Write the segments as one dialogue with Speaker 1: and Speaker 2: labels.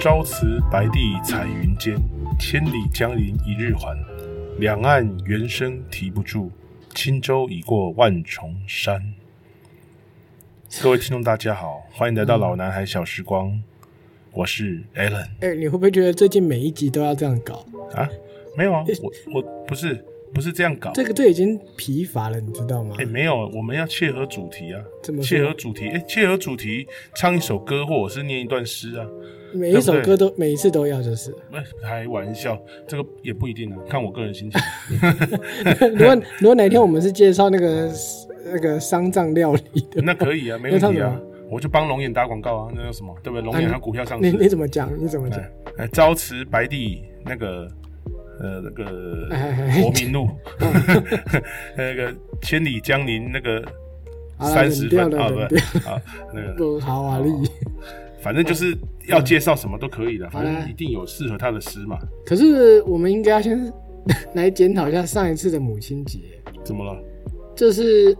Speaker 1: 朝辞白帝彩云间，千里江陵一日还。两岸猿声啼不住，轻舟已过万重山。各位听众，大家好，欢迎来到《老男孩小时光》，我是 Alan
Speaker 2: 哎、你会不会觉得最近每一集都要这样搞？
Speaker 1: 啊，没有啊，我我不是不是这样搞，
Speaker 2: 这个这已经疲乏了，你知道吗？
Speaker 1: 哎、没有，我们要切合主题啊
Speaker 2: 怎，么说
Speaker 1: 切合主题，哎、切合主题，唱一首歌或者是念一段诗啊，
Speaker 2: 每一首
Speaker 1: 对不对
Speaker 2: 歌都每一次都要，就是。
Speaker 1: 哎开玩笑，这个也不一定啊，看我个人心情。
Speaker 2: 如果如果哪天我们是介绍那个那个丧葬料理的，
Speaker 1: 那可以啊，没问题啊，我就帮龙眼打广告啊，那叫什么？对不对？龙眼
Speaker 2: 啊
Speaker 1: 它股票上
Speaker 2: 你你
Speaker 1: 市，
Speaker 2: 怎么讲？你怎么讲？
Speaker 1: 哎哎，朝辞白帝那个呃那个
Speaker 2: 哎哎哎
Speaker 1: 国民 路，呃那个千里江陵那个
Speaker 2: 好了，
Speaker 1: 三
Speaker 2: 冷
Speaker 1: 十
Speaker 2: 掉
Speaker 1: 分
Speaker 2: 了，
Speaker 1: 啊，
Speaker 2: 冷
Speaker 1: 不
Speaker 2: 掉
Speaker 1: 对啊，那个
Speaker 2: 了。好啊，力。
Speaker 1: 反正就是要介绍什么都可以的，反
Speaker 2: 嗯好啦
Speaker 1: 正一定有适合他的诗嘛。
Speaker 2: 可是我们应该要先 来检讨一下上一次的母亲节，
Speaker 1: 怎么了？
Speaker 2: 嗯就是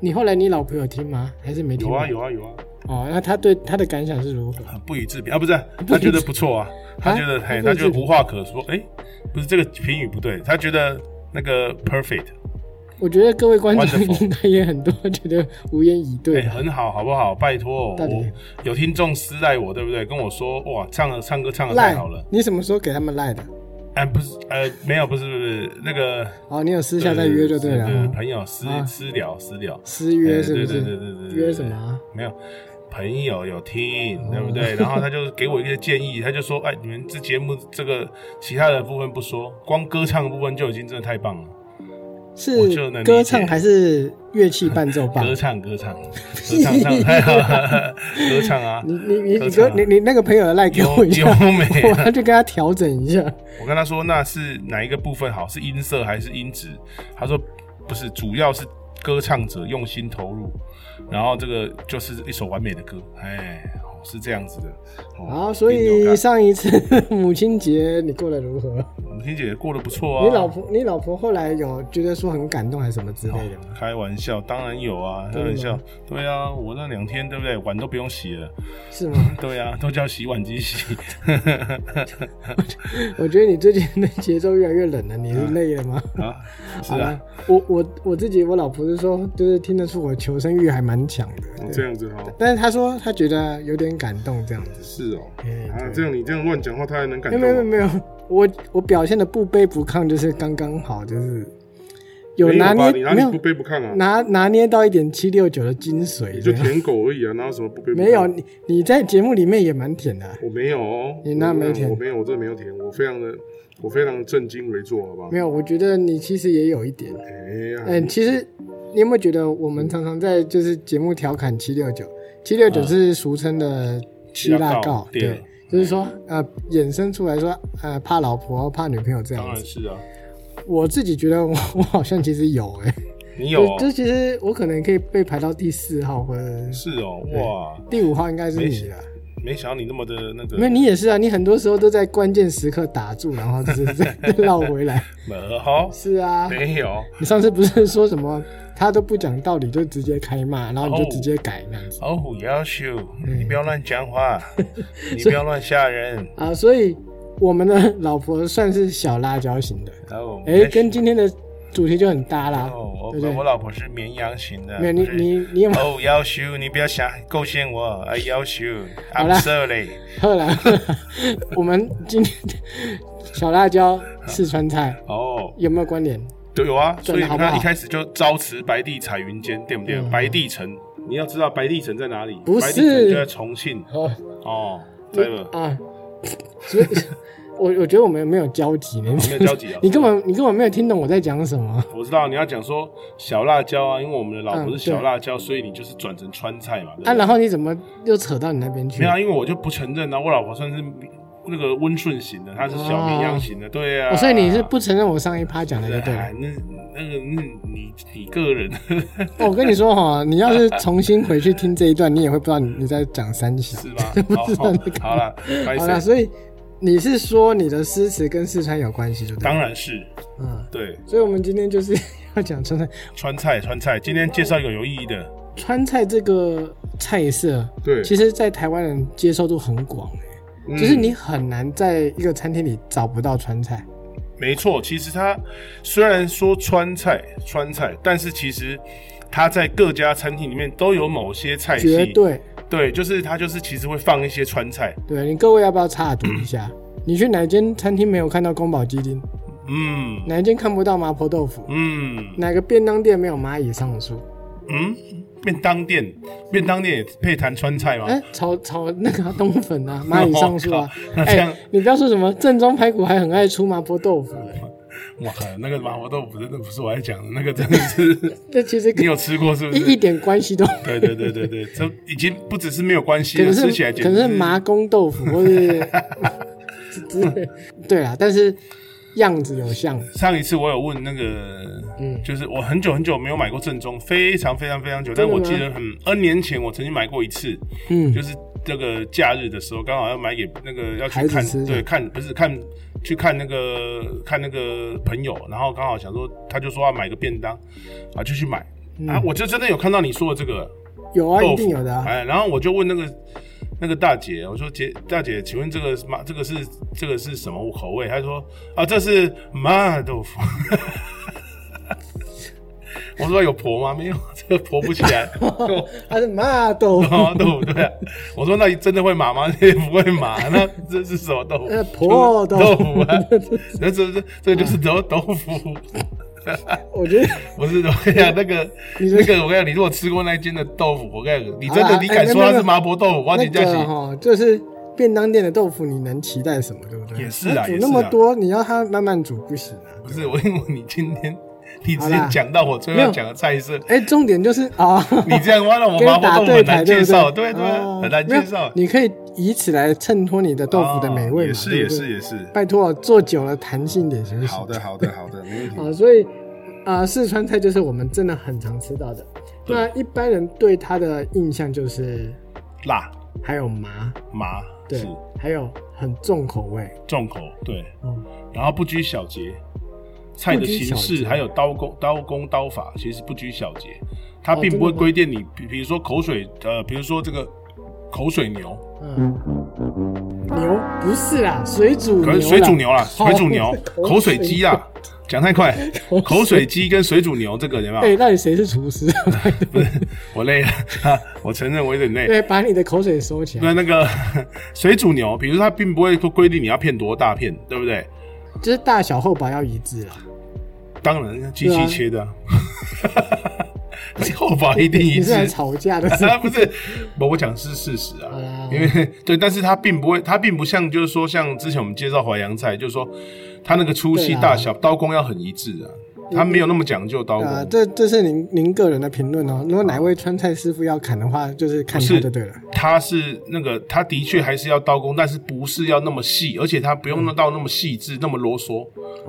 Speaker 2: 你后来你老婆有听吗？还是没听？
Speaker 1: 有啊有啊有啊，
Speaker 2: 哦，那她对她的感想是如何？
Speaker 1: 啊不予置评啊，不是啊，他觉得不错啊，他觉得嘿，
Speaker 2: 不
Speaker 1: 他
Speaker 2: 予
Speaker 1: 觉
Speaker 2: 置
Speaker 1: 得
Speaker 2: 评
Speaker 1: 无话可说。哎，不是这个评语不对，他觉得那个 perfect。
Speaker 2: 我觉得各位观众
Speaker 1: Wonderful
Speaker 2: 应该也很多觉得无言以对
Speaker 1: 对，。很好，好不好？拜托，
Speaker 2: 到底
Speaker 1: 我有听众私赖我，对不对？跟我说，哇，唱了唱歌唱的
Speaker 2: 赖
Speaker 1: 太好了。
Speaker 2: 你什么时候给他们赖的？
Speaker 1: 哎，不是，呃，没有，不是，不是那个
Speaker 2: 哦，你有私下再约就对了
Speaker 1: 是
Speaker 2: 啊。
Speaker 1: 朋友私
Speaker 2: 啊
Speaker 1: 私聊私聊，
Speaker 2: 私约
Speaker 1: 嗯哎
Speaker 2: 是不
Speaker 1: 对对对
Speaker 2: 是？
Speaker 1: 对对对，
Speaker 2: 约什么哦啊？
Speaker 1: 没有。朋友有听，对不对？然后他就给我一些建议，他就说：“哎，你们这节目这个其他的部分不说，光歌唱的部分就已经真的太棒了。我就能
Speaker 2: 是
Speaker 1: 理解
Speaker 2: 歌唱还是乐器伴奏棒
Speaker 1: 歌？唱，歌 唱，歌唱 唱得太好了，歌唱啊，
Speaker 2: 你你你
Speaker 1: 歌
Speaker 2: 你
Speaker 1: 唱啊
Speaker 2: 哥你你那个朋友的赖给
Speaker 1: 优
Speaker 2: 我一
Speaker 1: 优
Speaker 2: 下，
Speaker 1: 美
Speaker 2: 我
Speaker 1: 啊，
Speaker 2: 要去跟他调整一下。
Speaker 1: 我跟他说那是哪一个部分好，是音色还是音质？他说不是，主要是歌唱者用心投入，然后这个就是一首完美的歌，哎，哦是这样子的。
Speaker 2: 好，所
Speaker 1: 哦一定有
Speaker 2: 以
Speaker 1: 感
Speaker 2: 上一次 母亲节你过得如何？
Speaker 1: 母亲姐过得不错啊。
Speaker 2: 你老婆你老婆后来有觉得说很感动还是什么之类的吗？
Speaker 1: 开玩笑，当然有啊，开
Speaker 2: 真的吗
Speaker 1: 玩笑，对啊，我那两天对不对，碗都不用洗了，
Speaker 2: 是吗？
Speaker 1: 对啊，都叫洗碗机洗。
Speaker 2: 我觉得你最近的节奏越来越冷了，你是累了吗？
Speaker 1: 啊，是
Speaker 2: 好
Speaker 1: 啊
Speaker 2: 了，，我我我自己，我老婆是说，就是听得出我求生欲还蛮强的，对
Speaker 1: 这样子哦，
Speaker 2: 但是她说她觉得有点感动这样子。
Speaker 1: 是哦，
Speaker 2: 嗯
Speaker 1: 啊，这样你这样乱讲话，他还能感
Speaker 2: 没有
Speaker 1: 动哦
Speaker 2: 没有
Speaker 1: 吗？
Speaker 2: 没有，我我表现的不卑不亢，就是刚刚好，就是有拿
Speaker 1: 没有吧
Speaker 2: 捏
Speaker 1: 你哪
Speaker 2: 没
Speaker 1: 里
Speaker 2: 有
Speaker 1: 不卑不亢啊？
Speaker 2: 拿拿捏到一点七六九的精髓
Speaker 1: 你就
Speaker 2: 这样。
Speaker 1: 舔狗而已啊，哪有什么不卑不亢？
Speaker 2: 没有你你在节目里面也蛮舔的啊、
Speaker 1: 我没有哦，
Speaker 2: 你那
Speaker 1: 我
Speaker 2: 没填
Speaker 1: 我没有，我真的没有填，我非常的，我非常震惊为坐，好吧？
Speaker 2: 没有，我觉得你其实也有一点。
Speaker 1: 哎呀，
Speaker 2: 嗯，其实你有没有觉得我们常常在就是节目调侃七六九，七六九是俗称的七辣
Speaker 1: 嗯七辣告对
Speaker 2: 对，就是说呃衍生出来说呃怕老婆怕女朋友这
Speaker 1: 当
Speaker 2: 样
Speaker 1: 然
Speaker 2: 子。
Speaker 1: 是啊，
Speaker 2: 我自己觉得我我好像其实有哎、
Speaker 1: 你
Speaker 2: 就
Speaker 1: 有哦
Speaker 2: 就其实我可能可以被排到第四号或者
Speaker 1: 是哦，哇，
Speaker 2: 第五号应该是
Speaker 1: 没
Speaker 2: 你
Speaker 1: 事
Speaker 2: 了。
Speaker 1: 没想到你那么的那个，
Speaker 2: 没有你也是啊，你很多时候都在关键时刻打住，然后 就是再绕回来。
Speaker 1: 没好，
Speaker 2: 是啊，
Speaker 1: 没有
Speaker 2: 你上次不是说什么他都不讲道理就直接开骂，然后你就直接改那样子
Speaker 1: 老虎要秀，
Speaker 2: 嗯
Speaker 1: 你不要乱讲 话，你不要乱吓人。
Speaker 2: 啊？所以我们的老婆算是小辣椒型的，
Speaker 1: 然后
Speaker 2: 哎、跟今天的主题就很搭啦，
Speaker 1: 哦，我
Speaker 2: 对不对
Speaker 1: 我？老婆是绵羊型的，
Speaker 2: 没有你
Speaker 1: 不是
Speaker 2: 你你有没有
Speaker 1: 哦，要求你不要想构陷我，哎，要求
Speaker 2: 好
Speaker 1: ，I'm
Speaker 2: 啦
Speaker 1: sorry，
Speaker 2: 后来 我们今天的小辣椒四川菜
Speaker 1: 哦，
Speaker 2: 有没有关联？
Speaker 1: 对，有啊，所
Speaker 2: 转
Speaker 1: 以
Speaker 2: 得
Speaker 1: 你
Speaker 2: 好不好
Speaker 1: 看一开始就朝辞白帝彩云间，对不对？
Speaker 2: 嗯
Speaker 1: 白帝城，你要知道白帝城在哪里？
Speaker 2: 不是
Speaker 1: 白帝城就在重庆
Speaker 2: 哦
Speaker 1: 哦，对了，
Speaker 2: 啊，所以我我觉得我们没有交集呢，。
Speaker 1: 没有交集啊
Speaker 2: 你根本你根本没有听懂我在讲什么。
Speaker 1: 我知道你要讲说小辣椒啊，因为我们的老婆
Speaker 2: 嗯
Speaker 1: 是小辣椒，所以你就是转成川菜嘛。对不对
Speaker 2: 啊，然后你怎么又扯到你那边去？
Speaker 1: 没有啊，因为我就不承认啊，我老婆算是那个温顺型的，她是小绵羊型的，对啊。
Speaker 2: 哦，所以你是不承认我上一趴讲的就对了
Speaker 1: 哎。，那那个那你你个人 哎
Speaker 2: 哦我跟你说哈，你要是重新回去听这一段，你也会不知道你你在讲三小。
Speaker 1: 是 吧？哦
Speaker 2: 知道那个
Speaker 1: 好好了，不好意
Speaker 2: 好了，
Speaker 1: 思，
Speaker 2: 所以你是说你的诗词跟四川有关系，对不对？
Speaker 1: 当然是
Speaker 2: 嗯，
Speaker 1: 对。
Speaker 2: 所以我们今天就是要讲川菜。
Speaker 1: 川菜，川菜，今天介绍一个有意义的。
Speaker 2: 川菜这个菜色，
Speaker 1: 对
Speaker 2: 其实在台湾人接受度很广、欸
Speaker 1: 嗯
Speaker 2: 就是你很难在一个餐厅里找不到川菜。
Speaker 1: 没错，其实它虽然说川菜川菜，但是其实它在各家餐厅里面都有某些菜系，
Speaker 2: 绝对，
Speaker 1: 对就是它就是其实会放一些川菜，
Speaker 2: 对你各位要不要插读一下？你去哪间餐厅没有看到宫保鸡丁？
Speaker 1: 嗯
Speaker 2: 哪一间看不到麻婆豆腐？
Speaker 1: 嗯
Speaker 2: 哪个便当店没有蚂蚁上树？
Speaker 1: 嗯，便当店便当店也配谈川菜吗？
Speaker 2: 哎、炒炒那个啊冬粉啊，蚂蚁上树啊！
Speaker 1: 那这
Speaker 2: 哎、
Speaker 1: 样
Speaker 2: 你不要说什么正宗排骨还很爱出麻婆豆腐、哎
Speaker 1: 哇靠，那个麻婆豆腐真的不是我在讲的，那个真的 是
Speaker 2: 这其实
Speaker 1: 你
Speaker 2: 跟
Speaker 1: 有吃过是不
Speaker 2: 一一
Speaker 1: 是？
Speaker 2: 点关系都没
Speaker 1: 对
Speaker 2: 有。
Speaker 1: 对对对对，这已经不只是没有关系
Speaker 2: 可
Speaker 1: 了，
Speaker 2: 能
Speaker 1: 吃起来
Speaker 2: 是
Speaker 1: 简
Speaker 2: 可
Speaker 1: 直
Speaker 2: 能是麻公 豆腐或是之类的，对啦，但是样子有像，
Speaker 1: 上一次我有问那个，
Speaker 2: 嗯
Speaker 1: 就是我很久很久没有买过正宗，非常非常非常久，但
Speaker 2: 真的
Speaker 1: 我
Speaker 2: 吗
Speaker 1: 记得很 N 年前我曾经买过一次，
Speaker 2: 嗯
Speaker 1: 就是这个假日的时候，刚好要买给那个要去
Speaker 2: 孩子
Speaker 1: 看
Speaker 2: 吃，的
Speaker 1: 对，看不是看去看那个看那个朋友，然后刚好想说他就说要买个便当，啊就去买、
Speaker 2: 嗯
Speaker 1: 啊，我就真的有看到你说的这个
Speaker 2: 有啊，
Speaker 1: 豆
Speaker 2: 一
Speaker 1: 腐，
Speaker 2: 定有的啊。
Speaker 1: 哎，然后我就问那个。那个大姐，我说姐大姐，请问这个是麻这个是这个是什么口味？她说啊，这是麻豆腐。 我说有婆吗？没有， 这个婆不起来。 哎
Speaker 2: 啊它是麻豆腐，
Speaker 1: 麻豆腐对、啊，我说那你真的会麻吗？也不会麻，那 这是什么豆腐
Speaker 2: 呃？婆
Speaker 1: 就
Speaker 2: 豆
Speaker 1: 是 豆
Speaker 2: 腐
Speaker 1: 腐啊，那这这这就是豆豆腐。
Speaker 2: 我觉得
Speaker 1: 不是，我跟你讲，那个
Speaker 2: 你说
Speaker 1: 那个，我跟你讲，你如果吃过那间的豆腐，我跟你讲，你真
Speaker 2: 好
Speaker 1: 的
Speaker 2: 啦
Speaker 1: 你敢
Speaker 2: 哎
Speaker 1: 说
Speaker 2: 那
Speaker 1: 它
Speaker 2: 那
Speaker 1: 是麻婆豆腐，我
Speaker 2: 那
Speaker 1: 你这样
Speaker 2: 个
Speaker 1: 行。
Speaker 2: 哈，就是便当店的豆腐，你能期待什么，对不对？
Speaker 1: 也是啊
Speaker 2: 它煮
Speaker 1: 也是啊
Speaker 2: 那么多，你要它慢慢煮不行啊。
Speaker 1: 不是我，因为你今天你直
Speaker 2: 好
Speaker 1: 接
Speaker 2: 啦
Speaker 1: 讲到我最后
Speaker 2: 没
Speaker 1: 要
Speaker 2: 有
Speaker 1: 讲的菜色，
Speaker 2: 哎，重点就是啊，
Speaker 1: 你 这样哇，让我
Speaker 2: 跟
Speaker 1: 麻
Speaker 2: 你
Speaker 1: 婆
Speaker 2: 打
Speaker 1: 豆腐很
Speaker 2: 台，
Speaker 1: 难
Speaker 2: 对
Speaker 1: 介
Speaker 2: 不
Speaker 1: 绍，对对啊，
Speaker 2: 哦
Speaker 1: 很难
Speaker 2: 没有
Speaker 1: 介绍。哦
Speaker 2: 你可以以此来衬托你的豆腐的美味嘛，
Speaker 1: 也是
Speaker 2: 对
Speaker 1: 也
Speaker 2: 不对
Speaker 1: 是也是，
Speaker 2: 拜托，啊做久了弹性点行不行？
Speaker 1: 好的好的好的，没问题。
Speaker 2: 啊，所以啊、呃四川菜就是我们真的很常吃到的。
Speaker 1: 对
Speaker 2: 那一般人对它的印象就是
Speaker 1: 辣
Speaker 2: 还有麻，
Speaker 1: 麻
Speaker 2: 对
Speaker 1: 是，
Speaker 2: 还有很重口味。
Speaker 1: 重口对，
Speaker 2: 嗯，
Speaker 1: 然后不拘小节，菜的
Speaker 2: 不拘
Speaker 1: 形
Speaker 2: 小
Speaker 1: 式
Speaker 2: 节
Speaker 1: 还有刀工、刀工、刀法，其实不拘小节，它
Speaker 2: 哦
Speaker 1: 并
Speaker 2: 真
Speaker 1: 不
Speaker 2: 的
Speaker 1: 会
Speaker 2: 吗
Speaker 1: 规定你，比比如说口水，呃，比如说这个口水牛，
Speaker 2: 嗯，牛不是啦，水煮
Speaker 1: 可
Speaker 2: 牛啦，哦
Speaker 1: 是水煮牛啦，
Speaker 2: 靠
Speaker 1: 水煮 牛、口水鸡啦，讲太快，口水鸡跟水煮牛这个有没
Speaker 2: 哎、
Speaker 1: 有？
Speaker 2: 到底谁是 厨师？
Speaker 1: 不是，我累了， 哈我承认我有点累。
Speaker 2: 对，把你的口水收起来
Speaker 1: 那，那个 水煮牛，比如说它并不会说规定你要片多大片，对不对？
Speaker 2: 就是大小厚薄要一致啦。
Speaker 1: 当然，机器
Speaker 2: 对啊
Speaker 1: 切的、啊， 厚薄一定一
Speaker 2: 你是
Speaker 1: 致。
Speaker 2: 来吵架的是吧？
Speaker 1: 啊，不是，我我讲的是事实
Speaker 2: 好
Speaker 1: 啊，
Speaker 2: 啦
Speaker 1: 因为对，但是它并不会，它并不像就是说像之前我们介绍淮扬菜，就是说它那个粗细
Speaker 2: 对啊嗯
Speaker 1: 大小、刀工要很一致啊，它没有那么讲究刀
Speaker 2: 呃，
Speaker 1: 工，
Speaker 2: 这这是您您个人的评论哦。如果哪位川菜师傅要砍的话，就是看
Speaker 1: 不
Speaker 2: 他
Speaker 1: 是
Speaker 2: 就对了。
Speaker 1: 它是那个它的确还是要刀工，但是不是要那么细，而且它不用
Speaker 2: 嗯
Speaker 1: 弄到那么细致、那么啰嗦，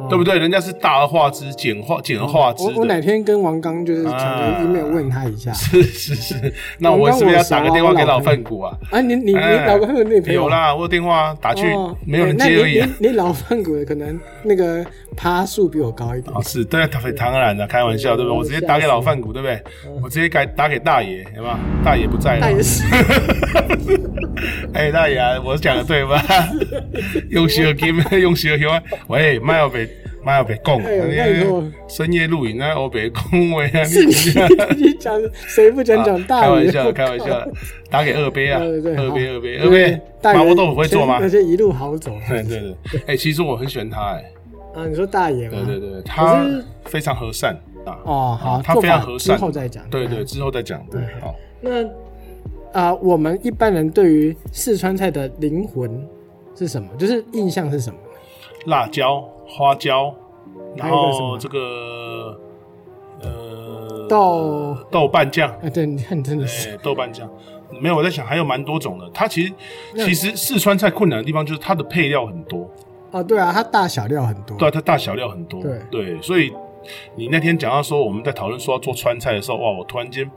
Speaker 1: 对不对？人家是大而化之，简化简而化之
Speaker 2: 哦我我哪
Speaker 1: 的。
Speaker 2: 天跟王刚就是
Speaker 1: 啊
Speaker 2: 传 email 问他一下，
Speaker 1: 是是是，那
Speaker 2: 王
Speaker 1: 我
Speaker 2: 刚
Speaker 1: 是不是
Speaker 2: 我
Speaker 1: 要
Speaker 2: 熟
Speaker 1: 打个
Speaker 2: 啊
Speaker 1: 电话
Speaker 2: 我
Speaker 1: 给老
Speaker 2: 老朋友
Speaker 1: 范谷啊？
Speaker 2: 啊，你你你
Speaker 1: 哎
Speaker 2: 老朋友那朋友
Speaker 1: 有啦，我有电话啊打去
Speaker 2: 哦，
Speaker 1: 没有人
Speaker 2: 哎那
Speaker 1: 接而已啊。
Speaker 2: 你你你老范谷的可能那个趴数比我高一点
Speaker 1: 啊，，是，对，
Speaker 2: 嗯
Speaker 1: 当当然了，开玩笑，对不对？我直
Speaker 2: 啊
Speaker 1: 接打给老范谷，对不对？我直接改打给大爷，有没有？大爷不在了
Speaker 2: 那。也嗯是
Speaker 1: 哎，大爷啊，我讲的对 吧？用小金， 用小金，啊喂，麦要被麦要被讲，
Speaker 2: 哎呦拜托
Speaker 1: 深夜录影啊，我被恭维啊，
Speaker 2: 是你自己讲，谁不讲讲大
Speaker 1: 开
Speaker 2: 爷？
Speaker 1: 玩笑，开玩 笑，打给二杯啊，
Speaker 2: 对对对，
Speaker 1: 二杯，
Speaker 2: 好
Speaker 1: 二杯，
Speaker 2: 对
Speaker 1: 二杯，
Speaker 2: 大
Speaker 1: 麻
Speaker 2: 爷
Speaker 1: 婆豆腐会做吗
Speaker 2: 而？且一路好走
Speaker 1: 对对对，哎，其实我很喜欢他，哎，
Speaker 2: 啊！你说大爷
Speaker 1: 对
Speaker 2: 吗？
Speaker 1: 对对，他
Speaker 2: 嗯可是
Speaker 1: 非常和善啊，
Speaker 2: 哦，好，
Speaker 1: 他
Speaker 2: 做
Speaker 1: 非常
Speaker 2: 法
Speaker 1: 和
Speaker 2: 之
Speaker 1: 善，
Speaker 2: 后再讲。
Speaker 1: 对
Speaker 2: 嗯
Speaker 1: 对，之后再讲，对，
Speaker 2: 嗯
Speaker 1: 好。
Speaker 2: 那啊、我们一般人对于四川菜的灵魂是什么？就是印象是什么？
Speaker 1: 辣椒、花椒，然
Speaker 2: 还有一个什
Speaker 1: 后
Speaker 2: 么
Speaker 1: 这个呃
Speaker 2: 豆
Speaker 1: 豆瓣酱，
Speaker 2: 啊，对，你看，真的
Speaker 1: 哎、
Speaker 2: 是
Speaker 1: 豆瓣酱，没有我在想还有蛮多种的。它其实
Speaker 2: 那
Speaker 1: 其实四川菜困难的地方就是它的配料很多，
Speaker 2: 哦，对啊，它大小料很多，
Speaker 1: 对、啊，它大小料很多，
Speaker 2: 对
Speaker 1: 所以你那天讲到说我们在讨论说要做川菜的时候，哇，我突然间。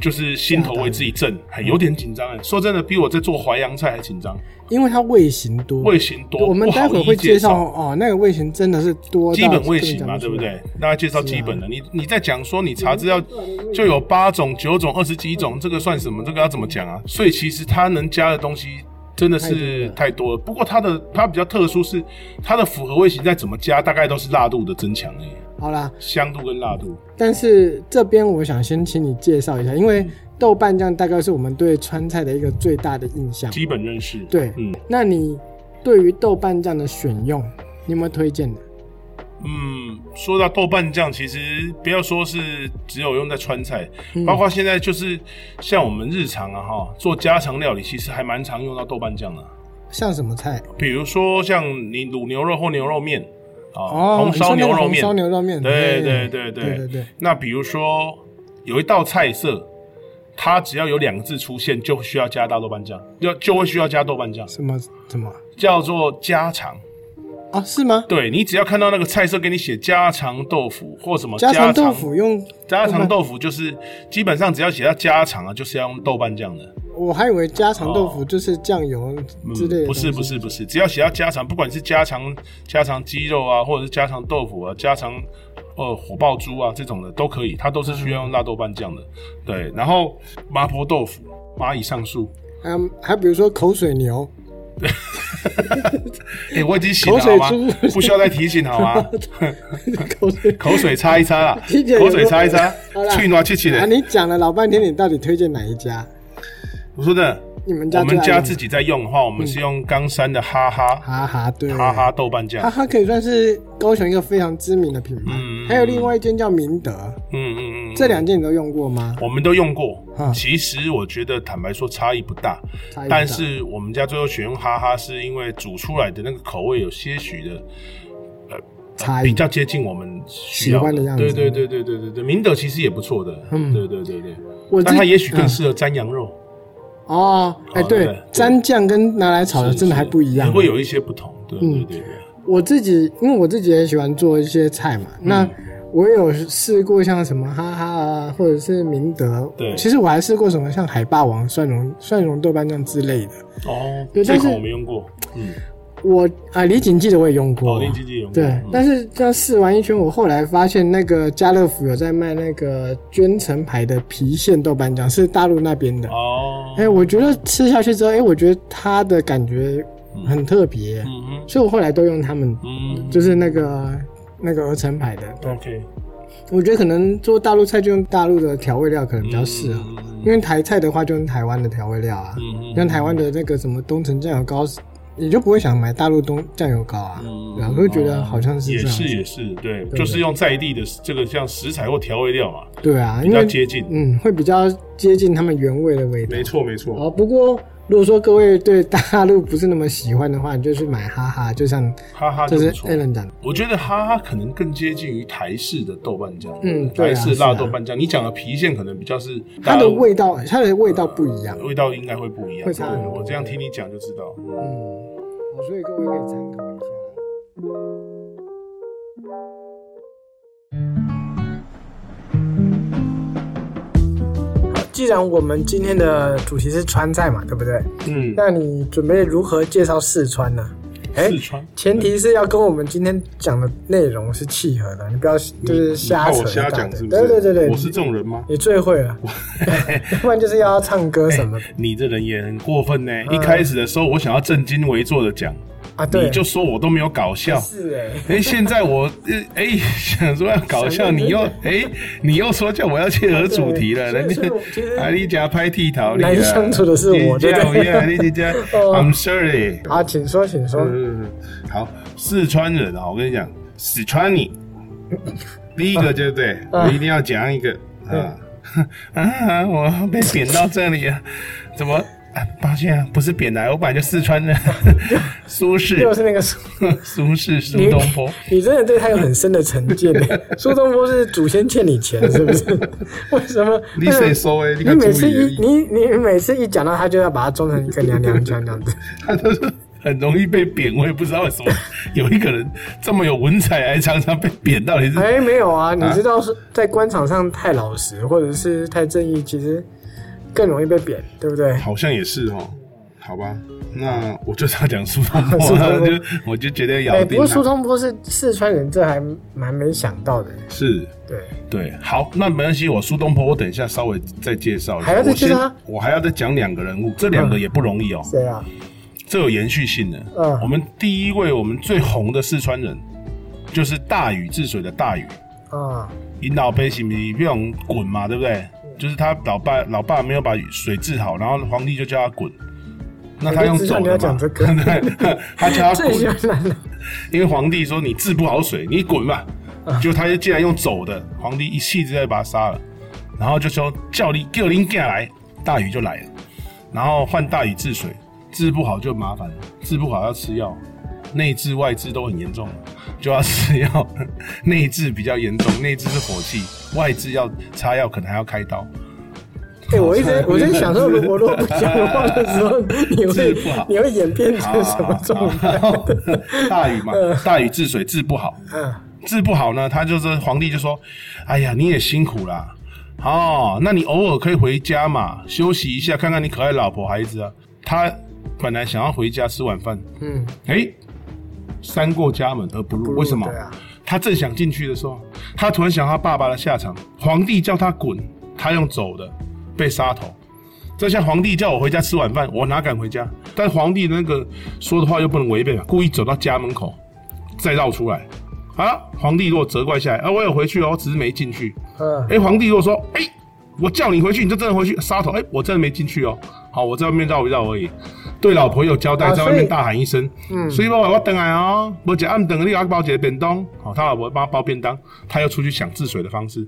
Speaker 1: 就是心头为之一震，还有点紧张哎。说真的，比我在做淮扬菜还紧张，
Speaker 2: 因为它味型多。
Speaker 1: 味型多，
Speaker 2: 我们
Speaker 1: 不好
Speaker 2: 待会儿
Speaker 1: 一一
Speaker 2: 会
Speaker 1: 介
Speaker 2: 介绍哦，那个味型真的是多到
Speaker 1: 基本味型嘛，
Speaker 2: 根本讲
Speaker 1: 对
Speaker 2: 出
Speaker 1: 不
Speaker 2: 来
Speaker 1: 对？？大家介绍基本的，你你在讲说你查资料就有八种、九种、二十几种，这个算什么？这个要怎么讲啊？所以其实它能加的东西真的是太多了。不过它的它比较特殊是，它的复合味型再怎么加，大概都是辣度的增强而已，
Speaker 2: 好啦，
Speaker 1: 香度跟辣度。
Speaker 2: 但是这边我想先请你介绍一下，因为
Speaker 1: 嗯
Speaker 2: 豆瓣酱大概是我们对川菜的一个最大的印象。
Speaker 1: 基本认识。
Speaker 2: 对
Speaker 1: 嗯
Speaker 2: 那你对于豆瓣酱的选用，你有没有推荐的？
Speaker 1: 嗯，说到豆瓣酱，其实不要说是只有用在川菜，包括现在就是像我们日常啊哈，做家常料理，其实还蛮常用到豆瓣酱的、
Speaker 2: 像什么菜？
Speaker 1: 比如说像你卤牛肉或牛肉面啊，
Speaker 2: 哦，
Speaker 1: 红烧
Speaker 2: 你
Speaker 1: 牛
Speaker 2: 说那个
Speaker 1: 肉
Speaker 2: 红
Speaker 1: 面
Speaker 2: 烧，牛肉面，
Speaker 1: 对对
Speaker 2: 对
Speaker 1: 对
Speaker 2: 对对对，
Speaker 1: 那比如说有一道菜色，它只要有两个字出现，就需要加大豆瓣酱，就就会需要加豆瓣酱，
Speaker 2: 什么什么
Speaker 1: 叫做家常。
Speaker 2: 啊？是吗？
Speaker 1: 对你只要看到那个菜色给你写家常豆腐或什么
Speaker 2: 家常
Speaker 1: 常
Speaker 2: 豆腐用，
Speaker 1: 家常豆腐就是基本上只要写到家常啊，就是要用豆瓣酱的。
Speaker 2: 我还以为家常豆腐就是酱油之类的、
Speaker 1: 哦嗯不是不，是不是，只要写到家常，不管是家常家常鸡肉啊，或者是家常豆腐啊，家常呃火爆猪啊这种的都可以，它都是需
Speaker 2: 嗯
Speaker 1: 要用辣豆瓣酱的。对，然后麻婆豆腐、蚂蚁上树，
Speaker 2: 嗯，还比如说口 水牛，
Speaker 1: 哎、我已经醒了
Speaker 2: 口水
Speaker 1: 好吗
Speaker 2: 猪？
Speaker 1: 不需要再提醒好 吗？
Speaker 2: 口水
Speaker 1: 口水擦一擦啦
Speaker 2: 听起，来有
Speaker 1: 口水擦一擦
Speaker 2: 好，啦
Speaker 1: 去暖去气
Speaker 2: 啊！
Speaker 1: 的。
Speaker 2: 你讲了老半天，你到底推荐哪一家？
Speaker 1: 我说真的，
Speaker 2: 你们家
Speaker 1: 我们
Speaker 2: 最爱
Speaker 1: 家
Speaker 2: 用
Speaker 1: 自己在用的话，我们是用冈山的哈哈
Speaker 2: 嗯哈哈，对，
Speaker 1: 哈哈豆瓣酱
Speaker 2: 哈。哈可以算是高雄一个非常知名的品牌，
Speaker 1: 嗯
Speaker 2: 还有另外一间叫明德，
Speaker 1: 嗯嗯嗯，
Speaker 2: 这两间你都用过吗？
Speaker 1: 我们都用过
Speaker 2: 嗯。
Speaker 1: 其实我觉得坦白说差异不大，
Speaker 2: 差异不大
Speaker 1: 但是我们家最后选用哈哈，是因为煮出来的那个口味有些许的
Speaker 2: 差
Speaker 1: 啊比
Speaker 2: 异
Speaker 1: 较接近我们需要
Speaker 2: 喜欢的样子
Speaker 1: 对对对对对对对，明德其实也不错的，
Speaker 2: 嗯
Speaker 1: 对对对对。
Speaker 2: 我
Speaker 1: 但
Speaker 2: 自
Speaker 1: 它也许更
Speaker 2: 嗯
Speaker 1: 适合沾羊肉，
Speaker 2: 哦，哎，
Speaker 1: 好对
Speaker 2: 对
Speaker 1: 对，
Speaker 2: 蘸酱跟拿来炒的
Speaker 1: 是
Speaker 2: 真的还不一样嗯
Speaker 1: 也。会有一些不同。对对对对，
Speaker 2: 我自己因为我自己也喜欢做一些菜嘛，
Speaker 1: 嗯
Speaker 2: 那我也有试过像什么哈哈啊，或者是明德，
Speaker 1: 对
Speaker 2: 其实我还试过什么像海霸王蒜蓉蒜蓉豆瓣酱之类的。
Speaker 1: 哦，
Speaker 2: 对
Speaker 1: 这
Speaker 2: 但是
Speaker 1: 款我没用过，嗯，
Speaker 2: 我啊，李锦记的我也用过，
Speaker 1: 哦，林记记用过，
Speaker 2: 对
Speaker 1: 嗯，
Speaker 2: 但是这样试完一圈，我后来发现那个家乐福有在卖那个捐城牌的郫县豆瓣酱，是大陆那边的。
Speaker 1: 哦，
Speaker 2: 哎、我觉得吃下去之后，哎、我觉得它的感觉很特别，
Speaker 1: 嗯哼，
Speaker 2: 所以我后来都用他们，
Speaker 1: 嗯
Speaker 2: 就是那个那个鹅城牌的。
Speaker 1: ，OK，
Speaker 2: 我觉得可能做大陆菜就用大陆的调味料可能比较适合，
Speaker 1: 嗯
Speaker 2: 因为台菜的话就用台湾的调味料啊，
Speaker 1: 嗯
Speaker 2: 像台湾的那个什么东城酱油膏，你就不会想买大陆东酱油膏啊，
Speaker 1: 嗯哦
Speaker 2: 然后会觉得好像是
Speaker 1: 也
Speaker 2: 这样子
Speaker 1: 是也是，对，就是用在地的这个像食材或调味料嘛，
Speaker 2: 对啊，
Speaker 1: 比
Speaker 2: 因
Speaker 1: 较
Speaker 2: 为
Speaker 1: 接近。
Speaker 2: 嗯，会比较接近他们原味的味道。
Speaker 1: 没错没错，
Speaker 2: 好，不过如果说各位对大陆不是那么喜欢的话，你就去买哈哈，就像
Speaker 1: 哈哈就不
Speaker 2: 就是
Speaker 1: 错。
Speaker 2: Alan 讲的，
Speaker 1: 我觉得哈哈可能更接近于台式的豆瓣酱，
Speaker 2: 嗯对
Speaker 1: 台
Speaker 2: 啊
Speaker 1: 式辣
Speaker 2: 是啊
Speaker 1: 豆瓣酱。你讲的郫县可能比较是
Speaker 2: 它
Speaker 1: 大
Speaker 2: 的
Speaker 1: 陆
Speaker 2: 味道，它的味道不一样。
Speaker 1: 味道应该会不一样。
Speaker 2: 会差很
Speaker 1: 对
Speaker 2: 多
Speaker 1: 我这样听你讲就知道。嗯
Speaker 2: 嗯，好，所以各位可以参考一下。好，既然我们今天的主题是川菜嘛，对不对？
Speaker 1: 嗯，
Speaker 2: 那你准备如何介绍四川呢？哎
Speaker 1: 四川
Speaker 2: 前提是要跟我们今天讲的内容是契合的，你不要就是瞎
Speaker 1: 你怕
Speaker 2: 扯
Speaker 1: 我瞎
Speaker 2: 一大
Speaker 1: 讲
Speaker 2: 堆
Speaker 1: 是不是？
Speaker 2: 对对对对，
Speaker 1: 我是这种人吗？
Speaker 2: 你最会了， 不然就是要唱歌 什么的、
Speaker 1: 你这人也很过分呢、一开始的时候，我想要正襟危坐的讲，
Speaker 2: 啊。嗯对，
Speaker 1: 你就说我都没有搞笑。
Speaker 2: 是哎、
Speaker 1: 哎、现在我呃哎、想说要搞笑，
Speaker 2: 想得
Speaker 1: 你又哎、你又说叫我要切合主题了，
Speaker 2: 对
Speaker 1: 人
Speaker 2: 所以所以我觉
Speaker 1: 家
Speaker 2: 得
Speaker 1: 阿丽家拍剃头，
Speaker 2: 难相处的是我对不对哦
Speaker 1: 对呀，你 家 I'm sorry。
Speaker 2: 好，啊请说，请说。
Speaker 1: 嗯，好，四川人啊，我跟你讲，四川你，第一个对不对？
Speaker 2: 啊
Speaker 1: 我一定要讲一个啊 啊！我被贬到这里了，怎么？啊抱歉啊，不是贬来，我本来就四川人， 苏
Speaker 2: 又
Speaker 1: 轼，
Speaker 2: 是那个苏，
Speaker 1: 苏轼，苏
Speaker 2: 你
Speaker 1: 东坡。
Speaker 2: 你真的对他有很深的成见 呢。苏东坡是祖先欠你钱，是不是？为什么？
Speaker 1: 你
Speaker 2: 为什么
Speaker 1: 谁说欸的你
Speaker 2: 啊你
Speaker 1: 敢
Speaker 2: 每
Speaker 1: 注
Speaker 2: 次
Speaker 1: 意而
Speaker 2: 一
Speaker 1: 已
Speaker 2: 你你每次一讲到他，就要把他装成一个娘娘腔这 样子。
Speaker 1: 他就是很容易被贬，我也不知道为什么 有一个人这么有文采，还常常被贬，到底是？
Speaker 2: 哎，没有啊，你知道是在官场上太老实或者是太正义，其实更容易被贬，对不对？
Speaker 1: 好像也是哦，好吧，那我就是要讲苏东
Speaker 2: 苏
Speaker 1: 坡，
Speaker 2: 东坡
Speaker 1: 然后 我就我就觉得咬
Speaker 2: 哎，不
Speaker 1: 定
Speaker 2: 过
Speaker 1: 他
Speaker 2: 苏东坡是四川人，这还蛮没想到的。
Speaker 1: 是。
Speaker 2: 对，
Speaker 1: 对，好，那没关系，我苏东坡，我等一下稍微再介绍一下。
Speaker 2: 还要再介绍他
Speaker 1: 我先我还要再讲两个人物，这两个也不容易哦。
Speaker 2: 谁啊？
Speaker 1: 这有延续性的。
Speaker 2: 嗯
Speaker 1: 我们第一位我们最红的四川人，就是大禹治水的大禹。
Speaker 2: 啊，
Speaker 1: 你老杯行不行？不想滚嘛，对不对？就是他老爸老爸没有把水治好，然后皇帝就叫他滚。那他用走
Speaker 2: 我就
Speaker 1: 的
Speaker 2: 知道
Speaker 1: 嘛
Speaker 2: 你要讲这？个
Speaker 1: 对，他叫他
Speaker 2: 最喜
Speaker 1: 滚，
Speaker 2: 欢的
Speaker 1: 因为皇帝说你治不好水，你滚吧。就他就竟然用走的，皇帝一气之下就把他杀了，然后就说叫你叫林下来，大禹就来了，然后换大禹治水，治不好就麻烦了，治不好要吃药，内治外治都很严重，就要吃药，内治比较严重，内治是火气，外治要擦药，可能还要开刀。
Speaker 2: 哎、我一直在我在想说，如果如果 不讲话的时候，你会
Speaker 1: 治不好
Speaker 2: 你会演变成什么状态？
Speaker 1: 好大禹嘛，大禹治水治不好，
Speaker 2: 嗯，
Speaker 1: 治不好呢，他就是皇帝就说：“哎呀，你也辛苦啦，哦，那你偶尔可以回家嘛，休息一下，看看你可爱老婆孩子啊。”他本来想要回家吃晚饭，
Speaker 2: 嗯，
Speaker 1: 哎，三过家门而不入，
Speaker 2: 入
Speaker 1: 为什么
Speaker 2: 对啊？
Speaker 1: 他正想进去的时候，他突然想他爸爸的下场，皇帝叫他滚，他用走的，被杀头。这下皇帝叫我回家吃晚饭，我哪敢回家？但皇帝那个说的话又不能违背嘛，故意走到家门口，再绕出来。好了，皇帝如果责怪下来，啊，我有回去哦，只是没进去。
Speaker 2: 嗯，
Speaker 1: 哎，皇帝如果说，哎，我叫你回去，你就真的回去，杀头，哎，我真的没进去哦。好，我在外面绕一绕而已，对老婆有交代，
Speaker 2: 啊
Speaker 1: 在外面
Speaker 2: 所以
Speaker 1: 大喊一声，嗯，所以我我等来哦，我姐暗等你阿包姐便当，好，他老婆帮他包便当，他又出去想治水的方式。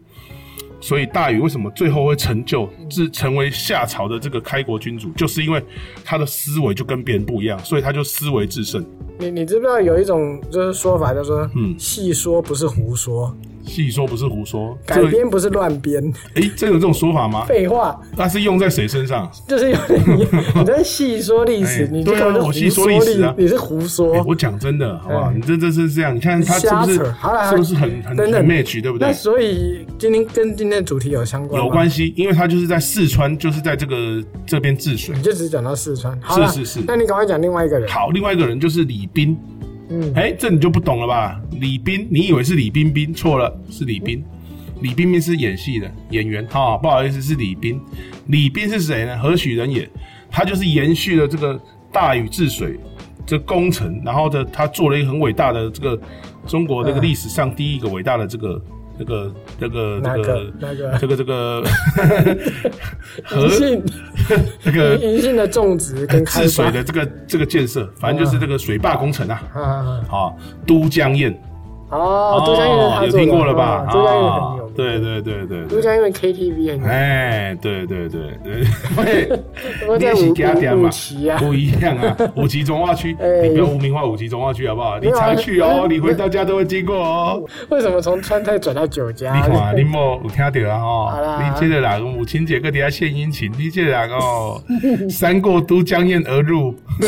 Speaker 1: 所以大禹为什么最后会成就，是成为夏朝的这个开国君主，就是因为他的思维就跟别人不一样，所以他就思维制胜。
Speaker 2: 你你知不知道有一种就是说法，就是说，
Speaker 1: 嗯
Speaker 2: 戏说不是胡说，
Speaker 1: 戏说不是胡说，这
Speaker 2: 改
Speaker 1: 个
Speaker 2: 编不是乱编，
Speaker 1: 哎，真有这种说法吗？
Speaker 2: 废话，
Speaker 1: 那是用在谁身上？
Speaker 2: 就是有点你你在戏说历史，
Speaker 1: 哎
Speaker 2: 你
Speaker 1: 对啊
Speaker 2: 根本就
Speaker 1: 我戏说
Speaker 2: 胡
Speaker 1: 历史啊
Speaker 2: 你是胡说
Speaker 1: 欸。我讲真的，好不好？
Speaker 2: 嗯
Speaker 1: 你这这是这样，你看他是
Speaker 2: 瞎
Speaker 1: 不是
Speaker 2: 扯，好了，
Speaker 1: 是不是很很
Speaker 2: 等等
Speaker 1: 很 match，对不对
Speaker 2: 那？所以今天跟今天的主题有相关，
Speaker 1: 有关，系，因为他就是在四川，就是在这个这边治水
Speaker 2: 你。就只讲到四川，好啦
Speaker 1: 是是是
Speaker 2: 那你赶快讲另外一个人，
Speaker 1: 好，另外一个人就是李斌，
Speaker 2: 嗯
Speaker 1: 哎、这你就不懂了吧？李斌，你以为是李冰冰，错了，是李斌。李冰冰是演戏的演员，哈、不好意思，是李斌。李斌是谁呢？何许人也？他就是延续了这个大禹治水这工程，然后呢，他做了一个很伟大的这个中国这个历史上第一个伟大的这个。这个这个
Speaker 2: 哪
Speaker 1: 这
Speaker 2: 个
Speaker 1: 个
Speaker 2: 哪个
Speaker 1: 这个这个
Speaker 2: 银
Speaker 1: 何
Speaker 2: 杏
Speaker 1: 这个
Speaker 2: 银杏的种植跟开
Speaker 1: 治水
Speaker 2: 发
Speaker 1: 的这个这个建设，反正就是这个水坝工程啊，
Speaker 2: 啊，
Speaker 1: 啊，都江堰
Speaker 2: 哦，都江堰是他
Speaker 1: 有
Speaker 2: 做的
Speaker 1: 听过了吧？
Speaker 2: 啊都江堰很有
Speaker 1: 啊
Speaker 2: 名，
Speaker 1: 对对对对
Speaker 2: 都
Speaker 1: 对，
Speaker 2: 江堰 KTV 很有名，
Speaker 1: 哎，对对 对对，
Speaker 2: 我
Speaker 1: 喂，
Speaker 2: 在
Speaker 1: 你是给他点
Speaker 2: 五
Speaker 1: 嘛
Speaker 2: 五期啊，
Speaker 1: 不一样啊，五级从化区，
Speaker 2: 哎
Speaker 1: 你不要污名化五级从化区好不好？你
Speaker 2: 有啊
Speaker 1: 常去
Speaker 2: 没有
Speaker 1: 哦，你回到家都会经过哦。
Speaker 2: 为什么从川菜转到酒家？
Speaker 1: 你看啊，你莫有听到啊
Speaker 2: 好
Speaker 1: 哦，
Speaker 2: 啦
Speaker 1: 你这个人母亲节搁底下献殷勤，你这个人哦， 三过都江堰而入，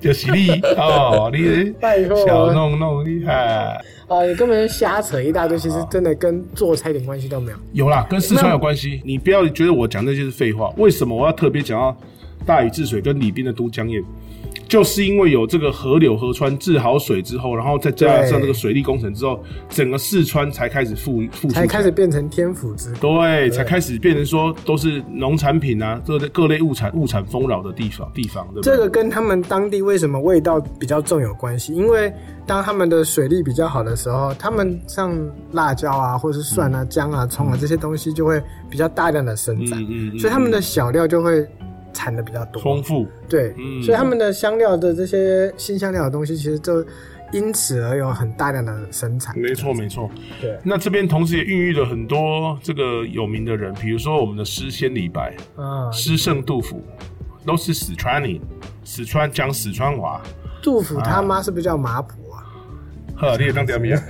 Speaker 1: 就是你哦，你
Speaker 2: 拜托
Speaker 1: 小弄弄厉害。
Speaker 2: 啊，你根本就瞎扯一大堆，其
Speaker 1: 哦
Speaker 2: 实真的跟做菜一点关系都没有。
Speaker 1: 有啦，跟四川有关系。你不要觉得我讲这些是废话。为什么我要特别讲到大禹治水跟李冰的都江堰？就是因为有这个河流河川治好水之后，然后再加上
Speaker 2: 对
Speaker 1: 这个水利工程之后，整个四川才开始复复苏起
Speaker 2: 才
Speaker 1: 来，
Speaker 2: 开始变成天府之国。
Speaker 1: 对，才开始变成说都是农产品啊，各类各类物产物产丰饶的地方地方，对不对？
Speaker 2: 这个跟他们当地为什么味道比较重有关系，因为当他们的水利比较好的时候，他们像辣椒啊，或是蒜啊、姜啊、葱啊这些东西就会比较大量的生长，
Speaker 1: 嗯嗯嗯
Speaker 2: 所以他们的小料就会产的比较多。
Speaker 1: 丰富，
Speaker 2: 对，
Speaker 1: 嗯
Speaker 2: 所以他们的香料的这些新香料的东西，其实就因此而有很大量的生产。
Speaker 1: 没错没错。
Speaker 2: 对，
Speaker 1: 那这边同时也孕育了很多这个有名的人，比如说我们的诗仙李白，
Speaker 2: 啊、
Speaker 1: 诗圣杜甫，都是四川人，四川讲四川话。
Speaker 2: 杜甫他妈是不是叫麻婆啊？
Speaker 1: 呵，你也当屌米啊！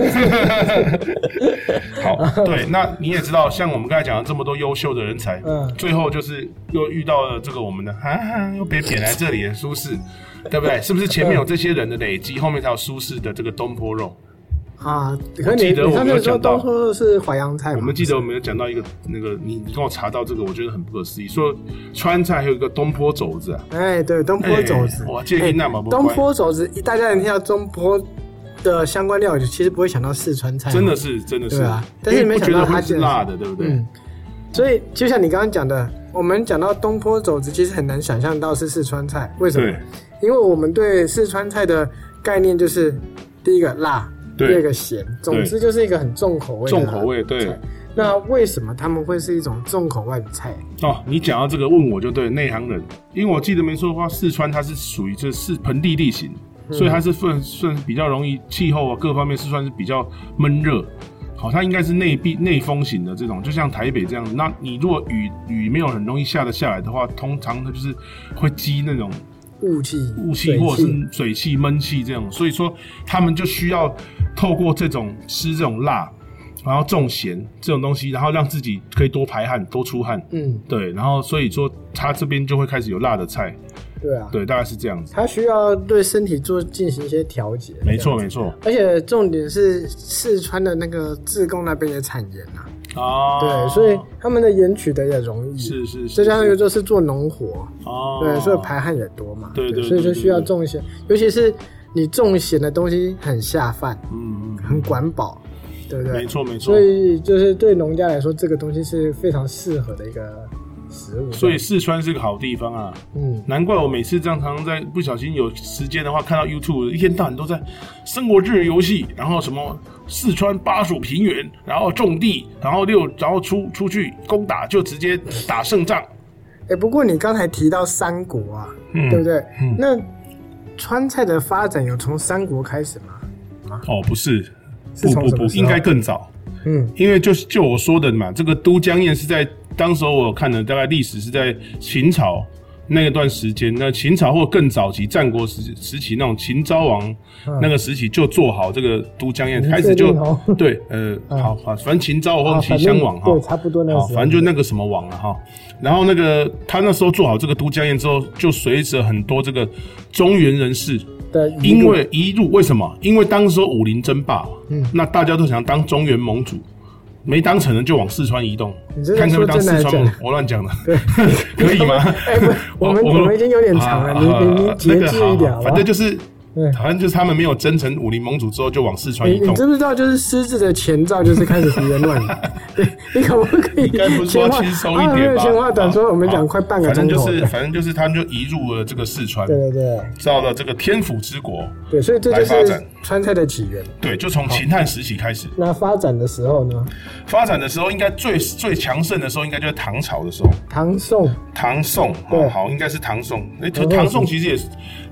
Speaker 1: 好， 对，那你也知道，像我们刚才讲了这么多优秀的人才，
Speaker 2: 嗯
Speaker 1: 最后就是又遇到了这个我们的啊，又被贬来这里，很舒适，对不对？是不是前面有这些人的累积，后面才有舒适的这个东坡肉？
Speaker 2: 啊，可
Speaker 1: 我
Speaker 2: 你
Speaker 1: 记得
Speaker 2: 你
Speaker 1: 我
Speaker 2: 上
Speaker 1: 没有
Speaker 2: 次说
Speaker 1: 讲到
Speaker 2: 都说的是淮扬菜嘛，
Speaker 1: 我们记得我们有讲到一个那个，你你跟我查到这个，我觉得很不可思议，说川菜还有一个东坡肘子啊，
Speaker 2: 哎，对，东坡肘子
Speaker 1: 哎，我建议那么不乖
Speaker 2: 东坡肘子，大家一听到东坡的相关料理，其实不会想到四川菜，
Speaker 1: 真的。是真的是
Speaker 2: 对啊，但是
Speaker 1: 因为不
Speaker 2: 没想
Speaker 1: 觉
Speaker 2: 到
Speaker 1: 得
Speaker 2: 它
Speaker 1: 会是
Speaker 2: 竟然嗯
Speaker 1: 辣
Speaker 2: 是
Speaker 1: 的，对不对？
Speaker 2: 嗯，所以就像你刚刚讲的，我们讲到东坡肘子，其实很难想象到是四川菜，为什么
Speaker 1: 对？
Speaker 2: 因为我们对四川菜的概念就是第一个辣，第
Speaker 1: 对
Speaker 2: 二个咸，总之就是一个很重口味。
Speaker 1: 重口。味对
Speaker 2: 那为什么他们会是一种重口味的菜？
Speaker 1: 哦，你讲到这个问我就对内行人，因为我记得没错的话，四川它是属于这是盆地地形，所以它是算算比较容易气候啊各方面是算是比较闷热。好，它应该是内壁内风型的这种，就像台北这样。那你如果雨雨没有很容易下得下来的话，通常它就是会积那种
Speaker 2: 雾气、
Speaker 1: 雾气
Speaker 2: 水
Speaker 1: 或者是水气、闷气这种，所以说他们就需要透过这种吃这种辣，然后重咸这种东西，然后让自己可以多排汗、多出汗。
Speaker 2: 嗯，
Speaker 1: 对，然后所以说他这边就会开始有辣的菜，
Speaker 2: 对啊，
Speaker 1: 对，大概是这样子。
Speaker 2: 它需要对身体做进行一些调节。
Speaker 1: 没错，没错
Speaker 2: 而且重点是四川的那个自贡那边也产盐啊，
Speaker 1: 啊，
Speaker 2: 对，所以他们的盐取得也容易，
Speaker 1: 是是是，
Speaker 2: 再加上又
Speaker 1: 是
Speaker 2: 就是做农活，
Speaker 1: 哦，
Speaker 2: 对，所以排汗也多嘛，
Speaker 1: 对对对
Speaker 2: 所以就需要重咸，尤其是你重咸的东西很下饭，
Speaker 1: 嗯嗯，
Speaker 2: 很管饱，对不
Speaker 1: 没
Speaker 2: 对？
Speaker 1: 错没错
Speaker 2: 所。以就是对农家来说，这个东西是非常适合的一个食物。
Speaker 1: 所以四川是个好地方啊，
Speaker 2: 嗯，
Speaker 1: 难怪我每次这样常常在不小心有时间的话，看到 YouTube 一天到晚都在生活智能游戏，然后什么四川巴蜀平原，然后种地，然后六，然后出出去攻打，就直接打胜仗。
Speaker 2: 哎，不过你刚才提到三国啊，
Speaker 1: 嗯
Speaker 2: 对不对？
Speaker 1: 嗯
Speaker 2: 那川菜的发展有从三国开始吗？
Speaker 1: 哦，不是，
Speaker 2: 是
Speaker 1: 不
Speaker 2: 从
Speaker 1: 不
Speaker 2: 什
Speaker 1: 不
Speaker 2: 么，时候
Speaker 1: 应该更早。
Speaker 2: 嗯，
Speaker 1: 因为就是就我说的嘛，这个都江堰是在当时候我看的大概历史是在秦朝那一段时间，那秦朝或更早期战国时时期那种秦昭王那个时期就做好这个都江堰，开始就
Speaker 2: 嗯确定哦
Speaker 1: 对呃好好，反正秦昭王或
Speaker 2: 啊反
Speaker 1: 秦
Speaker 2: 正
Speaker 1: 襄王哈，
Speaker 2: 对，差不多那个
Speaker 1: 好，
Speaker 2: 时候，
Speaker 1: 反正就那个什么网了、哈。然后那个他那时候做好这个都江堰之后，就随着很多这个中原人士，
Speaker 2: 的一路
Speaker 1: 因为一路为什么？因为当时候武林争霸嘛，
Speaker 2: 嗯
Speaker 1: 那大家都想当中原盟主，没当成的就往四川移动
Speaker 2: 你这，是
Speaker 1: 看可不可以当
Speaker 2: 说真
Speaker 1: 四
Speaker 2: 的
Speaker 1: 川盟
Speaker 2: 还
Speaker 1: 主。我乱讲的， 可以吗？
Speaker 2: 哎不我们我们已经有点长了
Speaker 1: 啊
Speaker 2: 你
Speaker 1: 啊
Speaker 2: 你你
Speaker 1: 啊
Speaker 2: 节
Speaker 1: 那个
Speaker 2: 制
Speaker 1: 好
Speaker 2: 一点
Speaker 1: 好
Speaker 2: 好吧
Speaker 1: 反正就是
Speaker 2: 对。哎
Speaker 1: 好像就是他们没有真成武林盟主之后，就往四川
Speaker 2: 你
Speaker 1: 移
Speaker 2: 你
Speaker 1: 动
Speaker 2: 知。不知道，就是狮子的前兆就是开始胡言 乱语。对，你可不可以
Speaker 1: 应该不是
Speaker 2: 闲
Speaker 1: 说
Speaker 2: 话
Speaker 1: 轻松
Speaker 2: 啊
Speaker 1: 一
Speaker 2: 没
Speaker 1: 点
Speaker 2: 有
Speaker 1: 吧？
Speaker 2: 闲话短说，我们讲快半个钟
Speaker 1: 反正
Speaker 2: 头
Speaker 1: 就
Speaker 2: 了。
Speaker 1: 是，反正就是他们就移入了这个四川，
Speaker 2: 对对对
Speaker 1: 到了这个天府之国。
Speaker 2: 对，所以这就
Speaker 1: 来发展
Speaker 2: 是川菜的起源。
Speaker 1: 对，就从秦汉时期开始
Speaker 2: 那发展的时候呢，
Speaker 1: 发展的时候，应该最最强盛的时候，应该就是唐朝的时候，
Speaker 2: 唐宋
Speaker 1: 唐宋
Speaker 2: 对
Speaker 1: 哦，好，应该是唐宋。哎，
Speaker 2: 后
Speaker 1: 唐宋其实也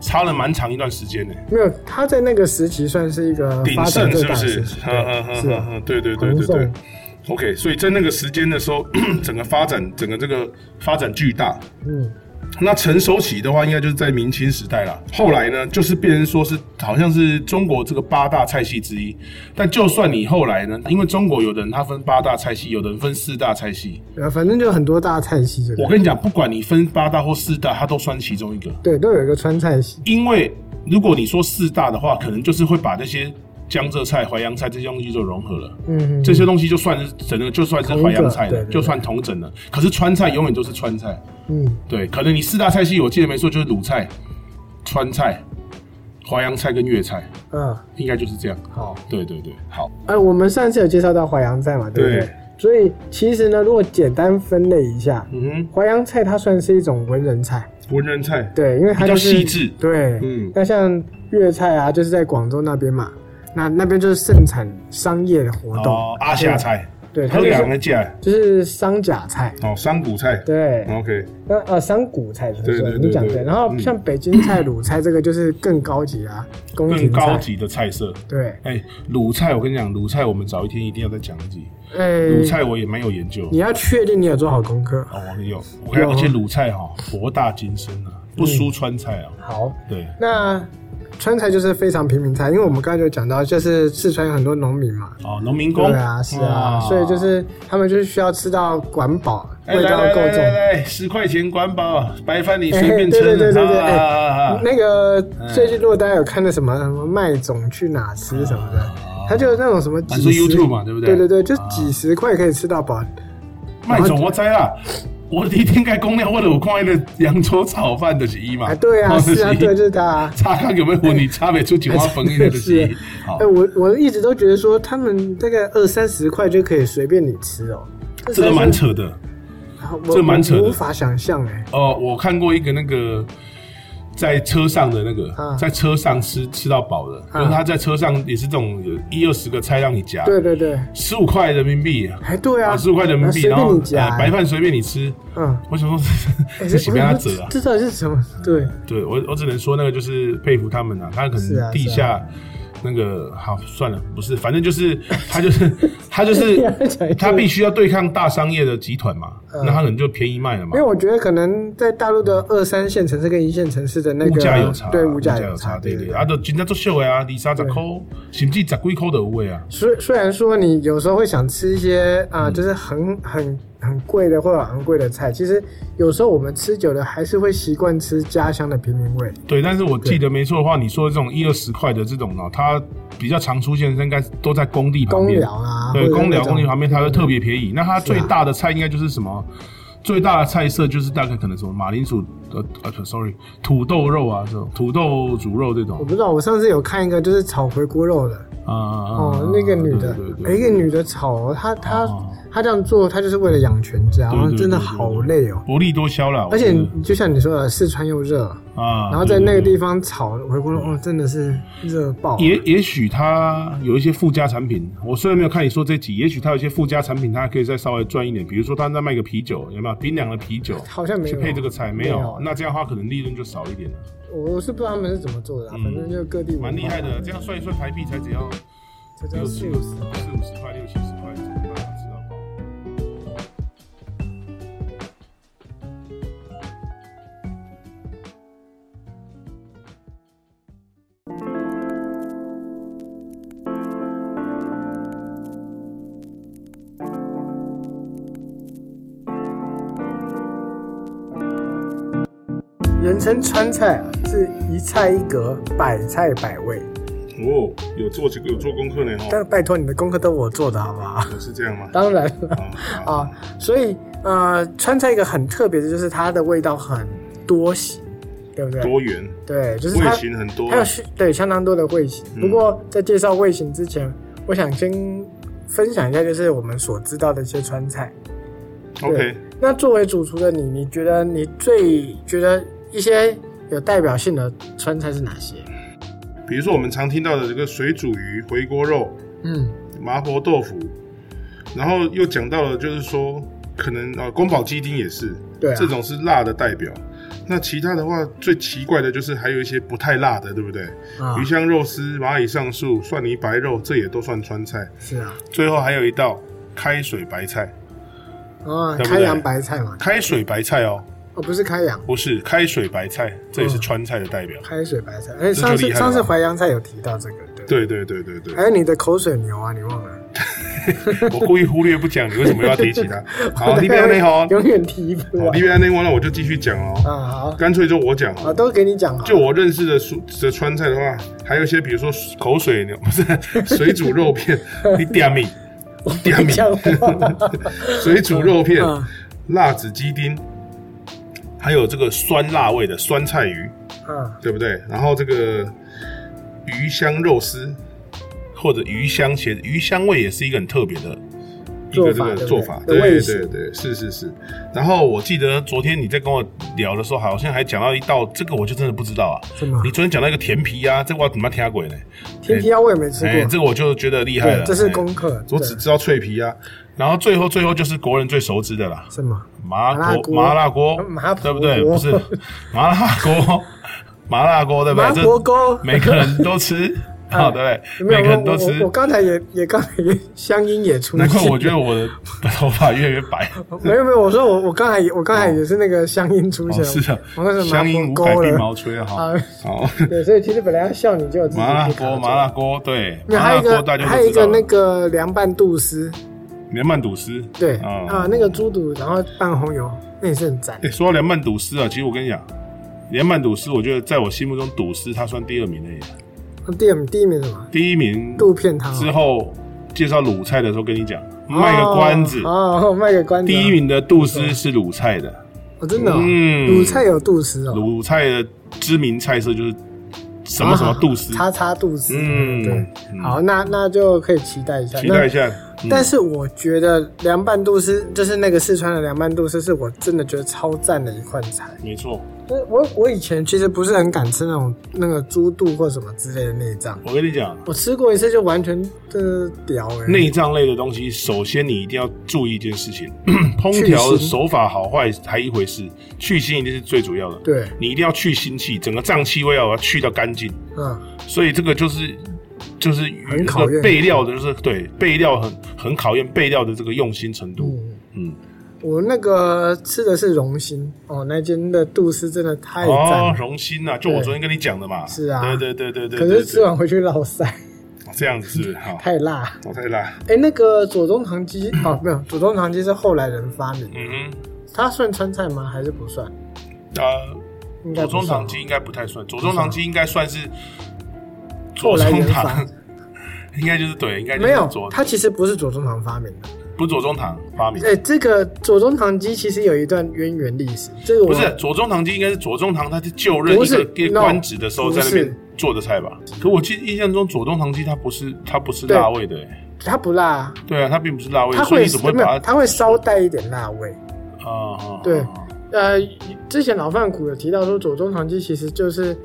Speaker 1: 差了蛮长一段时间呢，
Speaker 2: 没有，他在那个时期算是一个
Speaker 1: 鼎
Speaker 2: 发
Speaker 1: 盛
Speaker 2: 展最
Speaker 1: 是不
Speaker 2: 大的
Speaker 1: 是
Speaker 2: 时期？。
Speaker 1: 嗯嗯嗯
Speaker 2: 对是
Speaker 1: 嗯
Speaker 2: 啊，
Speaker 1: 嗯，对对对对
Speaker 2: 唐
Speaker 1: 对
Speaker 2: 宋。
Speaker 1: OK，所以在那个时间的时候， 整个发展，整个这个发展巨大。
Speaker 2: 嗯，
Speaker 1: 那成熟期的话，应该就是在明清时代啦。后来呢，就是变成说是好像是中国这个八大菜系之一。但就算你后来呢，因为中国有的人他分八大菜系，有的人分四大菜系。
Speaker 2: 呃，反正就很多大菜系，这
Speaker 1: 我
Speaker 2: 个
Speaker 1: 跟你讲，不管你分八大或四大，它都算其中一个。
Speaker 2: 对，都有一个川菜系。
Speaker 1: 因为如果你说四大的话，可能就是会把那些江浙菜、淮扬菜这些东西就融合了。
Speaker 2: 嗯，嗯
Speaker 1: 这些东西就算是整个，就算是淮扬菜
Speaker 2: 同一
Speaker 1: 了，
Speaker 2: 个对对对
Speaker 1: 就算同整了。可是川菜永远都是川菜。
Speaker 2: 嗯，
Speaker 1: 对，可能你四大菜系，我记得没错，就是鲁菜、川菜、淮扬菜跟粤菜，
Speaker 2: 啊，
Speaker 1: 应该就是这样。
Speaker 2: 好。
Speaker 1: 对对对，好，
Speaker 2: 哎，我们上次有介绍到淮扬菜嘛，对不对？
Speaker 1: 对
Speaker 2: 所以其实呢，如果简单分类一下，
Speaker 1: 嗯
Speaker 2: 淮扬菜它算是一种文人菜，
Speaker 1: 哼，文人菜，
Speaker 2: 对，因为它、就是、
Speaker 1: 比较细致
Speaker 2: 对，
Speaker 1: 嗯
Speaker 2: 那像粤菜啊，就是在广州那边嘛，那那边就是盛产商业的活动，
Speaker 1: 哦，阿夏菜，啊
Speaker 2: 对，它
Speaker 1: 喝
Speaker 2: 就
Speaker 1: 两
Speaker 2: 是
Speaker 1: 个价，
Speaker 2: 就是商贾菜，
Speaker 1: 哦，山谷菜
Speaker 2: 对，
Speaker 1: ，OK，
Speaker 2: 那呃商贾菜是不是？
Speaker 1: 对对对
Speaker 2: 你讲
Speaker 1: 对
Speaker 2: 对，然后
Speaker 1: 嗯
Speaker 2: 像北京菜、鲁菜这个就是更高级啊，宫
Speaker 1: 更
Speaker 2: 廷菜，
Speaker 1: 高级的菜色。
Speaker 2: 对，
Speaker 1: 哎，鲁菜，我跟你讲，鲁菜我们早一天一定要再讲一集。鲁
Speaker 2: 哎，
Speaker 1: 菜我也蛮有研究
Speaker 2: 你，要确定你有做好功课，
Speaker 1: 哦，我有，我
Speaker 2: 嗯有啊嗯
Speaker 1: 看而且鲁菜哈博大精深啊，不输川菜啊。
Speaker 2: 好。
Speaker 1: 对，
Speaker 2: 那川菜就是非常平民菜，因为我们刚才就讲到，就是四川有很多农民嘛。
Speaker 1: 哦，农民
Speaker 2: 对
Speaker 1: 工，
Speaker 2: 啊，是啊，
Speaker 1: 哇
Speaker 2: 所以就是他们就是需要吃到管饱，
Speaker 1: 哎
Speaker 2: 味
Speaker 1: 来
Speaker 2: 道
Speaker 1: 来
Speaker 2: 够
Speaker 1: 来
Speaker 2: 重。
Speaker 1: 来来，十块钱管饱，白饭你
Speaker 2: 哎
Speaker 1: 随便吃。
Speaker 2: 对对对对对
Speaker 1: 啊
Speaker 2: 哎
Speaker 1: 啊啊啊
Speaker 2: 那个最近如果大家有看的什么什么麦总去哪吃什么的，他就有那种什么
Speaker 1: 你
Speaker 2: 几
Speaker 1: 说
Speaker 2: 十
Speaker 1: YouTube 嘛对不
Speaker 2: 对
Speaker 1: 对
Speaker 2: 对对，就几十块可以吃到饱。
Speaker 1: 麦总，我知啦，我一天该公料，或者我看那个扬州炒饭就是伊嘛。哦
Speaker 2: 哎，对啊，是啊，对，就是他啊。
Speaker 1: 差看有没有你差别出几花粉一的就是哦
Speaker 2: 是
Speaker 1: 伊。好
Speaker 2: 哎，，我我一直都觉得说他们大概二三十块就可以随便你吃哦，
Speaker 1: 这个蛮
Speaker 2: 二三十
Speaker 1: 扯的。
Speaker 2: 我
Speaker 1: 这蛮扯的
Speaker 2: 我无法想象哎、
Speaker 1: 哦，我看过一个那个在车上的那个，
Speaker 2: 啊
Speaker 1: 在车上吃吃到饱的，
Speaker 2: 啊
Speaker 1: 就是他在车上也是这种有一二十个菜让你夹，
Speaker 2: 对对对，
Speaker 1: 十五块人民币，
Speaker 2: 哎对啊，
Speaker 1: 啊，十五块人民币，
Speaker 2: 随
Speaker 1: 然
Speaker 2: 便
Speaker 1: 后
Speaker 2: 你夹、
Speaker 1: 哎白饭随便你吃。
Speaker 2: 嗯，
Speaker 1: 我想说，
Speaker 2: 哎
Speaker 1: 这岂不让他折啊？哦
Speaker 2: 这到底是什么？对，
Speaker 1: 对我，我只能说那个就是佩服他们啊，他可
Speaker 2: 是啊
Speaker 1: 能地
Speaker 2: 是啊
Speaker 1: 下那个好算了，不是，反正就是他就是 他就
Speaker 2: 你要讲一
Speaker 1: 是
Speaker 2: 个
Speaker 1: 他必须要对抗大商业的集团嘛，
Speaker 2: 嗯
Speaker 1: 那他可能就便宜卖了嘛
Speaker 2: 因为。我觉得可能在大陆的二三线城市跟一线城市的那个
Speaker 1: 物价有差，啊
Speaker 2: 对
Speaker 1: 物
Speaker 2: 物
Speaker 1: 价
Speaker 2: 价
Speaker 1: 有
Speaker 2: 差，
Speaker 1: 对对，啊，就人家做秀的啊，二三十块，甚至十几块都有位啊。
Speaker 2: 虽虽然说你有时候会想吃一些啊、
Speaker 1: 嗯
Speaker 2: 就是很很很贵的或者昂贵的菜，其实有时候我们吃久了还是会习惯吃家乡的平民味。
Speaker 1: 对，但是我记得没错的话，你说的这种一二十块的这种呢，哦它比较常出现，应该都在工地旁
Speaker 2: 公
Speaker 1: 边。
Speaker 2: 寮啊，
Speaker 1: 对，
Speaker 2: 或者
Speaker 1: 公
Speaker 2: 那
Speaker 1: 寮
Speaker 2: 种
Speaker 1: 公寮旁边它会特别便宜。那它
Speaker 2: 啊
Speaker 1: 最大的菜应该就是什么？最大的菜色就是大概可能什么马铃薯，呃呃不，sorry，土豆肉啊，这种土豆煮肉这
Speaker 2: 我
Speaker 1: 种
Speaker 2: 不知道，我上次有看一个就是炒回锅肉的，
Speaker 1: 啊啊。啊
Speaker 2: 哦，那个女的
Speaker 1: 对对，
Speaker 2: 哎
Speaker 1: 对
Speaker 2: 一个女的炒，她她
Speaker 1: 哦
Speaker 2: 她这样做，她就是为了养全家，
Speaker 1: 对对对
Speaker 2: 真的
Speaker 1: 对对嗯
Speaker 2: 好累哦。
Speaker 1: 薄利多销啦。我
Speaker 2: 而且
Speaker 1: 觉得
Speaker 2: 就像你说的，四川又热，
Speaker 1: 啊，
Speaker 2: 然后在那
Speaker 1: 对
Speaker 2: 个
Speaker 1: 对
Speaker 2: 地方炒回锅肉，哦，真的是热爆。啊
Speaker 1: 也也许它有一些附加产品，我虽然没有看你说这集，也许它有一些附加产品，它还可以再稍微赚一点，比如说它再卖个啤酒，有没有冰凉的啤酒
Speaker 2: 好像没
Speaker 1: 去
Speaker 2: 有
Speaker 1: 配这个菜？没
Speaker 2: 没
Speaker 1: 有
Speaker 2: 有，
Speaker 1: 那这样的话可能利润就少一点了，
Speaker 2: 我我是不知道他们是怎么做的啊，
Speaker 1: 嗯
Speaker 2: 反正就各地文化
Speaker 1: 蛮厉害的。这样算一算台币才只要
Speaker 2: 这叫
Speaker 1: 六
Speaker 2: 四
Speaker 1: 七
Speaker 2: 五十。
Speaker 1: 四五十块，六七十块，怎么办法吃到饱？
Speaker 2: 人称川菜啊，是一菜一格，百菜百味。
Speaker 1: 哦，有做这个有做功课呢哦，
Speaker 2: 但拜托你的功课都我做的好不好？
Speaker 1: 是这样吗？
Speaker 2: 当然了。
Speaker 1: 啊
Speaker 2: 啊，所以呃，川菜一个很特别的就是它的味道很多型，对不对？
Speaker 1: 多元，
Speaker 2: 对，就是它
Speaker 1: 味型很多啊嗯
Speaker 2: 它，有是对相当多的味型。不过在介绍味型之前，我想先分享一下，就是我们所知道的一些川菜。
Speaker 1: OK，
Speaker 2: 那作为主厨的你，你觉得你最觉得一些有代表性的川菜是哪些？
Speaker 1: 比如说我们常听到的这个水煮鱼、回锅肉，
Speaker 2: 嗯，
Speaker 1: 麻婆豆腐，然后又讲到了，就是说可能啊，呃宫保鸡丁也是，
Speaker 2: 对啊
Speaker 1: 这种是辣的代表。那其他的话，最奇怪的就是还有一些不太辣的，对不对？
Speaker 2: 啊
Speaker 1: 鱼，香肉丝、蚂蚁上树、蒜泥白肉，这也都算川菜。
Speaker 2: 是啊，
Speaker 1: 最后还有一道开水白菜，
Speaker 2: 啊，
Speaker 1: 对不对
Speaker 2: 开洋白菜嘛，
Speaker 1: 开水白菜哦，
Speaker 2: 哦，不是开洋，
Speaker 1: 不是开水白菜，这也是川菜的代表。
Speaker 2: 开水白菜。哎，
Speaker 1: 这
Speaker 2: 上
Speaker 1: 就
Speaker 2: 次
Speaker 1: 厉害了吧
Speaker 2: 上次淮扬菜有提到这个，对。
Speaker 1: 对对对对对
Speaker 2: 还，有你的口水牛啊，你忘了？
Speaker 1: 我故意忽略不讲，你为什么又要提起 它？好，你别那哦好，
Speaker 2: 永远提不完
Speaker 1: 你。别那我，那我就继续讲哦。
Speaker 2: 啊，好
Speaker 1: 干脆就我讲哦
Speaker 2: 啊，。都给你讲好了。
Speaker 1: 就我认识的蔬的川菜的话，还有一些比如说口水牛， 不是水煮肉片，你点米，点米，
Speaker 2: 讲话
Speaker 1: 水煮肉片
Speaker 2: 嗯，
Speaker 1: 辣子鸡丁，还有这个酸辣味的酸菜鱼，
Speaker 2: 啊，
Speaker 1: 对不对？然后这个鱼香肉丝或者鱼香茄子，鱼香味也是一个很特别的。一个这
Speaker 2: 做法
Speaker 1: 个
Speaker 2: 对不对
Speaker 1: 做法，
Speaker 2: 的
Speaker 1: 对
Speaker 2: 味
Speaker 1: 对
Speaker 2: 型
Speaker 1: 对对，是是是。然后我记得昨天你在跟我聊的时候，好像还讲到一道，这个我就真的不知道啊。
Speaker 2: 什么
Speaker 1: 你？昨天讲到一个甜皮鸭、这个我怎么听鬼呢？
Speaker 2: 天皮鸭我也没吃
Speaker 1: 哎、
Speaker 2: 过，
Speaker 1: 这个我就觉得厉害了
Speaker 2: 对，。这是
Speaker 1: 哎
Speaker 2: 功课。
Speaker 1: 我
Speaker 2: 对
Speaker 1: 只知道脆皮鸭，然后最后最后就是国人最熟知的啦，
Speaker 2: 什么？
Speaker 1: 麻
Speaker 2: 麻辣
Speaker 1: 锅
Speaker 2: 锅
Speaker 1: 麻辣锅，
Speaker 2: 麻婆
Speaker 1: 对不对？
Speaker 2: 锅
Speaker 1: 不是麻辣锅， 麻辣锅对不
Speaker 2: 麻
Speaker 1: 对？
Speaker 2: 婆锅啊
Speaker 1: 这每个人都 吃，好、对不对？
Speaker 2: 没有
Speaker 1: 每个人都
Speaker 2: 我我我
Speaker 1: 吃。
Speaker 2: 刚才也也刚才也乡音也出
Speaker 1: 难
Speaker 2: 现，
Speaker 1: 怪我觉得我的头发越来越 白，
Speaker 2: 没有没有，我说我我刚才也我刚才也是那个乡音出现，
Speaker 1: 哦、是的
Speaker 2: 啊我那是，麻
Speaker 1: 乡音
Speaker 2: 婆
Speaker 1: 无改
Speaker 2: 锅
Speaker 1: 鬓
Speaker 2: 了。
Speaker 1: 毛吹哈。
Speaker 2: 啊
Speaker 1: 好，
Speaker 2: 对，所以其实本来要笑你，就有自己
Speaker 1: 麻辣
Speaker 2: 被卡
Speaker 1: 锅，
Speaker 2: 住
Speaker 1: 麻辣。锅，对，
Speaker 2: 那
Speaker 1: 麻
Speaker 2: 还有
Speaker 1: 辣
Speaker 2: 一
Speaker 1: 锅大
Speaker 2: 个，
Speaker 1: 家
Speaker 2: 还
Speaker 1: 都
Speaker 2: 有一
Speaker 1: 知道
Speaker 2: 个
Speaker 1: 了。
Speaker 2: 那个凉拌肚丝，
Speaker 1: 凉拌肚丝，
Speaker 2: 对
Speaker 1: 嗯
Speaker 2: 啊，那个猪肚，然后拌红油，那也是很赞
Speaker 1: 哎、。说到凉拌赌丝啊，其实我跟你讲，凉拌赌丝，我觉得在我心目中赌丝它算第二名而已。啊
Speaker 2: 那第二第一名是什么？
Speaker 1: 第一名
Speaker 2: 肚片汤啊。
Speaker 1: 之后介绍鲁菜的时候跟你讲，卖个关子，
Speaker 2: 哦，哦卖个关子啊。
Speaker 1: 第一名的肚丝是鲁菜的，
Speaker 2: 哦，真的哦，
Speaker 1: 嗯
Speaker 2: 卤菜有肚丝哦，
Speaker 1: 鲁菜的知名菜色就是什么什么肚丝，
Speaker 2: 叉叉肚丝，
Speaker 1: 嗯
Speaker 2: 对，
Speaker 1: 嗯
Speaker 2: 好，那那就可以期待一下。
Speaker 1: 期待一下。嗯
Speaker 2: 那但是我觉得凉拌肚丝就是那个四川的凉拌肚丝，是我真的觉得超赞的一块菜。
Speaker 1: 没错，
Speaker 2: 就是我我以前其实不是很敢吃那种那个猪肚或什么之类的内脏，
Speaker 1: 我跟你讲，
Speaker 2: 我吃过一次就完全就是屌了。欸
Speaker 1: 内脏类的东西，首先你一定要注意一件事情， 烹调的手法好坏还一回事，去腥一定是最主要的。
Speaker 2: 对，
Speaker 1: 你一定要去腥气，整个脏气味要把它去掉干净。
Speaker 2: 嗯，
Speaker 1: 所以这个就是就是
Speaker 2: 很
Speaker 1: 那
Speaker 2: 考
Speaker 1: 个
Speaker 2: 验
Speaker 1: 备料的，就是对备料很很考验备料的这个用心程度。嗯，
Speaker 2: 我那个吃的是荣兴哦，那间的肚丝真的嗯太赞
Speaker 1: 哦
Speaker 2: 了，，
Speaker 1: 荣心呐，就我昨天跟你讲的嘛。
Speaker 2: 是啊
Speaker 1: 对对对对对。
Speaker 2: 可
Speaker 1: 对对
Speaker 2: 是吃完回去落腮，
Speaker 1: 这样子是不是好，
Speaker 2: 太辣。
Speaker 1: 我太辣。
Speaker 2: 哎、那个左宗棠鸡哦，没有，左宗棠鸡是后来人发明，
Speaker 1: 嗯
Speaker 2: 它算川菜吗？还是不算？
Speaker 1: 哼，呃，
Speaker 2: 应该
Speaker 1: 左
Speaker 2: 不算
Speaker 1: 宗棠鸡应该不太算，左宗棠鸡应该算是左
Speaker 2: 后来
Speaker 1: 宗
Speaker 2: 人发
Speaker 1: 棠， 应该就是对，应该就是
Speaker 2: 没有
Speaker 1: 左，
Speaker 2: 它其实不是左宗棠发明的。
Speaker 1: 不是左宗棠发明
Speaker 2: 哎、，这个左宗棠鸡其实有一段渊源历史，这个我
Speaker 1: 不是左宗棠鸡应该是左宗棠他是就任
Speaker 2: 不
Speaker 1: 一
Speaker 2: 是
Speaker 1: 个一个
Speaker 2: no，
Speaker 1: 官职的时候在那
Speaker 2: 不
Speaker 1: 边做的菜吧？可我记印象中左宗棠鸡它不是它不是
Speaker 2: 对
Speaker 1: 辣味的，欸
Speaker 2: 它不辣，
Speaker 1: 对啊，它并不是辣味
Speaker 2: 它，
Speaker 1: 所以
Speaker 2: 会
Speaker 1: 你怎么会
Speaker 2: 没有
Speaker 1: 把
Speaker 2: 它会稍带一点辣味。
Speaker 1: 它啊？
Speaker 2: 对
Speaker 1: 啊
Speaker 2: 呃，之前老饭骨有提到说左宗棠鸡其实就是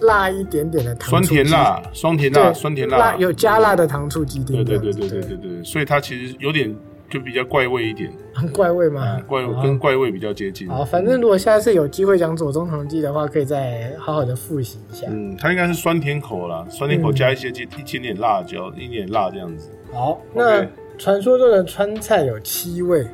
Speaker 2: 辣一点点的糖
Speaker 1: 酸
Speaker 2: 醋
Speaker 1: 甜
Speaker 2: 鸡
Speaker 1: 辣，酸甜
Speaker 2: 对
Speaker 1: 辣，酸甜辣，
Speaker 2: 有加辣的糖醋鸡丁
Speaker 1: 对
Speaker 2: 这
Speaker 1: 对
Speaker 2: 样子，
Speaker 1: 对对对对对，所以它其实有点就比较怪味一点。
Speaker 2: 很怪味嘛
Speaker 1: 啊，。怪
Speaker 2: 嗯好
Speaker 1: 跟怪味比较接近。
Speaker 2: 好，反正如果下次有机会讲左宗棠鸡的话，可以再好好的复习一下。
Speaker 1: 嗯，它应该是酸甜口啦，酸甜口加一些
Speaker 2: 嗯
Speaker 1: 一一点点辣椒，一点点辣这样子。
Speaker 2: 好，那
Speaker 1: OK
Speaker 2: 传说中的川菜有七味，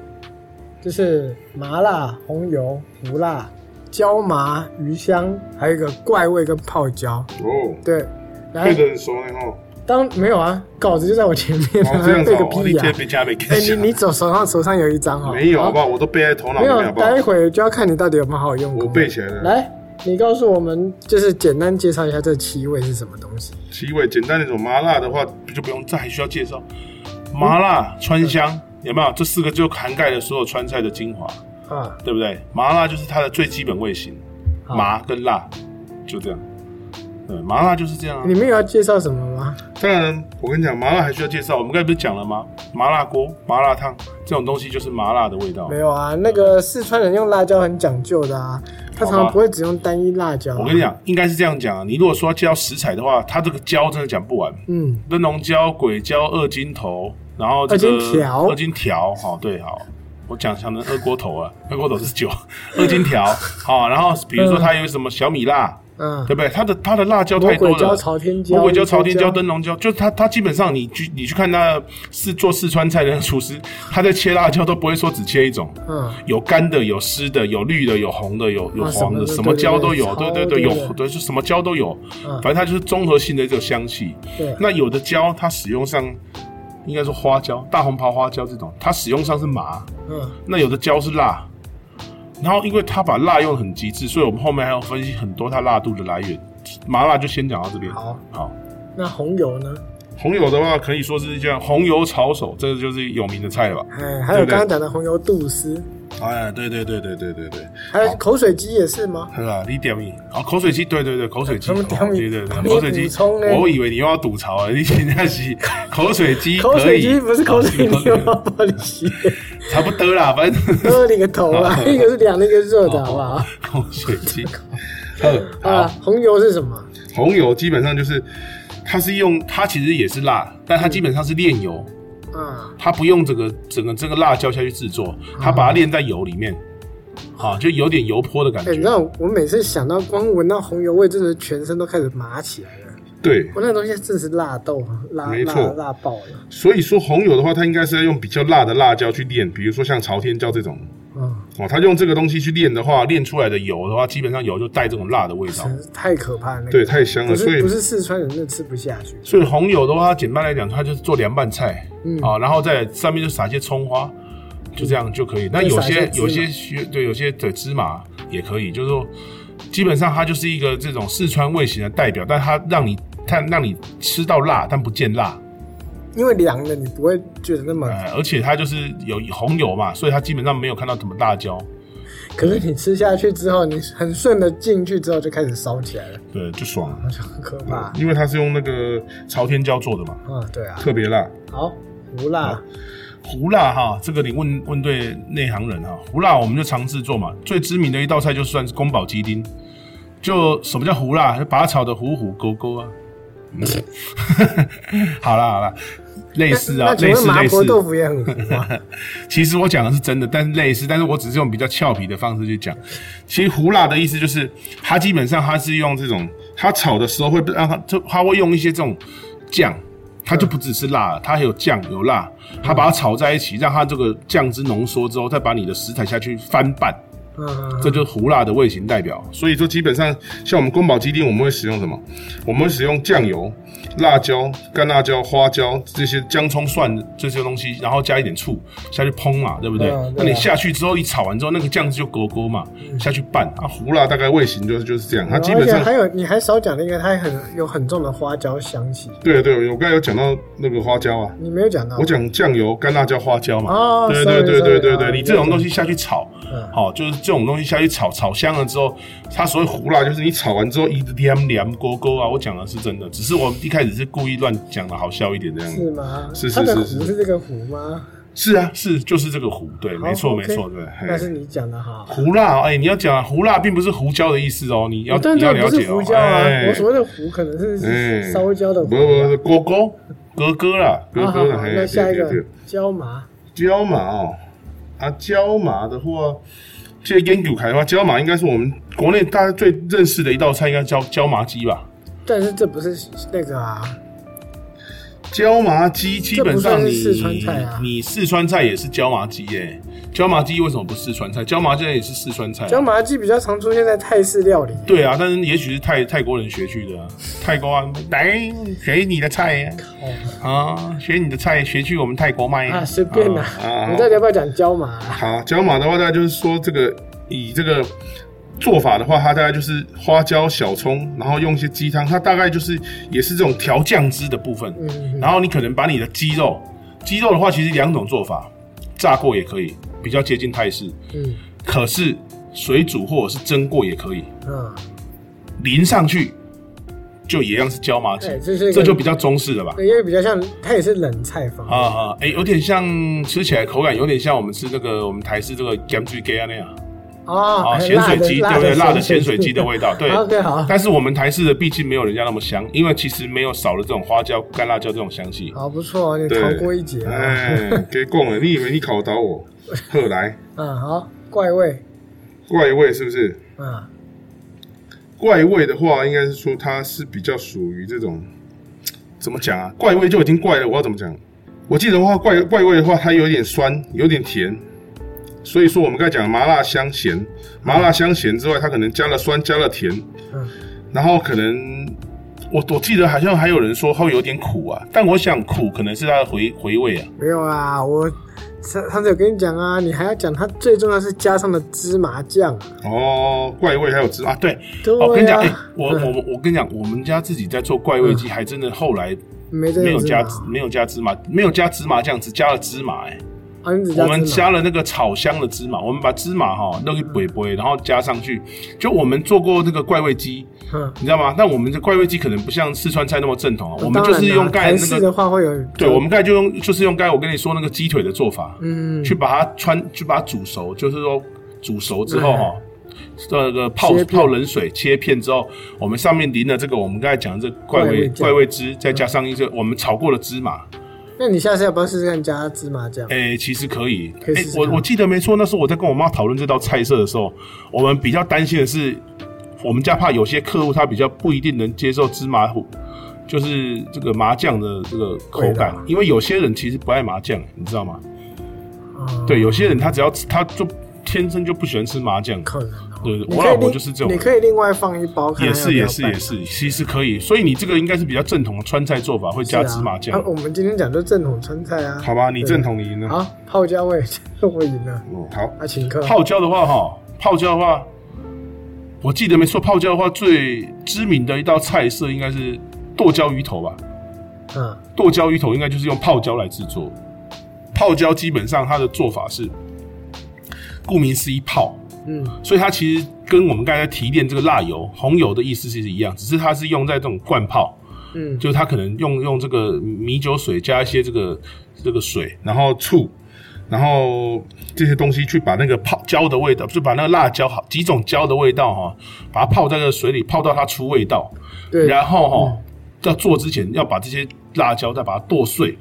Speaker 2: 就是麻辣、红油、胡辣、椒麻、鱼香，还有一个怪味跟泡椒。
Speaker 1: 哦，
Speaker 2: 对，然后
Speaker 1: 背的很熟呢 哦。
Speaker 2: 当没有啊，稿子就在我前面，
Speaker 1: 哦，这
Speaker 2: 还
Speaker 1: 样子
Speaker 2: 背个
Speaker 1: 哦，哦你
Speaker 2: 屁
Speaker 1: 直
Speaker 2: 呀、
Speaker 1: 接被加倍
Speaker 2: 哎、
Speaker 1: 看下。
Speaker 2: 你你手手上手上有一张哈、
Speaker 1: 没有好
Speaker 2: 啊好
Speaker 1: 不好？我都背在头脑
Speaker 2: 没
Speaker 1: 里面
Speaker 2: 有
Speaker 1: 好，不好？
Speaker 2: 待会就要看你到底有没有好好用
Speaker 1: 我
Speaker 2: 功。
Speaker 1: 背起来了。
Speaker 2: 来，你告诉我们，就是简单介绍一下这七味是什么东西。
Speaker 1: 七味简单那种麻辣的话就不用再需要介绍，麻辣
Speaker 2: 嗯
Speaker 1: 川香有没有？这四个就涵盖了所有川菜的精华，
Speaker 2: 啊，
Speaker 1: 对不对？麻辣就是它的最基本味型，
Speaker 2: 好
Speaker 1: 麻跟辣就这样。对，麻辣就是这样啊。
Speaker 2: 你们有要介绍什么吗？
Speaker 1: 当然，我跟你讲，麻辣还需要介绍。我们刚才不是讲了吗？麻辣锅、麻辣烫这种东西就是麻辣的味道
Speaker 2: 没。有啊，那个四川人用辣椒很讲究的啊，他常
Speaker 1: 好
Speaker 2: 常
Speaker 1: 吧
Speaker 2: 不会只用单一辣椒、啊
Speaker 1: 我跟你，讲，应该是这样讲啊。你如果说要介绍食材的话，它这个椒真的讲不完，
Speaker 2: 嗯，
Speaker 1: 灯笼椒、鬼椒、二荆头，然后这
Speaker 2: 二
Speaker 1: 个
Speaker 2: 荆条
Speaker 1: 二荆条，好、对，好。我讲想成二锅头啊， 二锅头是酒，二荆条，好、然后比如说它有什么小米辣，
Speaker 2: 嗯，
Speaker 1: 对不对？它的它的辣椒
Speaker 2: 魔
Speaker 1: 太多
Speaker 2: 鬼椒、
Speaker 1: 了，
Speaker 2: 朝天椒、
Speaker 1: 魔鬼椒、朝天
Speaker 2: 天
Speaker 1: 椒、灯笼椒，就是他，他基本上你去你去看他是做四川菜的那个厨师，他在切辣椒都不会说只切一种，
Speaker 2: 嗯，
Speaker 1: 有干的，有湿的，有绿的，有红的，有有
Speaker 2: 啊
Speaker 1: 黄的，
Speaker 2: 什
Speaker 1: 什
Speaker 2: 么
Speaker 1: 么
Speaker 2: 的
Speaker 1: 椒都
Speaker 2: 对对
Speaker 1: 有，对对对，
Speaker 2: 超
Speaker 1: 有
Speaker 2: 多的
Speaker 1: 对就什么椒都有，
Speaker 2: 嗯
Speaker 1: 反正它就是综合性的这个香气。
Speaker 2: 对，
Speaker 1: 那有的椒它使用上应该说花椒、大红袍花椒这种，它使用上是麻，
Speaker 2: 嗯，
Speaker 1: 那有的椒是辣。然后，因为它把辣用得很极致，所以我们后面还要分析很多它辣度的来源。麻辣就先讲到这边。
Speaker 2: 好，
Speaker 1: 好，
Speaker 2: 那红油呢？
Speaker 1: 红油的话，可以说是这样，红油炒手，这个就是有名的菜了吧？
Speaker 2: 哎，还有
Speaker 1: 对不对
Speaker 2: 刚刚讲的红油肚丝，
Speaker 1: 哎，对对对对对对对，
Speaker 2: 还有口水鸡也是吗？
Speaker 1: 是吧？你点名哦，口水鸡，对对对，口水鸡，
Speaker 2: 他们
Speaker 1: 哦
Speaker 2: 他们
Speaker 1: 对对对，
Speaker 2: 他们
Speaker 1: 口水鸡
Speaker 2: 补，充呢欸
Speaker 1: 我以为你又要吐槽了，你那是口水鸡，
Speaker 2: 口
Speaker 1: 可
Speaker 2: 水
Speaker 1: 以
Speaker 2: 鸡不是口水
Speaker 1: 哦
Speaker 2: 牛肉玻 璃洗，
Speaker 1: 差不多啦，反正
Speaker 2: 喝你个头啦！一个是凉的，一个是热的，好不好？
Speaker 1: 口水 鸡。嗯，
Speaker 2: 啊，
Speaker 1: 好，
Speaker 2: 红油是什么？
Speaker 1: 红油基本上就是，它是用它其实也是辣，但它基本上是炼油，
Speaker 2: 啊，
Speaker 1: 它不用整个整个这个辣椒下去制作，它把它炼在油里面，啊，就有点油泼的感
Speaker 2: 哎，你知
Speaker 1: 觉。
Speaker 2: 道我每次想到光闻到红油味，真的全身都开始麻起来了。
Speaker 1: 对，
Speaker 2: 我那个东西真的是辣豆啊，辣
Speaker 1: 没
Speaker 2: 辣
Speaker 1: 错
Speaker 2: 辣爆了。
Speaker 1: 所以说红油的话，它应该是要用比较辣的辣椒去炼，比如说像朝天椒这种。
Speaker 2: 嗯，
Speaker 1: 哦，他用这个东西去炼的话，炼出来的油的话，基本上油就带这种辣的味道，
Speaker 2: 真是太可怕了。那个
Speaker 1: 对，，太香
Speaker 2: 不
Speaker 1: 了。所
Speaker 2: 是
Speaker 1: 以
Speaker 2: 不，是四川人，那吃不下去。
Speaker 1: 所以红油的话，它简单来讲，它就是做凉拌菜，
Speaker 2: 嗯
Speaker 1: 啊，然后在上面就撒一些葱花，就这样就可以。那
Speaker 2: 再
Speaker 1: 有
Speaker 2: 嗯撒
Speaker 1: 些
Speaker 2: 一些芝麻
Speaker 1: 有些需对有些对芝麻也可以，就是说，基本上它就是一个这种四川味型的代表，但它让你它让你吃到辣，但不见辣。
Speaker 2: 因为凉的，你不会觉得那么。
Speaker 1: 呃，而且它就是有红油嘛，所以它基本上没有看到什么辣椒。
Speaker 2: 可是你吃下去之后，你很顺的进去之后就开始烧起来了，
Speaker 1: 对，就爽了，
Speaker 2: 就很可怕。
Speaker 1: 因为它是用那个朝天椒做的嘛，
Speaker 2: 嗯，对啊。
Speaker 1: 特别辣。
Speaker 2: 好，胡辣，
Speaker 1: 胡辣哈，这个你问问对内行人哈。胡辣我们就常制作嘛，最知名的一道菜就算是宫保鸡丁。就什么叫胡辣？就把它炒的糊糊勾勾啊。 好啦好啦，类似啊
Speaker 2: 那，请
Speaker 1: 类
Speaker 2: 问
Speaker 1: 似
Speaker 2: 麻
Speaker 1: 类
Speaker 2: 婆
Speaker 1: 似。
Speaker 2: 豆腐也很糊 吗？
Speaker 1: 其实我讲的是真的，但是类似，但是我只是用比较俏皮的方式去讲。其实胡辣的意思就是，它基本上它是用这种，它炒的时候会让它就它会用一些这种酱，它就不只是辣了，它还有酱有辣，它把它炒在一起，让它这个酱汁浓缩之后，再把你的食材下去翻拌，
Speaker 2: 嗯嗯，
Speaker 1: 这就是胡辣的味型代表。所以说，基本上像我们宫保鸡丁，我们会使用什么？我们会使用酱油、辣椒、干辣椒、花椒这些姜、葱、蒜这些东西，然后加一点醋下去烹嘛，对不对？
Speaker 2: 对啊对啊
Speaker 1: 那你下去之后一炒完之后，那个酱汁就勾勾嘛，下去拌啊。胡辣大概味型就是就是这样，它基
Speaker 2: 而
Speaker 1: 本
Speaker 2: 且
Speaker 1: 上
Speaker 2: 还有你还少讲了一个，它很有很重的花椒香气，
Speaker 1: 对对，我刚才有讲到那个花椒啊。
Speaker 2: 你没有讲到
Speaker 1: 我。讲酱油、干辣椒、花椒嘛，
Speaker 2: 哦
Speaker 1: 对对
Speaker 2: sorry，
Speaker 1: 对对
Speaker 2: sorry，
Speaker 1: 对
Speaker 2: 啊
Speaker 1: 对，你这种东西下去炒，
Speaker 2: 嗯
Speaker 1: 好、就是这种东西下去炒，炒香了之后，它所谓胡辣就是你炒完之后一凉凉勾勾啊，我讲的是真的，只是我一开始是故意乱讲的好笑一点这样
Speaker 2: 是
Speaker 1: 子。
Speaker 2: 吗？
Speaker 1: 是是
Speaker 2: 它的
Speaker 1: 是
Speaker 2: 糊
Speaker 1: 是
Speaker 2: 是这个糊吗？
Speaker 1: 是啊，是就是这个胡，对，没错
Speaker 2: 好
Speaker 1: 没
Speaker 2: OK
Speaker 1: 错，对。嘿
Speaker 2: 那是你讲的哈。
Speaker 1: 胡辣哦，哎、你要讲啊胡辣并不是胡椒的意思哦，你要
Speaker 2: 但
Speaker 1: 你要
Speaker 2: 这
Speaker 1: 了
Speaker 2: 不
Speaker 1: 解
Speaker 2: 是
Speaker 1: 哦。
Speaker 2: 胡椒啊，
Speaker 1: 哎
Speaker 2: 我所谓的糊可能
Speaker 1: 哎
Speaker 2: 是烧焦的糊啊
Speaker 1: 不。不不，勾勾哥哥啦，哥
Speaker 2: 好
Speaker 1: 哥
Speaker 2: 好
Speaker 1: 啦，
Speaker 2: 好，
Speaker 1: 嘿
Speaker 2: 那下一
Speaker 1: 对对
Speaker 2: 个椒麻，
Speaker 1: 对椒麻哦，啊，椒麻的话，这个烟酒开的话，椒麻应该是我们国内大家最认识的一道菜，应该叫椒麻鸡吧？
Speaker 2: 但是这不是那个啊，
Speaker 1: 椒麻鸡基本上你
Speaker 2: 这不算是四川菜啊
Speaker 1: 你四川菜也是椒麻鸡耶、椒麻鸡为什么不四川菜？椒麻鸡也是四川菜啊、
Speaker 2: 椒麻鸡比较常出现在泰式料理。
Speaker 1: 对啊，但是也许是泰泰国人学去的、啊，泰国啊，来学你的菜啊啊，学你的菜，学去我们泰国卖
Speaker 2: 啊，随便啦
Speaker 1: 啊啊，
Speaker 2: 你到底要不要讲椒麻啊？
Speaker 1: 好，椒麻的话，大概就是说这个以这个做法的话，它大概就是花椒、小葱，然后用一些鸡汤，它大概就是也是这种调酱汁的部分。
Speaker 2: 嗯
Speaker 1: 然后你可能把你的鸡肉，鸡肉的话其实两种做法，炸过也可以，比较接近泰式；
Speaker 2: 嗯
Speaker 1: 可是水煮或者是蒸过也可以，
Speaker 2: 嗯，
Speaker 1: 淋上去就一样是椒麻鸡
Speaker 2: 哎，这是一个
Speaker 1: 这就比较中式了吧？
Speaker 2: 对，因为比较像，它也是冷菜方面。
Speaker 1: 啊啊，哎、有点像吃起来口感有点像我们吃那个我们台式这个 g a m g a 那样。
Speaker 2: 啊
Speaker 1: 啊，
Speaker 2: 很
Speaker 1: 咸
Speaker 2: 辣
Speaker 1: 水
Speaker 2: 的
Speaker 1: 鸡对不对？辣的咸水
Speaker 2: 水
Speaker 1: 鸡 的味道，对。
Speaker 2: OK，好
Speaker 1: 但是我们台式的毕竟没有人家那么香，因为其实没有少了这种花椒、干辣椒这种香气。
Speaker 2: 好，不错哦，你
Speaker 1: 对
Speaker 2: 逃过一劫啊。
Speaker 1: 哎，给供了，你以为你考倒我？ 后来
Speaker 2: 嗯，好，怪味。
Speaker 1: 怪味是不是？
Speaker 2: 嗯，
Speaker 1: 怪味的话，应该是说它是比较属于这种怎么讲啊？怪味就已经怪了，我要怎么讲？我记得的话，怪怪味的话，它有点酸，有点甜，所以说我们刚才讲麻辣香咸，麻辣香咸之外，它可能加了酸，加了甜，
Speaker 2: 嗯
Speaker 1: 然后可能我我记得好像还有人说它会有点苦啊，但我想苦可能是它的回回味啊，
Speaker 2: 没有啊，我上上次有跟你讲啊，你还要讲它最重要是加上了芝麻酱啊。
Speaker 1: 哦，怪味还有芝麻，对，
Speaker 2: 对
Speaker 1: 我、跟你讲， 哎、
Speaker 2: 啊
Speaker 1: 我我我我跟你讲，我们家自己在做怪味鸡，还真的后来
Speaker 2: 没这
Speaker 1: 哎没
Speaker 2: 个
Speaker 1: 有
Speaker 2: 芝
Speaker 1: 加
Speaker 2: 麻
Speaker 1: 没有加芝麻，没有加芝麻酱，只加了芝麻、哎，
Speaker 2: 啊，你只加
Speaker 1: 我们
Speaker 2: 芝麻
Speaker 1: 加了那个炒香的芝麻，我们把芝麻哈那个煸煸，然后加上去，就我们做过那个怪味鸡。
Speaker 2: 嗯，
Speaker 1: 你知道吗？但我们的怪味鸡可能不像四川菜那么正统啊，我们
Speaker 2: 哦当
Speaker 1: 就
Speaker 2: 然
Speaker 1: 是
Speaker 2: 啦
Speaker 1: 用盖
Speaker 2: 台
Speaker 1: 那
Speaker 2: 式
Speaker 1: 个
Speaker 2: 的话会有
Speaker 1: 对，我们刚才就用就是用刚才我跟你说那个鸡腿的做法，
Speaker 2: 嗯
Speaker 1: 去把它穿，去把它煮熟，就是说煮熟之后哈、这个泡
Speaker 2: 嗯切片
Speaker 1: 泡冷水切片之后，我们上面淋了这个我们刚才讲的这个怪
Speaker 2: 怪
Speaker 1: 味
Speaker 2: 味酱
Speaker 1: 怪味汁，再加上一些我们炒过的芝麻，
Speaker 2: 嗯那你下次要不要试试看加芝麻酱？
Speaker 1: 诶，其实可以，
Speaker 2: 可以
Speaker 1: 诶
Speaker 2: 试试
Speaker 1: 我
Speaker 2: 看
Speaker 1: 我记得没错，那时候我在跟我妈讨论这道菜色的时候，我们比较担心的是，我们家怕有些客户他比较不一定能接受芝麻糊，就是这个麻酱的这个口
Speaker 2: 味
Speaker 1: 感
Speaker 2: 道，
Speaker 1: 因为有些人其实不爱麻酱，你知道吗？
Speaker 2: 嗯
Speaker 1: 对，有些人他只要吃他就天生就不喜欢吃麻酱，
Speaker 2: 可能哦。
Speaker 1: 对
Speaker 2: 你
Speaker 1: 我
Speaker 2: 可以
Speaker 1: 老婆
Speaker 2: 另
Speaker 1: 就是这种
Speaker 2: 你
Speaker 1: 人
Speaker 2: 可以另外放一包，看
Speaker 1: 也
Speaker 2: 它要
Speaker 1: 是
Speaker 2: 不要
Speaker 1: 也是
Speaker 2: 拌
Speaker 1: 也是，其实可以，所以你这个应该是比较正统的川菜做法，会加芝麻酱
Speaker 2: 啊啊，我们今天讲的正统川菜啊。
Speaker 1: 好吧？你
Speaker 2: 对
Speaker 1: 正统，你赢了。
Speaker 2: 好，泡椒味， 我赢了。
Speaker 1: 哦，好。
Speaker 2: 啊，请客。
Speaker 1: 泡椒的话，哈，泡椒的话，我记得没错，泡椒的话最知名的一道菜色应该是剁椒鱼头吧？
Speaker 2: 嗯
Speaker 1: 剁椒鱼头应该就是用泡椒来制作。泡椒基本上它的做法是，顾名思义泡，
Speaker 2: 嗯
Speaker 1: 所以它其实跟我们刚才提炼这个辣油、红油的意思其实一样，只是它是用在这种灌泡。
Speaker 2: 嗯，
Speaker 1: 就它可能用用这个米酒水加一些这个这个水，然后醋，然后这些东西去把那个泡椒的味道，就把那个辣椒好几种椒的味道哈、把它泡在这个水里，泡到它出味道，
Speaker 2: 对，嗯
Speaker 1: 然后哈、要做之前要把这些辣椒再把它剁碎。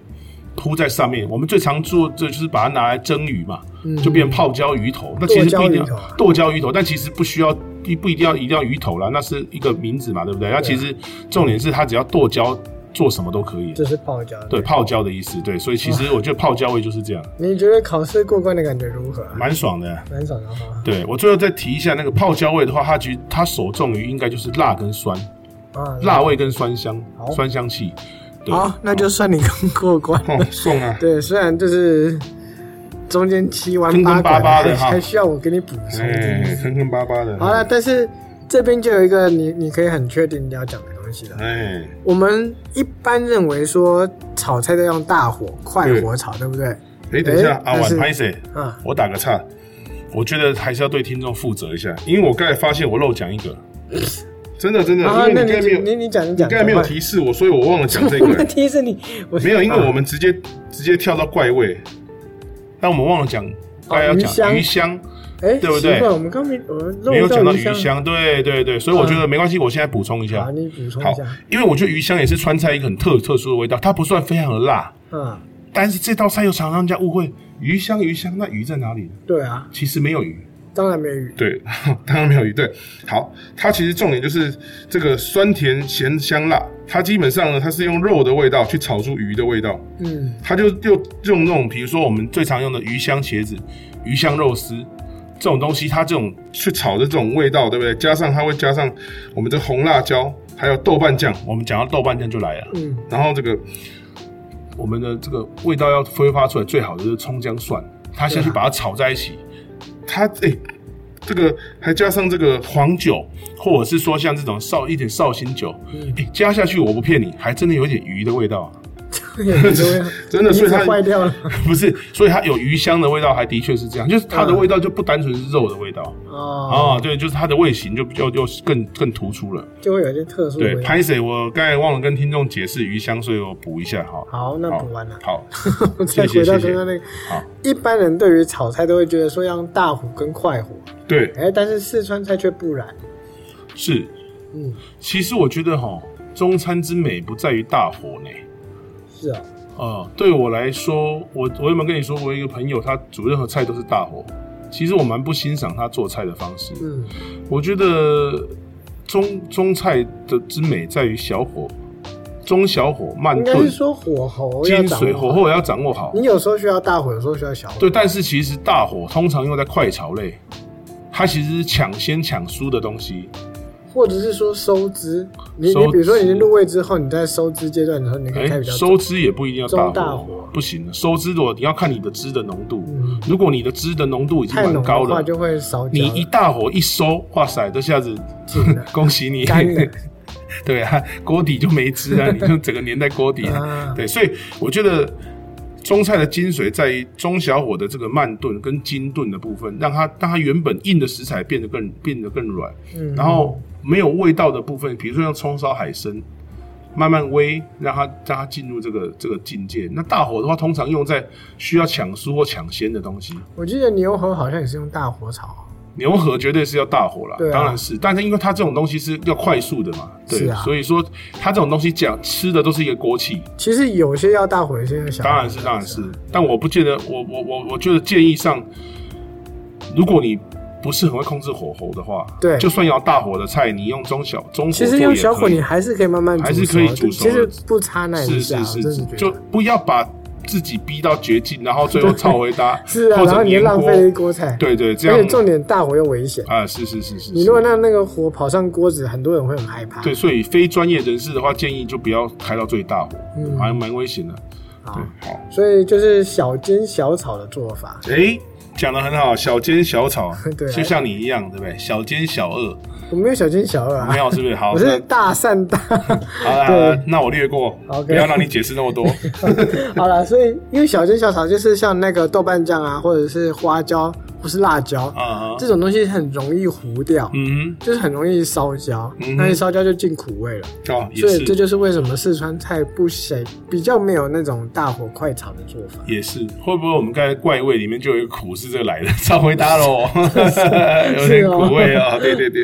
Speaker 1: 铺在上面，我们最常做这就是把它拿来蒸鱼嘛，
Speaker 2: 嗯
Speaker 1: 就变泡椒鱼头。那其实不一定要
Speaker 2: 剁椒鱼头啊
Speaker 1: 剁椒鱼头，但其实不需要不不一定要一定要鱼头啦，那是一个名字嘛，对不对？
Speaker 2: 啊
Speaker 1: 那其实重点是它只要剁椒做什么都可以，
Speaker 2: 就是泡椒。
Speaker 1: 对，泡椒的意思，对，所以其
Speaker 2: 嗯
Speaker 1: 实我觉得泡椒味就是这样，
Speaker 2: 你觉得考试过关的感觉如何啊？
Speaker 1: 蛮爽的。
Speaker 2: 蛮爽的哈。
Speaker 1: 对我最后再提一下那个泡椒味的话，它其实它首重于应该就是辣跟酸，
Speaker 2: 啊，
Speaker 1: 辣味跟酸香
Speaker 2: 好，
Speaker 1: 酸香气。对
Speaker 2: 好，那就算你刚 过关。
Speaker 1: 哦送啊，
Speaker 2: 对，虽然就是中间七弯
Speaker 1: 坑坑
Speaker 2: 拐
Speaker 1: 巴巴的哈
Speaker 2: 还还需要我给你补充。
Speaker 1: 哎，坑坑巴巴的。
Speaker 2: 好了，但是这边就有一个你你可以很确定你要讲的东西了。
Speaker 1: 哎，
Speaker 2: 我们一般认为说炒菜都用大火快火炒，对不对？
Speaker 1: 哎，等一下阿
Speaker 2: 哎，但是
Speaker 1: 婉拍谁？
Speaker 2: 啊，
Speaker 1: 我打个岔，我觉得还是要对听众负责一下，因为我刚才发现我漏讲一个，真的真的，
Speaker 2: 啊，
Speaker 1: 嗯因
Speaker 2: 那
Speaker 1: 为你刚才没
Speaker 2: 你
Speaker 1: 有，
Speaker 2: 你你讲你
Speaker 1: 你
Speaker 2: 讲，
Speaker 1: 刚才没有
Speaker 2: 赶快。
Speaker 1: 提示我，所以我忘了讲这
Speaker 2: 我没
Speaker 1: 个
Speaker 2: 有。提示你，我
Speaker 1: 没有，因为我
Speaker 2: 啊
Speaker 1: 们直接直接跳到怪味，但我们忘了讲，大家要讲
Speaker 2: 哦啊鱼
Speaker 1: 鱼香，
Speaker 2: 哎，
Speaker 1: 对不对
Speaker 2: 奇怪我们刚没我们漏
Speaker 1: 没有讲到
Speaker 2: 到
Speaker 1: 鱼香，对对对，所以我觉得没关系，我现在补充一下
Speaker 2: 啊好，，你补充一
Speaker 1: 好
Speaker 2: 下。，
Speaker 1: 因为我觉得鱼香也是川菜一个很特特殊的味道，它不算非常的辣，
Speaker 2: 嗯，
Speaker 1: 但是这道菜又常让人家误会鱼香鱼香，那鱼在哪里呢？
Speaker 2: 对啊，
Speaker 1: 其实没有鱼，
Speaker 2: 当然没有鱼。
Speaker 1: 对， 当然没有鱼。对，好，它其实重点就是这个酸甜咸香辣，它基本上呢，它是用肉的味道去炒出鱼的味道，
Speaker 2: 嗯，
Speaker 1: 它就又用那种比如说我们最常用的鱼香茄子、鱼香肉丝这种东西，它这种去炒的这种味道，对不对？加上它会加上我们的红辣椒，还有豆瓣酱，我们讲到豆瓣酱就来了，
Speaker 2: 嗯，
Speaker 1: 然后这个我们的这个味道要挥发出来，最好的就是葱姜蒜，它先去把它炒在一起。它哎、这个还加上这个黄酒，或者是说像这种绍一点绍兴酒，
Speaker 2: 嗯
Speaker 1: 哎、加下去我不骗你，还真的有一点鱼的味道啊、
Speaker 2: 也不是味道
Speaker 1: 真的所以它
Speaker 2: 鼻子坏掉了。
Speaker 1: 不是，所以它有鱼香的味道，还的确是这样，就是它的味道就不单纯是肉的味道。
Speaker 2: 嗯哦，
Speaker 1: 啊、对，就是它的味型就比较就更更突出了。
Speaker 2: 就会有一些特殊的
Speaker 1: 对，
Speaker 2: 味道。
Speaker 1: 拍谁？我刚才忘了跟听众解释鱼香，所以我补一下哈。
Speaker 2: 好，那
Speaker 1: 好，
Speaker 2: 补完了
Speaker 1: 好，
Speaker 2: 我再
Speaker 1: 谢谢
Speaker 2: 回到
Speaker 1: 谢谢
Speaker 2: 刚刚那个
Speaker 1: 好。
Speaker 2: 一般人对于炒菜都会觉得说要用大火跟快火，
Speaker 1: 对，
Speaker 2: 哎，但是四川菜却不然。
Speaker 1: 是，
Speaker 2: 嗯，
Speaker 1: 其实我觉得哈，中餐之美不在于大火呢。
Speaker 2: 是啊，
Speaker 1: 呃，对我来说，我我有没有跟你说，我有一个朋友，他煮任何菜都是大火。其实我蛮不欣赏他做菜的方式。
Speaker 2: 嗯，
Speaker 1: 我觉得中中菜的之美在于小火、中小火慢
Speaker 2: 应该是
Speaker 1: 炖、
Speaker 2: 说火候要
Speaker 1: 金
Speaker 2: 掌
Speaker 1: 水火
Speaker 2: 握好。啊
Speaker 1: 候也要掌握好。
Speaker 2: 你有时候需要大火，有时候需要小火。
Speaker 1: 对，但是其实大火通常用在快炒类，它其实是抢先抢输的东西。
Speaker 2: 或者是说收汁，你
Speaker 1: 收汁
Speaker 2: 你比如说你入味之后，你在收汁阶段的时候，你可以开
Speaker 1: 哎，
Speaker 2: 比较
Speaker 1: 收汁也不一定要大火，
Speaker 2: 中大火
Speaker 1: 不行的。收汁如果你要看你的汁的浓度，
Speaker 2: 嗯
Speaker 1: 如果你的汁的浓度已经
Speaker 2: 太
Speaker 1: 蛮
Speaker 2: 浓
Speaker 1: 高
Speaker 2: 的
Speaker 1: 了
Speaker 2: 话，就会烧焦
Speaker 1: 你
Speaker 2: 了。
Speaker 1: 一大火一收，哇塞，这下子
Speaker 2: 紧了
Speaker 1: 恭喜你
Speaker 2: 干 了。
Speaker 1: 对啊，锅底就没汁 啊，你就整个粘在锅底了。
Speaker 2: 啊
Speaker 1: 对，所以我觉得中菜的精髓在于中小火的这个慢炖跟精炖的部分，让它让它原本硬的食材变得更变得更软，
Speaker 2: 嗯
Speaker 1: 然后没有味道的部分，比如说像葱烧海参，慢慢煨，让它让它进入这个这个境界。那大火的话，通常用在需要抢酥或抢鲜的东西。
Speaker 2: 我记得牛河好像也是用大火炒，
Speaker 1: 牛河绝对是要大火啦，
Speaker 2: 对啊
Speaker 1: 当然是，但是因为它这种东西是要快速的嘛，对，
Speaker 2: 是啊
Speaker 1: 所以说它这种东西讲吃的都是一个锅气，
Speaker 2: 其实有些要大火，有些要小火。
Speaker 1: 当然是，当然是，但我不觉得，我我我我觉得建议上，如果你不是很会控制火候的话，
Speaker 2: 对
Speaker 1: 就算要大火的菜，你用中小中火
Speaker 2: 其
Speaker 1: 做
Speaker 2: 实
Speaker 1: 也
Speaker 2: 用小火
Speaker 1: 可以啊
Speaker 2: 你还是可以慢慢煮熟，
Speaker 1: 还是可以煮熟
Speaker 2: 其实
Speaker 1: 的
Speaker 2: 不差那一
Speaker 1: 是
Speaker 2: 下，
Speaker 1: 是是
Speaker 2: 真
Speaker 1: 是
Speaker 2: 的觉，得
Speaker 1: 就不要把自己逼到绝境，然后最后超 回答
Speaker 2: 是啊，
Speaker 1: 或者
Speaker 2: 然后你就
Speaker 1: 粘
Speaker 2: 浪
Speaker 1: 锅
Speaker 2: 费了一锅菜，
Speaker 1: 对对，这
Speaker 2: 而
Speaker 1: 样
Speaker 2: 且重点大火又危险。
Speaker 1: 啊，是是是是，
Speaker 2: 你
Speaker 1: 是
Speaker 2: 如果让那个火跑上锅子，很多人会很害怕。
Speaker 1: 对，，所以非专业人士的话，建议就不要开到最大火，
Speaker 2: 嗯
Speaker 1: 还蛮危险的。
Speaker 2: 好
Speaker 1: 对，，好，
Speaker 2: 所以就是小煎小炒的做法。，
Speaker 1: 哎、讲的很好，小奸小炒
Speaker 2: 对啊
Speaker 1: 就像你一样，对不对？小奸小 恶，
Speaker 2: 我没有小煎小二啊
Speaker 1: 没，有，是不是？好，
Speaker 2: 我是大善大。
Speaker 1: 好啦
Speaker 2: 对，
Speaker 1: 那我略过
Speaker 2: OK
Speaker 1: 不要让你解释那 么多。
Speaker 2: 好了，所以因为小煎小炒就是像那个豆瓣酱啊，或者是花椒不是辣椒，
Speaker 1: 啊，
Speaker 2: 这种东西很容易糊掉，
Speaker 1: 嗯
Speaker 2: 就是很容易烧焦
Speaker 1: 嗯，
Speaker 2: 那一烧焦就进苦味了。
Speaker 1: 哼啊，也
Speaker 2: 所以这
Speaker 1: 是
Speaker 2: 就是为什么四川菜不谁比较没有那种大火快炒的做法。
Speaker 1: 也是，会不会我们刚才怪味里面就有一个苦是这个来的？ 稍回答喽，
Speaker 2: 哦
Speaker 1: 有点苦味啊，对对对，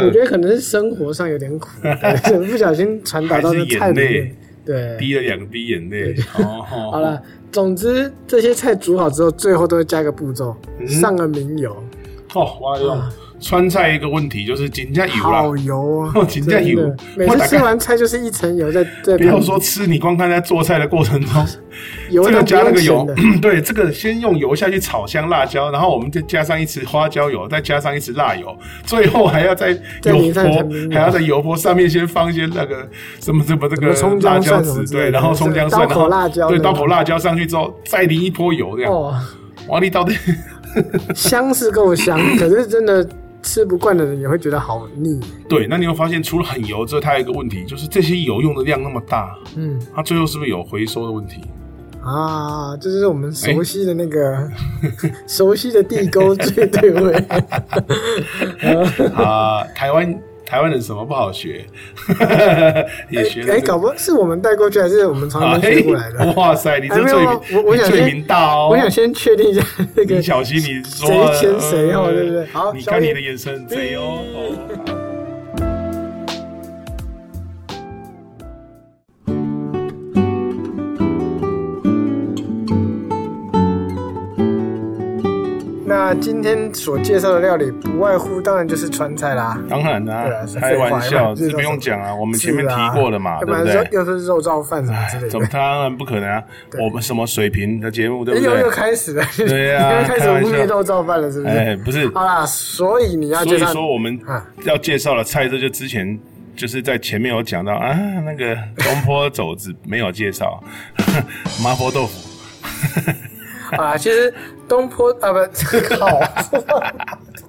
Speaker 2: 我觉得可能是生活上 有点苦，对不小心传导到这菜
Speaker 1: 还是眼
Speaker 2: 里
Speaker 1: 泪
Speaker 2: 面。对，
Speaker 1: 滴了两滴眼泪。哦，
Speaker 2: 好
Speaker 1: 好
Speaker 2: 了，总之这些菜煮好之后，最后都会加个步骤，
Speaker 1: 嗯
Speaker 2: 上个明油，
Speaker 1: 哦，我用
Speaker 2: 啊
Speaker 1: 川菜一个问题就是金加油啦
Speaker 2: 好，油啊
Speaker 1: 哦，真的油
Speaker 2: 真的每
Speaker 1: 我
Speaker 2: 次
Speaker 1: 大概
Speaker 2: 吃完菜就是一层油在
Speaker 1: 不
Speaker 2: 在旁
Speaker 1: 要
Speaker 2: 边
Speaker 1: 说吃，你光看在做菜的过程中，
Speaker 2: 油
Speaker 1: 这
Speaker 2: 都
Speaker 1: 个
Speaker 2: 不
Speaker 1: 加那
Speaker 2: 用
Speaker 1: 个
Speaker 2: 钱
Speaker 1: 油
Speaker 2: 的，，
Speaker 1: 对，这个先用油下去炒香辣椒，然后我们再加上一匙花椒油，再加上一匙辣油，最后还要在
Speaker 2: 再
Speaker 1: 油
Speaker 2: 淋上一层
Speaker 1: 泼
Speaker 2: 明，油
Speaker 1: 还要在油泼上面先放一些那个什么什么这个
Speaker 2: 什么葱
Speaker 1: 辣椒
Speaker 2: 姜蒜什
Speaker 1: 籽
Speaker 2: 么，之类
Speaker 1: 对，
Speaker 2: 的
Speaker 1: 然后葱姜蒜，
Speaker 2: 刀口
Speaker 1: 然后
Speaker 2: 辣椒
Speaker 1: 对，
Speaker 2: 那
Speaker 1: 刀
Speaker 2: 种
Speaker 1: 口辣椒上去之后，再淋一泼油，这样，
Speaker 2: 哦，
Speaker 1: 哇，你到底
Speaker 2: 香是够香，可是真的吃不惯的人也会觉得好腻。
Speaker 1: 对，那你会发现，除了很油之外，它还有一个问题，就是这些油用的量那么大，
Speaker 2: 嗯
Speaker 1: 它最后是不是有回收的问题？
Speaker 2: 啊，这就是我们熟悉的那个、
Speaker 1: 哎
Speaker 2: 熟悉的地沟最对味。
Speaker 1: 啊、台湾台湾人什么不好学， 也学
Speaker 2: 哎、
Speaker 1: 了这个
Speaker 2: 搞不好是我们带过去，还是我们从那边学过来的？
Speaker 1: 哎哇塞，你
Speaker 2: 哎
Speaker 1: 这
Speaker 2: 没有
Speaker 1: 罪
Speaker 2: 没
Speaker 1: 名，
Speaker 2: 有我我
Speaker 1: 你
Speaker 2: 想
Speaker 1: 罪
Speaker 2: 先
Speaker 1: 名大哦！
Speaker 2: 我想先确定一下那个
Speaker 1: 你小心你说
Speaker 2: 谁先谁后对不对好
Speaker 1: 你
Speaker 2: 小
Speaker 1: 看你
Speaker 2: 心
Speaker 1: 的眼神很贼哦。哦
Speaker 2: 那今天所介绍的料理，不外乎当然就是川菜啦。
Speaker 1: 当然
Speaker 2: 对
Speaker 1: 啦
Speaker 2: 啊，是
Speaker 1: 开
Speaker 2: 废话
Speaker 1: 玩笑，
Speaker 2: 要不然这
Speaker 1: 这
Speaker 2: 种
Speaker 1: 不用讲啊，我们前面
Speaker 2: 是啊
Speaker 1: 提过了嘛，
Speaker 2: 要
Speaker 1: 对不
Speaker 2: 然
Speaker 1: 对？哎
Speaker 2: 又又是肉燥饭什么之类
Speaker 1: 怎么
Speaker 2: 的。
Speaker 1: 当然不可能啊！
Speaker 2: 对
Speaker 1: 我们什么水平的节目，对不
Speaker 2: 又又
Speaker 1: 对？
Speaker 2: 开始了，
Speaker 1: 对啊
Speaker 2: 又开
Speaker 1: 开
Speaker 2: 始
Speaker 1: 玩笑
Speaker 2: 污蔑肉燥饭了，是不是？
Speaker 1: 哎，不是，
Speaker 2: 好啦，所以你要
Speaker 1: 所
Speaker 2: 介
Speaker 1: 以
Speaker 2: 绍
Speaker 1: 说我们
Speaker 2: 啊
Speaker 1: 要介绍的菜，这就之前就是在前面有讲到啊，那个东坡肘子没有介绍，麻婆豆腐。
Speaker 2: 啊，其实东坡啊不， 靠，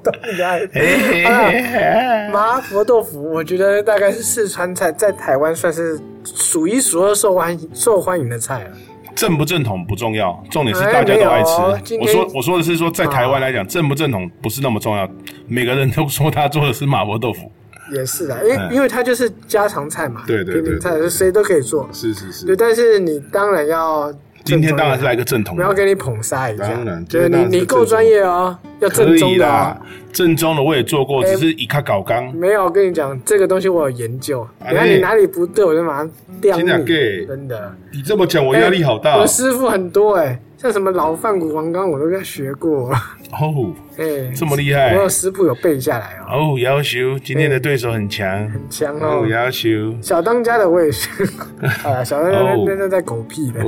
Speaker 2: 东南
Speaker 1: 嘿嘿嘿嘿
Speaker 2: 麻婆豆腐，我觉得大概是四川菜在台湾算是数一数二受欢迎受欢迎的菜了。
Speaker 1: 正不正统不重要，重点是
Speaker 2: 哎
Speaker 1: 大家都爱吃。
Speaker 2: 没有今天啊
Speaker 1: 我说我说的是说，在台湾来讲，正不正统不是那么重要，每个人都说他做的是麻婆豆腐。
Speaker 2: 也是的，因为、
Speaker 1: 嗯
Speaker 2: 因为它就是家常菜嘛，
Speaker 1: 对对对
Speaker 2: 平民菜
Speaker 1: 对对
Speaker 2: 谁都可以做。
Speaker 1: 是是
Speaker 2: 对，。但是你当然要
Speaker 1: 今天当然是
Speaker 2: 正宗
Speaker 1: 来个正统
Speaker 2: 一点，我要
Speaker 1: 的，
Speaker 2: 给你捧杀一下。
Speaker 1: 当然
Speaker 2: 就是
Speaker 1: 今天当
Speaker 2: 你
Speaker 1: 然是
Speaker 2: 你够
Speaker 1: 正宗
Speaker 2: 专业哦，要
Speaker 1: 可
Speaker 2: 正宗
Speaker 1: 以
Speaker 2: 的哎嗯哦
Speaker 1: 啦。。正宗的我也做过，只是一看搞刚。
Speaker 2: 没有，我跟你讲，这个东西我有研究。
Speaker 1: 哎
Speaker 2: 等下你哪里不对，我就马上掉
Speaker 1: 真
Speaker 2: 你
Speaker 1: 的给。
Speaker 2: 真的。哎
Speaker 1: 你这么讲，我压力好大
Speaker 2: 我
Speaker 1: 哦
Speaker 2: 的。师傅很多哎、像什么老范古王刚我都跟他学过，
Speaker 1: 哦，
Speaker 2: 哎、
Speaker 1: 这么厉害
Speaker 2: 我。有食谱有背下来哦，
Speaker 1: 哦，要求今天的对手很强。
Speaker 2: 强哦
Speaker 1: 哦，。要求。
Speaker 2: 小当家的我也学 过，好了，小当家
Speaker 1: 哦
Speaker 2: 那那那在狗屁 的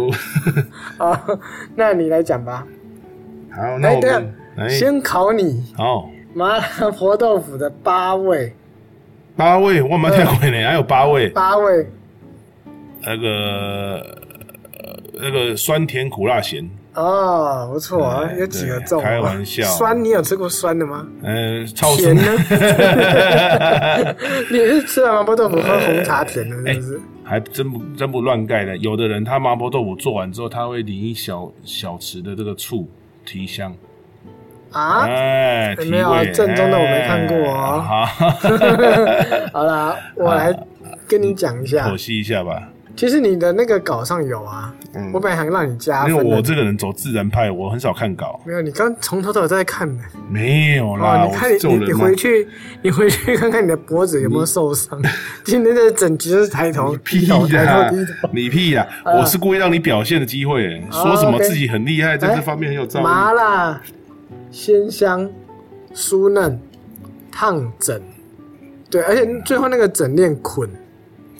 Speaker 1: 哦，
Speaker 2: 啊、那你来讲吧。
Speaker 1: 好，那
Speaker 2: 来，
Speaker 1: 我
Speaker 2: 哎等
Speaker 1: 们哎
Speaker 2: 下、
Speaker 1: 来。
Speaker 2: 先考你
Speaker 1: 好，
Speaker 2: 麻辣婆豆腐的八味，
Speaker 1: 八位，我
Speaker 2: 嗯
Speaker 1: 们太贵了，还有八位。
Speaker 2: 八味
Speaker 1: 那个呃那个酸甜苦辣咸，
Speaker 2: 哦，不错啊，
Speaker 1: 对
Speaker 2: 有几个
Speaker 1: 哎对
Speaker 2: 中啊。
Speaker 1: 开玩笑
Speaker 2: 酸你有吃过酸的吗？
Speaker 1: 呃，超？
Speaker 2: 甜呢 你是吃完麻婆豆腐喝红茶甜的，
Speaker 1: 哎
Speaker 2: 是不是？
Speaker 1: 还真不真不乱盖的。有的人他麻婆豆腐做完之后，他会淋一小小匙的这个醋提香，
Speaker 2: 啊？
Speaker 1: 哎，提
Speaker 2: 没有啊
Speaker 1: 味。
Speaker 2: 正宗的我没
Speaker 1: 哎
Speaker 2: 看过哦
Speaker 1: 好，
Speaker 2: 好啦，我来跟你讲一下
Speaker 1: 剖，析一下吧。
Speaker 2: 其实你的那个稿上有啊，
Speaker 1: 嗯
Speaker 2: 我本来想让你加
Speaker 1: 因
Speaker 2: 分
Speaker 1: 为我
Speaker 2: 啊的，
Speaker 1: 这个人走自然派，我很少看稿，
Speaker 2: 没有，你刚从头到尾都在看呢。
Speaker 1: 没有啦，
Speaker 2: 哦，
Speaker 1: 啊我
Speaker 2: 你看
Speaker 1: 是
Speaker 2: 你
Speaker 1: 这种
Speaker 2: 你你
Speaker 1: 人嘛
Speaker 2: 回去，你回去看看你的脖子有没有受伤。 今天这整集就是抬头
Speaker 1: 屁
Speaker 2: 低头，抬
Speaker 1: 呀
Speaker 2: 头低头。！
Speaker 1: 你屁呀！
Speaker 2: 嗯
Speaker 1: 我是故意让你表现的机会，说什么自己很厉害，在这方面很有造诣。
Speaker 2: 哦哎麻辣、鲜香、酥嫩、烫整，对，而且最后那个整练捆，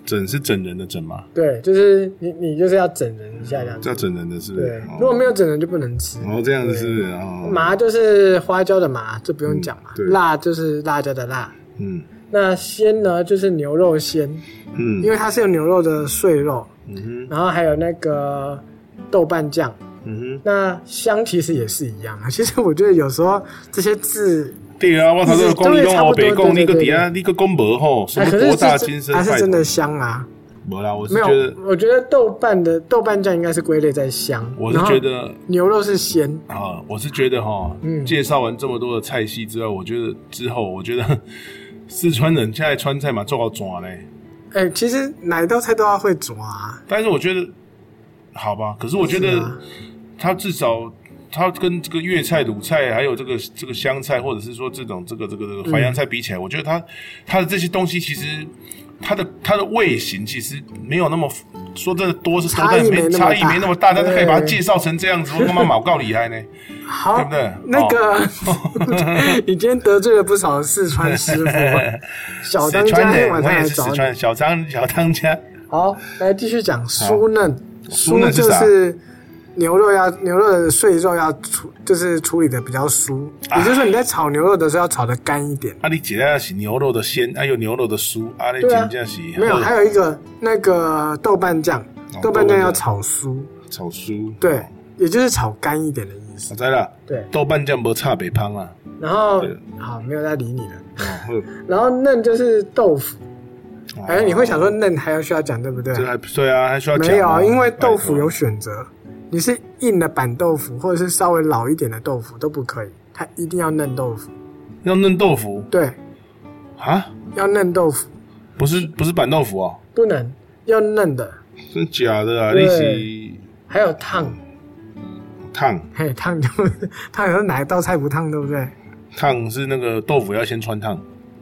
Speaker 1: 整是整人的整吗？
Speaker 2: 对，就是你你就是要整人一下这样子。
Speaker 1: 叫整人的是不
Speaker 2: 嗯对
Speaker 1: 是？，
Speaker 2: 如果没有整人就不能吃。
Speaker 1: 哦，这样子是不是哦，
Speaker 2: 麻就是花椒的麻，这不用讲嘛。
Speaker 1: 嗯对
Speaker 2: 辣就是辣椒的辣。
Speaker 1: 嗯
Speaker 2: 那鲜呢，就是牛肉鲜，
Speaker 1: 嗯
Speaker 2: 因为它是有牛肉的碎肉，
Speaker 1: 嗯
Speaker 2: 然后还有那个豆瓣酱。
Speaker 1: 哼嗯
Speaker 2: 那香其实也是一样啊。其实我觉得有时候这些字，
Speaker 1: 哼，对啊，我操，这个公你
Speaker 2: 对
Speaker 1: 讲
Speaker 2: 差
Speaker 1: 我
Speaker 2: 不多
Speaker 1: 北贡，
Speaker 2: 对
Speaker 1: 你个
Speaker 2: 对
Speaker 1: 底下
Speaker 2: 对
Speaker 1: 你个公伯吼，什
Speaker 2: 哎，
Speaker 1: 么
Speaker 2: 可
Speaker 1: 博
Speaker 2: 是
Speaker 1: 大
Speaker 2: 这
Speaker 1: 精
Speaker 2: 是
Speaker 1: 深
Speaker 2: 它是
Speaker 1: 派
Speaker 2: 真，的香啊。
Speaker 1: 没啦，我是
Speaker 2: 没
Speaker 1: 觉得
Speaker 2: 有，，我觉得豆瓣的豆瓣酱应该是归类在香，
Speaker 1: 我是
Speaker 2: 然后
Speaker 1: 觉得
Speaker 2: 牛肉是咸，
Speaker 1: 啊，我是觉得哈，
Speaker 2: 嗯
Speaker 1: 介绍完这么多的菜系之外，我觉得之后，我觉得 四川人现在川菜嘛做到抓嘞，
Speaker 2: 哎、其实哪一道菜都要会煮啊。
Speaker 1: 但是我觉得好吧，可是我觉
Speaker 2: 是
Speaker 1: 得
Speaker 2: 啊
Speaker 1: 它至少。它跟这个粤菜、鲁菜，还有这个这个湘菜，或者是说这种这个这个这
Speaker 2: 嗯
Speaker 1: 个淮扬菜比起来，我觉得它它的这些东西其实它的它的味型其实没有那么说真的多是多，
Speaker 2: 差
Speaker 1: 但
Speaker 2: 异
Speaker 1: 没
Speaker 2: 没那么
Speaker 1: 差异
Speaker 2: 大
Speaker 1: 没那么大，但是可以把它
Speaker 2: 对
Speaker 1: 介绍成这样子，我他妈毛够厉 害呢。
Speaker 2: 好，
Speaker 1: 对不对哦
Speaker 2: 那个， 你今天得罪了不少四川师 傅，啊小当
Speaker 1: 四
Speaker 2: 家
Speaker 1: 川
Speaker 2: 今
Speaker 1: 的，
Speaker 2: 晚
Speaker 1: 我
Speaker 2: 上
Speaker 1: 也
Speaker 2: 来
Speaker 1: 是
Speaker 2: 找
Speaker 1: 四
Speaker 2: 你。
Speaker 1: 川小张小当家，
Speaker 2: 好，来继续讲酥嫩，
Speaker 1: 酥嫩是
Speaker 2: 就
Speaker 1: 啥
Speaker 2: 是牛肉要牛肉的碎肉要处，就是处理的比较酥，也就是说你在炒牛肉的时候要炒的干一点。
Speaker 1: 啊，你姐那是牛肉的鲜，还有牛肉的酥，啊，你
Speaker 2: 对啊
Speaker 1: 真正是
Speaker 2: 没有，还
Speaker 1: 有
Speaker 2: 有一个那个豆瓣酱，
Speaker 1: 哦
Speaker 2: 豆瓣
Speaker 1: 豆瓣
Speaker 2: 酱
Speaker 1: 酱
Speaker 2: 要炒酥，
Speaker 1: 炒酥，
Speaker 2: 对，也就是炒干一点的意思
Speaker 1: 我。知啦，
Speaker 2: 对，
Speaker 1: 豆瓣酱不差北方啊，
Speaker 2: 然后
Speaker 1: 对
Speaker 2: 好，没有再理你了。
Speaker 1: 哦，
Speaker 2: 然后嫩就是豆腐，
Speaker 1: 好
Speaker 2: 哎，你会想说嫩还要需要讲对不对？
Speaker 1: 这还不对啊，还需要讲
Speaker 2: 没有，
Speaker 1: 吗
Speaker 2: 因为豆腐有
Speaker 1: 拜
Speaker 2: 选择，你是硬的板豆腐，或者是稍微老一点的豆腐都不可以，它一定要嫩豆腐。
Speaker 1: 托要嫩豆腐
Speaker 2: 对，
Speaker 1: 啊，
Speaker 2: 要嫩豆腐，
Speaker 1: 不是不是板豆腐哦，
Speaker 2: 不能要嫩的，
Speaker 1: 真假的啊，
Speaker 2: 对
Speaker 1: 你是
Speaker 2: 还有烫，
Speaker 1: 嗯烫
Speaker 2: 嘿，烫就 烫，有哪一道菜不烫，对不对？
Speaker 1: 烫是那个豆腐要先穿烫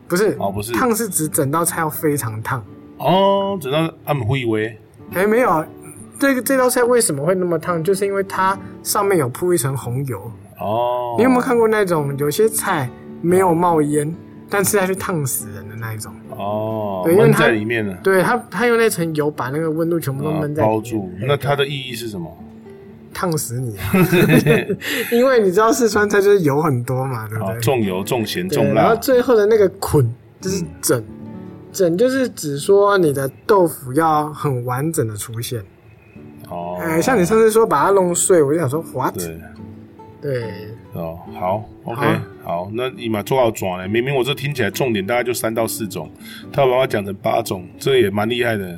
Speaker 2: 不是，
Speaker 1: 哦不是
Speaker 2: 烫是指整道菜要非常烫。
Speaker 1: 哦，等到他们会以为
Speaker 2: 哎，没有，这个这道菜为什么会那么烫，就是因为它上面有铺一层红油。
Speaker 1: 哦，
Speaker 2: 你有没有看过那种有些菜没有冒烟，但吃下去烫死人的那一种？
Speaker 1: 哦，
Speaker 2: 对因为
Speaker 1: 闷
Speaker 2: 它
Speaker 1: 在里面了，
Speaker 2: 对，它它用那层油把那个温度全部都
Speaker 1: 啊
Speaker 2: 闷在里面
Speaker 1: 包住，那它的意义是什么？
Speaker 2: 烫死你、啊。 因为你知道四川菜就是油很多嘛，对不
Speaker 1: 啊，
Speaker 2: 对？
Speaker 1: 重油、重咸、
Speaker 2: 对
Speaker 1: 重嗯
Speaker 2: 然后
Speaker 1: 辣，
Speaker 2: 最后的那个捆就是整，整就是指说你的豆腐要很完整的出现。
Speaker 1: 哦，
Speaker 2: 哎、像你上次说把它弄碎，我就想说 what？
Speaker 1: 对
Speaker 2: 对，
Speaker 1: 哦，好，OK，好，那你嘛做到抓嘞，明明我这听起来重点大概就三到四种，他把它讲成八种，这也蛮厉害的，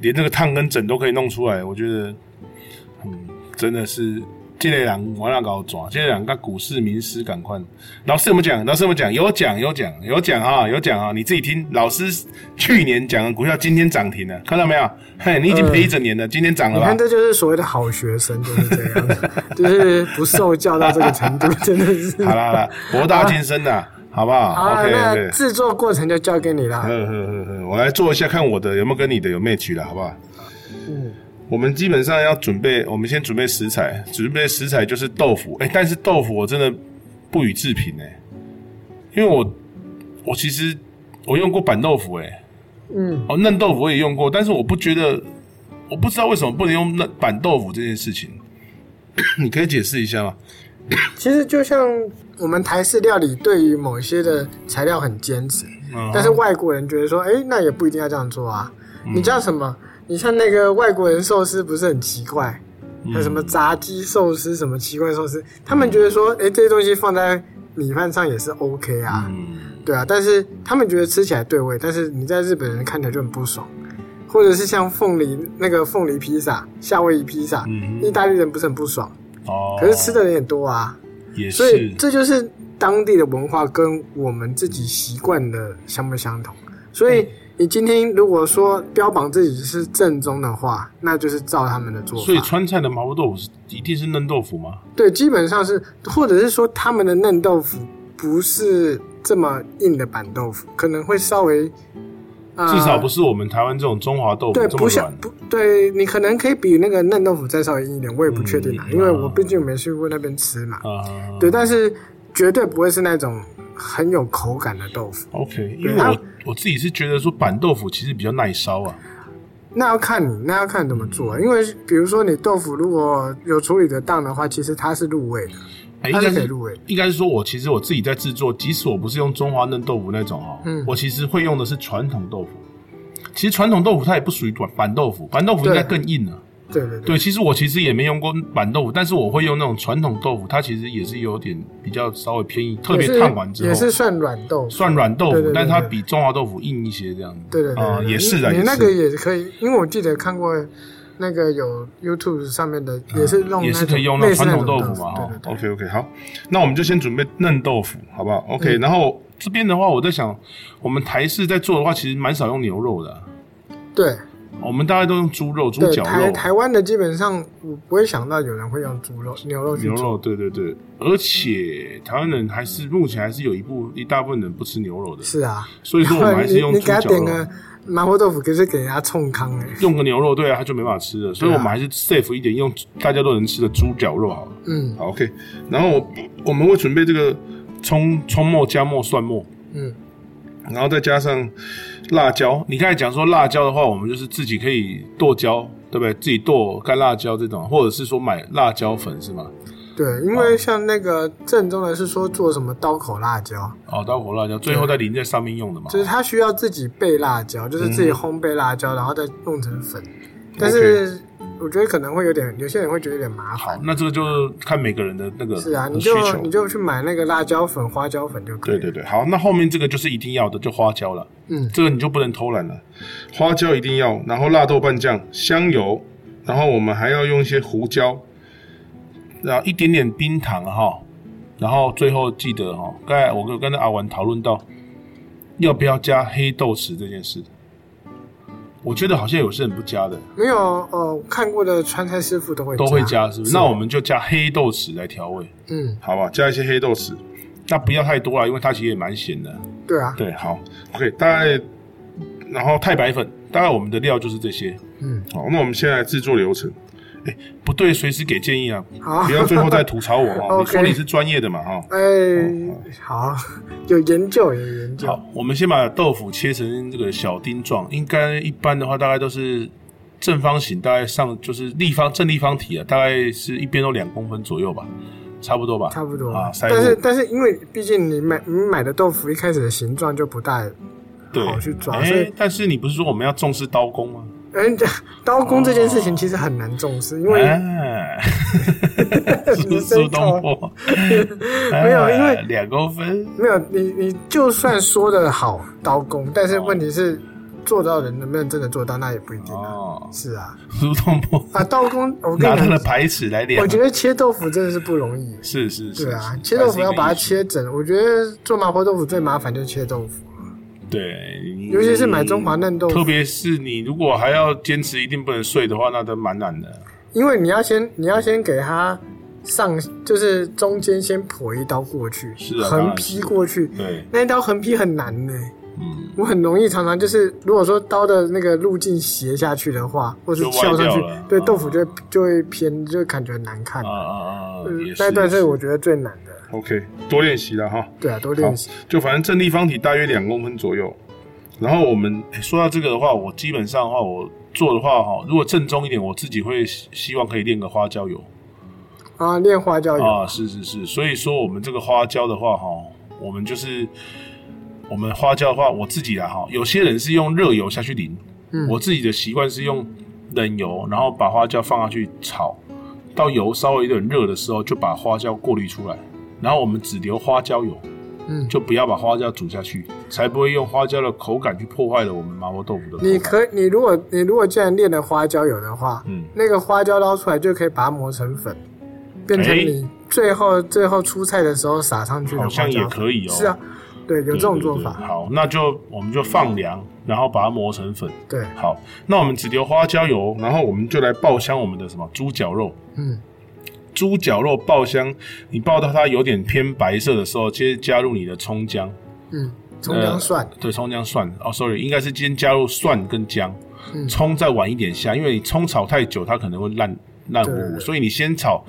Speaker 1: 连这个烫跟整都可以弄出来，我觉得，嗯，真的是。这类人我那搞抓，这类人跟股市名师赶快。老师有没有讲？老师有没有讲？有讲有讲有讲啊，有讲啊！你自己听，老师去年讲的股票今天涨停了，看到没有？嘿，你已经赔一整年了，今天涨了
Speaker 2: 嗯你
Speaker 1: 吧
Speaker 2: 看？这就是所谓的好学生就是这样，就是不受教到这个程度，真的 是。
Speaker 1: 好啦好啦，博大精深呐，好不
Speaker 2: 啊好
Speaker 1: 好
Speaker 2: 了，
Speaker 1: ？OK 嗯
Speaker 2: 那
Speaker 1: OK，
Speaker 2: 制作过程就交给你了。
Speaker 1: 呵呵呵呵，我来做一下，看我的有没有跟你的有 match 了，好不好？
Speaker 2: 嗯，
Speaker 1: 我们基本上要准备，我们先准备食材，准备食材就是豆腐，哎、但是豆腐我真的不予置评哎、因为我我其实我用过板豆腐哎、
Speaker 2: 嗯，
Speaker 1: 哦嫩豆腐我也用过，但是我不觉得，我不知道为什么不能用嫩板豆腐这件事情，你可以解释一下吗？
Speaker 2: 其实就像我们台式料理对于某些的材料很坚持，
Speaker 1: 嗯
Speaker 2: 但是外国人觉得说，哎、那也不一定要这样做啊。
Speaker 1: 嗯
Speaker 2: 你叫什么？你像那个外国人寿司不是很奇怪？
Speaker 1: 嗯
Speaker 2: 还有什么炸鸡寿司、什么奇怪寿司，他们觉得说，哎、这些东西放在米饭上也是 OK 啊。
Speaker 1: 嗯，
Speaker 2: 对啊，但是他们觉得吃起来对味，但是你在日本人看起来就很不爽，或者是像凤梨那个凤梨披萨、夏威夷披萨，
Speaker 1: 嗯
Speaker 2: 意大利人不是很不爽，
Speaker 1: 哦，
Speaker 2: 可是吃的人也多啊，
Speaker 1: 也
Speaker 2: 所以
Speaker 1: 是，
Speaker 2: 这就是当地的文化跟我们自己习惯的相不相同。所
Speaker 1: 嗯
Speaker 2: 以你今天如果说标榜自己是正宗的话，那就是照他们的做法。
Speaker 1: 所以川菜的麻婆豆腐是一定是嫩豆腐吗？
Speaker 2: 对，基本上是，或者是说他们的嫩豆腐不是这么硬的板豆腐，可能会稍微，呃、
Speaker 1: 至少不是我们台湾这种中华豆腐
Speaker 2: 对，
Speaker 1: 这
Speaker 2: 不
Speaker 1: 么
Speaker 2: 像
Speaker 1: 软。
Speaker 2: 不对，你可能可以比那个嫩豆腐再稍微硬一点，我也不确定啊，
Speaker 1: 嗯
Speaker 2: 因为我毕竟没去过那边吃嘛。
Speaker 1: 啊。
Speaker 2: 对，但是绝对不会是那种很有口感的豆腐，
Speaker 1: OK，因为
Speaker 2: 它
Speaker 1: 我我自己是觉得说板豆腐其实比较耐烧啊。
Speaker 2: 那要看你，那要看怎么
Speaker 1: 嗯
Speaker 2: 做，因为比如说你豆腐如果有处理得当的话，其实它是入味的，
Speaker 1: 哎，应
Speaker 2: 它
Speaker 1: 该
Speaker 2: 是可以
Speaker 1: 是
Speaker 2: 入味的。
Speaker 1: 应该是说我其实我自己在制作，即使我不是用中华嫩豆腐那种哦，
Speaker 2: 嗯
Speaker 1: 我其实会用的是传统豆腐。其实传统豆腐它也不属于板板豆腐，板豆腐应该
Speaker 2: 对
Speaker 1: 更硬啊。
Speaker 2: 对对
Speaker 1: 对，其实我其实也没用过板豆腐，但是我会用那种传统豆腐，它其实也是有点比较稍微偏硬，特别
Speaker 2: 也是
Speaker 1: 烫完之
Speaker 2: 也
Speaker 1: 后
Speaker 2: 是算软豆，
Speaker 1: 算软豆
Speaker 2: 对
Speaker 1: 腐，
Speaker 2: 对对
Speaker 1: 但是它
Speaker 2: 对
Speaker 1: 比中华豆腐硬一些这样子。
Speaker 2: 对对对
Speaker 1: 啊，
Speaker 2: 对
Speaker 1: 也是的，
Speaker 2: 你
Speaker 1: 也
Speaker 2: 你那个
Speaker 1: 是
Speaker 2: 也可以，因为我记得看过那个有 YouTube 上面的，也是用
Speaker 1: 嗯也
Speaker 2: 那
Speaker 1: 是可以
Speaker 2: 种
Speaker 1: 用
Speaker 2: 类
Speaker 1: 那
Speaker 2: 似
Speaker 1: 传
Speaker 2: 那
Speaker 1: 统
Speaker 2: 种
Speaker 1: 豆
Speaker 2: 豆
Speaker 1: 腐嘛哦
Speaker 2: 对
Speaker 1: 哈
Speaker 2: 对。对
Speaker 1: OK OK，好，那我们就先准备嫩豆腐，好不好？OK，然
Speaker 2: 嗯
Speaker 1: 后这边的话，我在想，我们台式在做的话，其实蛮少用牛肉的啊，
Speaker 2: 对
Speaker 1: 我们大概都用猪肉、猪
Speaker 2: 对，
Speaker 1: 脚肉啊
Speaker 2: 台、台湾的基本上我不会想到有人会用猪肉、牛肉去
Speaker 1: 牛
Speaker 2: 做。
Speaker 1: 肉，对对对，而且台湾人还是目前还是有一部一大部分人不吃牛肉的，
Speaker 2: 是 啊，
Speaker 1: 所以说我们还是用
Speaker 2: 你
Speaker 1: 猪
Speaker 2: 你给他
Speaker 1: 脚
Speaker 2: 点
Speaker 1: 肉啊
Speaker 2: 个，麻婆豆腐，可是给人家冲康哎。
Speaker 1: 用个牛肉，对啊，他就没办法吃了，所以我
Speaker 2: 对啊
Speaker 1: 们还是 safe 一点，用大家都能吃的猪脚肉好了。
Speaker 2: 嗯
Speaker 1: 好，OK，然后我我们会准备这个葱葱末、姜末、蒜末，
Speaker 2: 嗯，
Speaker 1: 然后再加上辣椒。你刚才讲说辣椒的话，我们就是自己可以剁椒，对不对？自己剁干辣椒这种，或者是说买辣椒粉是吗？
Speaker 2: 对，因为像那个正宗的是说做什么刀口辣椒，
Speaker 1: 哦，刀火辣椒，最后再淋在上面用的嘛。
Speaker 2: 就是它需要自己备辣
Speaker 1: 嗯
Speaker 2: 椒，就是自己烘焙辣椒，然后再弄成粉。但是我觉得可能会有点，有些人会觉得有点麻烦。
Speaker 1: 好，那这个就是看每个人的那个
Speaker 2: 是啊，你
Speaker 1: 需
Speaker 2: 就
Speaker 1: 求。
Speaker 2: 你就去买那个辣椒粉、花椒粉就可以
Speaker 1: 对
Speaker 2: 了。
Speaker 1: 对对，好，那后面这个就是一定要的，就花椒了。
Speaker 2: 嗯
Speaker 1: 这个你就不能偷懒了，花椒一定要，然后辣豆瓣酱、香油，然后我们还要用一些胡椒，然后一点点冰糖哈，然后最后记得哈，刚才我跟跟阿文讨论到要不要加黑豆豉这件事，我觉得好像有些人不加的，
Speaker 2: 没有呃，看过的川菜师傅都会
Speaker 1: 都会加，是不是？
Speaker 2: 是
Speaker 1: 那我们就加黑豆豉来调味，
Speaker 2: 嗯，
Speaker 1: 好吧？加一些黑豆豉，那不要太多啊了，因为它其实也蛮咸的。
Speaker 2: 对啊，
Speaker 1: 对，好，OK，大概，然后太白粉，大概我们的料就是这些。
Speaker 2: 嗯，
Speaker 1: 好，那我们现在来制作流程。哎，不对，随时给建议啊，
Speaker 2: 好
Speaker 1: 不要最后再吐槽我 哦。你
Speaker 2: OK
Speaker 1: 说你是专业的嘛哈。
Speaker 2: 哎、好，有研究有研究，
Speaker 1: 好，我们先把豆腐切成这个小丁状，应该一般的话大概都是正方形，大概上就是立方正立方体啊，大概是一边都两公分左右吧，差不多吧，
Speaker 2: 差不多。
Speaker 1: 啊。塞入
Speaker 2: 但是但是因为毕竟你买你买的豆腐一开始的形状就不大，
Speaker 1: 对
Speaker 2: 好去抓所
Speaker 1: 哎
Speaker 2: 以，
Speaker 1: 但是你不是说我们要重视刀工吗？
Speaker 2: 嗯，刀工这件事情其实很难重视，因为
Speaker 1: 哎，苏苏东坡哎
Speaker 2: 没有因为
Speaker 1: 两公分，
Speaker 2: 没有你，你就算说的好刀工，但
Speaker 1: 哦
Speaker 2: 是问题是做到的人能不能真的做到，那也不一定啊。
Speaker 1: 哦，
Speaker 2: 是啊，
Speaker 1: 苏东坡
Speaker 2: 啊，刀 工，我跟
Speaker 1: 拿他
Speaker 2: 你
Speaker 1: 的
Speaker 2: 讲，
Speaker 1: 牌尺来量，啊
Speaker 2: 我觉得切豆腐真的是不容易。
Speaker 1: 是是是，
Speaker 2: 对啊
Speaker 1: 是，
Speaker 2: 切豆腐要把
Speaker 1: 还
Speaker 2: 它，
Speaker 1: 是一个艺术
Speaker 2: 切整。我觉得做麻婆豆腐最麻烦就是切豆腐，
Speaker 1: 对，你
Speaker 2: 尤其是买中华嫩豆
Speaker 1: 嗯特
Speaker 2: 腐，
Speaker 1: 别是你如果还要坚持一定不能睡的话，那都蛮难的。
Speaker 2: 因为你要先你要先给它上，就是中间先剖一刀过去，
Speaker 1: 是啊当
Speaker 2: 横
Speaker 1: 然
Speaker 2: 劈
Speaker 1: 是
Speaker 2: 过去，
Speaker 1: 对，
Speaker 2: 那一刀横劈很难呢、
Speaker 1: 嗯，
Speaker 2: 我很容易常常就是，如果说刀的那个路径斜下去的话，或是
Speaker 1: 就歪
Speaker 2: 翘上去
Speaker 1: 掉了，
Speaker 2: 对
Speaker 1: 啊
Speaker 2: 豆腐就会就会偏，就感觉很难看
Speaker 1: 啊。啊啊，
Speaker 2: 嗯
Speaker 1: 也是
Speaker 2: 那一段
Speaker 1: 也
Speaker 2: 是
Speaker 1: 是
Speaker 2: 我觉得最难的。
Speaker 1: OK，多练习了哈。
Speaker 2: 对啊，多
Speaker 1: 好
Speaker 2: 练习。，
Speaker 1: 就反正正立方体大约两公分左右。然后我们诶说到这个的话，我基本上的话，我做的话哈，如果正宗一点，我自己会希希望可以炼个花椒油
Speaker 2: 啊，练花椒油，
Speaker 1: 啊，是是是。所以说我们这个花椒的话哈，我们就是我们花椒的话，我自己来哈，有些人是用热油下去淋，
Speaker 2: 嗯
Speaker 1: 我自己的习惯是用冷油，然后把花椒放下去炒，到油稍微有点热的时候，就把花椒过滤出来，然后我们只留花椒油。
Speaker 2: 嗯，
Speaker 1: 就不要把花椒煮下去，才不会用花椒的口感去破坏了我们麻婆豆腐的口感。
Speaker 2: 你可你如果你如果既然练了花椒油的话，
Speaker 1: 嗯
Speaker 2: 那个花椒捞出来就可以把它磨成粉，变成
Speaker 1: 哎
Speaker 2: 你最后最后出菜的时候撒上去的
Speaker 1: 好
Speaker 2: 花椒
Speaker 1: 像也
Speaker 2: 粉
Speaker 1: 可以哦。
Speaker 2: 是啊，对，有
Speaker 1: 对，
Speaker 2: 这种
Speaker 1: 对
Speaker 2: 做
Speaker 1: 对
Speaker 2: 法，
Speaker 1: 好，那就我们就放凉，然后把它磨成粉。
Speaker 2: 对，
Speaker 1: 好，那我们只留花椒油，然后我们就来爆香我们的什么猪脚肉。
Speaker 2: 嗯，
Speaker 1: 猪脚肉爆香，你爆到它有点偏白色的时候，接着加入你的葱姜。
Speaker 2: 嗯，葱姜蒜，
Speaker 1: 对，葱姜蒜哦，sorry，应该是先加入蒜跟姜，
Speaker 2: 嗯
Speaker 1: 葱再晚一点下，因为你葱炒太久，它可能会烂烂糊
Speaker 2: 对对
Speaker 1: 糊，
Speaker 2: 对
Speaker 1: 所以你先炒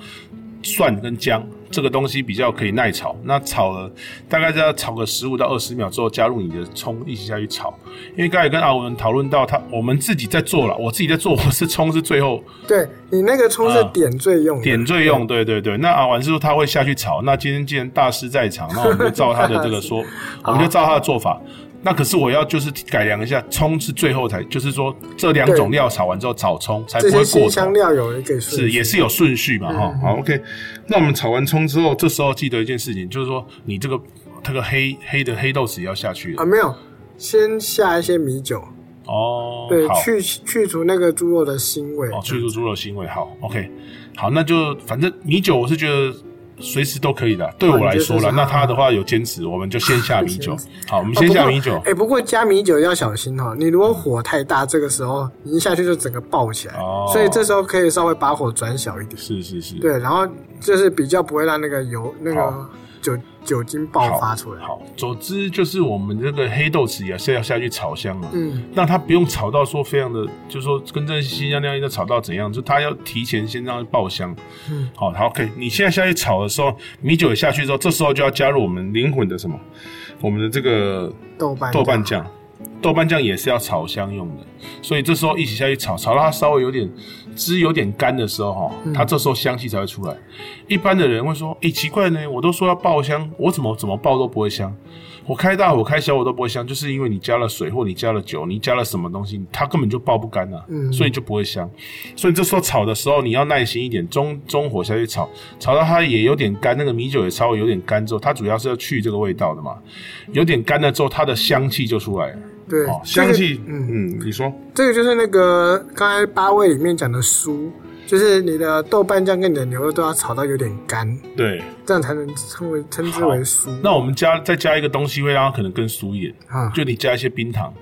Speaker 1: 蒜跟姜这个东西比较可以耐炒。那炒了大概要炒个十五到二十秒之后，加入你的葱一起下去炒。因为刚才跟阿文讨论到他，我们自己在做了，我自己在做，我是葱是最后
Speaker 2: 对你那个葱是
Speaker 1: 啊
Speaker 2: 点缀用的，
Speaker 1: 点缀用，对对对。那阿完之后他会
Speaker 2: 啊
Speaker 1: 下去炒。那今天既然大师在场，那我们就照他的这个说，我们就照他的做法。那可是我要就是改良一下，葱是最后才，就是说这两种料炒完之后炒葱才不
Speaker 2: 这
Speaker 1: 会
Speaker 2: 些
Speaker 1: 过
Speaker 2: 新
Speaker 1: 头
Speaker 2: 香。料嗯有一个
Speaker 1: 是
Speaker 2: 顺序
Speaker 1: 也是有顺序嘛哈、好，OK。那我们炒完葱之后，这时候记得一件事情，就是说你这个这个黑黑的黑豆豉要下去了、
Speaker 2: 啊，没有，先下一些米酒，
Speaker 1: 哦。
Speaker 2: 对，
Speaker 1: 好，
Speaker 2: 去去除那个猪肉的腥味。啊
Speaker 1: 哦，去除猪肉腥味，好，OK，好，那就反正米酒我是觉得随时都可以的，对我来说了。
Speaker 2: 哦你觉得是
Speaker 1: 那他的话有坚持，我们就先下米酒
Speaker 2: 坚持。
Speaker 1: 好，我们
Speaker 2: 哦
Speaker 1: 先
Speaker 2: 不
Speaker 1: 下
Speaker 2: 过
Speaker 1: 米酒
Speaker 2: 哎、。不过加米酒要小心哦，你如果火太大，这个时候你一下去就整个爆起来，
Speaker 1: 哦
Speaker 2: 所以这时候可以稍微把火转小一点。
Speaker 1: 是是是，
Speaker 2: 对，然后就是比较不会让那个油那
Speaker 1: 好
Speaker 2: 个酒酒精爆发出来。
Speaker 1: 好，总之就是我们这个黑豆豉也是要下去炒香嘛。
Speaker 2: 嗯，
Speaker 1: 那它不用炒到说非常的，就是说跟这新香料一直炒到怎样，就它要提前先让它爆香。
Speaker 2: 嗯，
Speaker 1: 好，好，OK。你现在下去炒的时候，米酒也下去之后，这时候就要加入我们灵魂的什么，我们的这个
Speaker 2: 豆瓣
Speaker 1: 豆瓣酱，豆瓣酱也是要炒香用的，所以这时候一起下去炒，炒到它稍微有点汁有点干的时候哈，它这时候香气才会出来。一般的人会说，诶、奇怪呢，我都说要爆香，我怎么怎么爆都不会香。我开大火开小火都不会香，就是因为你加了水或你加了酒，你加了什么东西，它根本就爆不干啊，
Speaker 2: 嗯
Speaker 1: 所以就不会香。所以这时候炒的时候，你要耐心一点，中中火下去炒，炒到它也有点干，那个米酒也稍微有点干之后，它主要是要去这个味道的嘛。有点干了之后，它的香气就出来了。
Speaker 2: 对，
Speaker 1: 哦，
Speaker 2: 这
Speaker 1: 香
Speaker 2: 个
Speaker 1: 气，
Speaker 2: 嗯，
Speaker 1: 嗯，你说
Speaker 2: 这个就是那个刚才八味里面讲的酥，就是你的豆瓣酱跟你的牛肉都要炒到有点干，
Speaker 1: 对？
Speaker 2: 这样才能称为称之为酥
Speaker 1: 那我们加再加一个东西，会让它可能更酥一点，
Speaker 2: 啊。
Speaker 1: 就你加一些冰糖。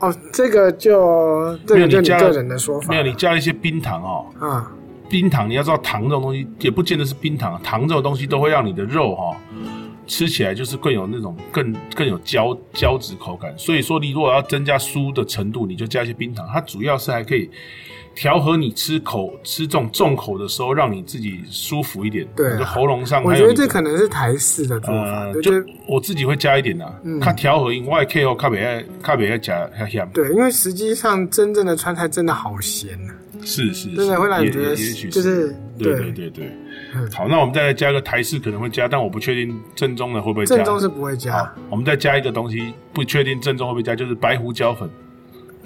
Speaker 2: 哦，这个就这
Speaker 1: 没有
Speaker 2: 个就
Speaker 1: 你
Speaker 2: 你
Speaker 1: 加
Speaker 2: 个
Speaker 1: 了
Speaker 2: 人的说法
Speaker 1: 没有，你加了一些冰糖哦。
Speaker 2: 啊，
Speaker 1: 冰糖，你要知道糖这种东西也不见得是冰糖，啊糖这种东西都会让你的肉哈、吃起来就是更有那种更更有胶胶质口感。所以说，你如果要增加酥的程度，你就加一些冰糖。它主要是还可以调和你吃口吃这种重口的时候，让你自己舒服一点。
Speaker 2: 对啊
Speaker 1: 你的喉咙上
Speaker 2: 我
Speaker 1: 还
Speaker 2: 觉
Speaker 1: 有
Speaker 2: 得
Speaker 1: 你的
Speaker 2: 这可能是台式的做法，
Speaker 1: 呃，
Speaker 2: 就
Speaker 1: 就是我自己会加一点啦、
Speaker 2: 嗯
Speaker 1: 它调和因为客户哦较袂爱较袂爱加较咸，
Speaker 2: 对，因为实际上真正的川菜真的好咸啊呐、
Speaker 1: 是是，是
Speaker 2: 真的会让你觉
Speaker 1: 也
Speaker 2: 得
Speaker 1: 也也许
Speaker 2: 就是
Speaker 1: 对
Speaker 2: 对
Speaker 1: 对对对
Speaker 2: 嗯。
Speaker 1: 好，那我们再来加个台式可能会加，但我不确定正宗的会不会加。
Speaker 2: 正宗是不会
Speaker 1: 好
Speaker 2: 加，
Speaker 1: 我们再加一个东西，不确定正宗会不会加，就是白胡椒粉，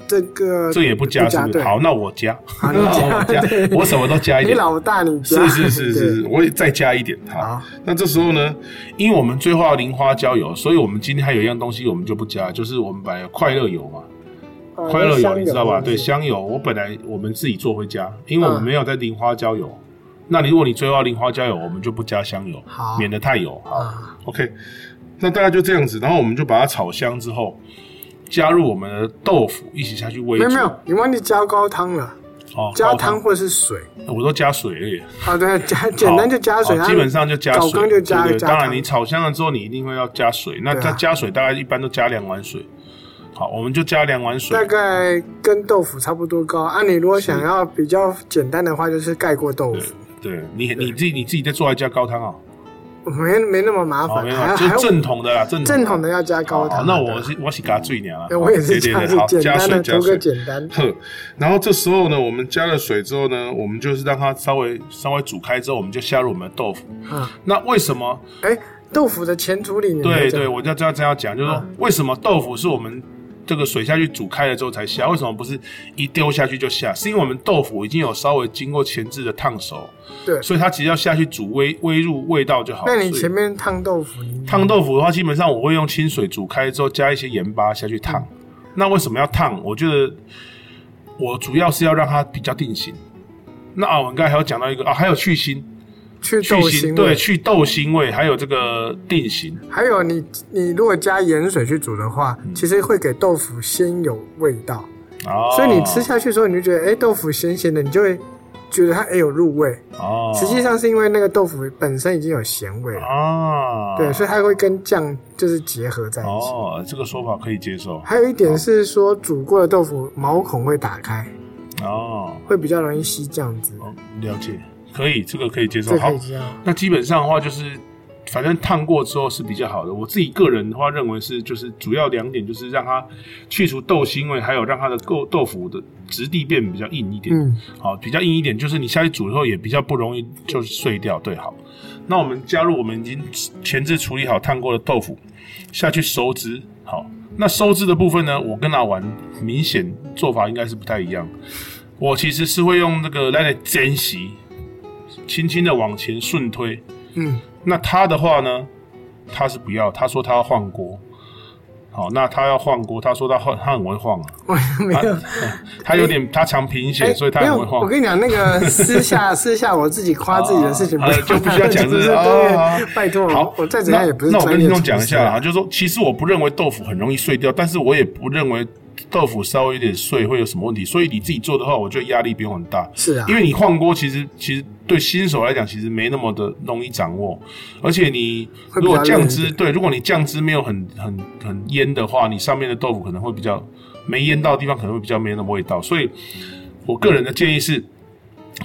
Speaker 2: 这个
Speaker 1: 这也不加，是不是？
Speaker 2: 呃对，
Speaker 1: 好，那我加，
Speaker 2: 好你加
Speaker 1: 我加
Speaker 2: 对，
Speaker 1: 我什么都加一
Speaker 2: 你
Speaker 1: 点。
Speaker 2: 老大你加
Speaker 1: 是是是是，是，我也再加一点。好，
Speaker 2: 好
Speaker 1: 那这时候呢，因为我们最后要淋花椒油，所以我们今天还有一样东西我们就不加，就是我们把快乐油嘛。
Speaker 2: 呃
Speaker 1: 快乐油
Speaker 2: 香
Speaker 1: 你知道吧？对，
Speaker 2: 是
Speaker 1: 香油我本来我们自己做会加，因为我们
Speaker 2: 嗯
Speaker 1: 没有在淋花椒油。那如果你最后要淋花椒油，我们就不加香油，
Speaker 2: 好
Speaker 1: 免得太油。好、
Speaker 2: 啊，
Speaker 1: o k 那大概就这样子，然后我们就把它炒香之后，加入我们的豆腐一起下去煨
Speaker 2: 啊没
Speaker 1: 煮。
Speaker 2: 有没有，你忘记加高汤了，
Speaker 1: 哦，
Speaker 2: 加
Speaker 1: 高
Speaker 2: 汤或是水。
Speaker 1: 我都加水而已。
Speaker 2: 好的，啊加简单就加水，
Speaker 1: 好
Speaker 2: 它
Speaker 1: 基本上就加水，
Speaker 2: 搞刚就加
Speaker 1: 对对
Speaker 2: 加
Speaker 1: 当然，
Speaker 2: 糖
Speaker 1: 你炒香了之后，你一定会要加水。那
Speaker 2: 对啊
Speaker 1: 它加水大概一般都加两碗水。好，我们就加两碗水
Speaker 2: 大。概跟豆腐差不多高。啊，你如果想要比较简单的话，就是盖过豆腐，
Speaker 1: 对你你自己你自己再做一加高汤啊、
Speaker 2: 没没那么麻
Speaker 1: 好，
Speaker 2: 烦，
Speaker 1: 哦没
Speaker 2: 还要
Speaker 1: 有，就
Speaker 2: 还
Speaker 1: 是
Speaker 2: 要
Speaker 1: 正统的啦，正
Speaker 2: 正统的要加高
Speaker 1: 好
Speaker 2: 汤。
Speaker 1: 那我是我是给他最娘啊
Speaker 2: 对， 我也是
Speaker 1: 对对
Speaker 2: 这样
Speaker 1: 对，好，
Speaker 2: 子，简
Speaker 1: 加
Speaker 2: 单
Speaker 1: 水
Speaker 2: 的
Speaker 1: 加
Speaker 2: 图个
Speaker 1: 水。
Speaker 2: 简单。
Speaker 1: 呵，然后这时候呢，我们加了水之后呢，我们就是让它稍微稍微煮开之后，我们就下入我们的豆腐。
Speaker 2: 啊，
Speaker 1: 那为什么？
Speaker 2: 哎，豆腐的前处理你没有
Speaker 1: 对
Speaker 2: 讲
Speaker 1: 对，我就这样这样讲，就是说
Speaker 2: 嗯
Speaker 1: 为什么豆腐是我们这个水下去煮开了之后才下？为什么不是一丢下去就下？是因为我们豆腐已经有稍微经过前置的烫熟，
Speaker 2: 对。
Speaker 1: 所以它只要下去煮微微入味道就好。
Speaker 2: 那你
Speaker 1: 所以
Speaker 2: 前面烫豆腐，你
Speaker 1: 烫嗯豆腐的话，基本上我会用清水煮开之后加一些盐巴下去烫。
Speaker 2: 嗯
Speaker 1: 那为什么要烫？我觉得我主要是要让它比较定型。那啊，我们刚才还有讲到一个啊，还有去腥、
Speaker 2: 去
Speaker 1: 去
Speaker 2: 豆
Speaker 1: 腥，
Speaker 2: 腥
Speaker 1: 对，
Speaker 2: 味，
Speaker 1: 去豆腥味，还有这个定型。
Speaker 2: 还有你你如果加盐水去煮的话，
Speaker 1: 嗯
Speaker 2: 其实会给豆腐先有味道，
Speaker 1: 哦，
Speaker 2: 所以你吃下去之后，你就觉得哎豆腐咸咸的，你就会觉得它哎有入味。
Speaker 1: 哦，
Speaker 2: 实际上是因为那个豆腐本身已经有咸味了，
Speaker 1: 啊，
Speaker 2: 对，所以它会跟酱就是结合在一起。
Speaker 1: 哦，这个说法可以接受
Speaker 2: 还有一点是说煮过的豆腐毛孔会打开，
Speaker 1: 哦，
Speaker 2: 会比较容易吸酱汁，
Speaker 1: 哦了解，可以，这个可以接受。
Speaker 2: 这
Speaker 1: 好
Speaker 2: 可以，这样。
Speaker 1: 那基本上的话就是，反正烫过之后是比较好的。我自己个人的话，认为是就是主要两点，就是让它去除豆腥味，还有让它的豆豆腐的质地变比较硬一点。
Speaker 2: 嗯，
Speaker 1: 好，比较硬一点，就是你下去煮的时候也比较不容易就是碎掉。对，好，那我们加入我们已经前置处理好烫过的豆腐下去熟汁。好，那收汁的部分呢，我跟阿玩明显做法应该是不太一样。我其实是会用那个来来煎洗，轻轻的往前顺推。
Speaker 2: 嗯，
Speaker 1: 那他的话呢，他是不要，他说他要换锅。好，那他要换锅，他说他换，他很会晃啊，
Speaker 2: 我没有。
Speaker 1: 他有点他常贫血，
Speaker 2: 哎
Speaker 1: 所以他
Speaker 2: 没
Speaker 1: 很
Speaker 2: 有，
Speaker 1: 会晃
Speaker 2: 我。跟你讲，那个私下 私下我自己夸自己的事情，
Speaker 1: 啊
Speaker 2: 不是
Speaker 1: 啊就不需要讲
Speaker 2: 就是
Speaker 1: 这个啊
Speaker 2: 对，拜托，
Speaker 1: 好，
Speaker 2: 我再怎样也不是
Speaker 1: 那那我
Speaker 2: 专
Speaker 1: 跟
Speaker 2: 业
Speaker 1: 听
Speaker 2: 厨
Speaker 1: 众讲
Speaker 2: 师啊
Speaker 1: 一下啦，啊就是说，其实我不认为豆腐很容易碎掉，但是我也不认为豆腐稍微有点碎会有什么问题，所以你自己做的话，我觉得压力不用很大。
Speaker 2: 是啊
Speaker 1: 因为你晃锅其实其实对新手来讲，其实没那么的容易掌握，而且你
Speaker 2: 会比
Speaker 1: 如
Speaker 2: 较
Speaker 1: 果酱
Speaker 2: 嫩
Speaker 1: 汁对，如果你酱汁没有很很很腌的话，你上面的豆腐可能会比较没腌到的地方可能会比较没那么味道，所以我个人的建议是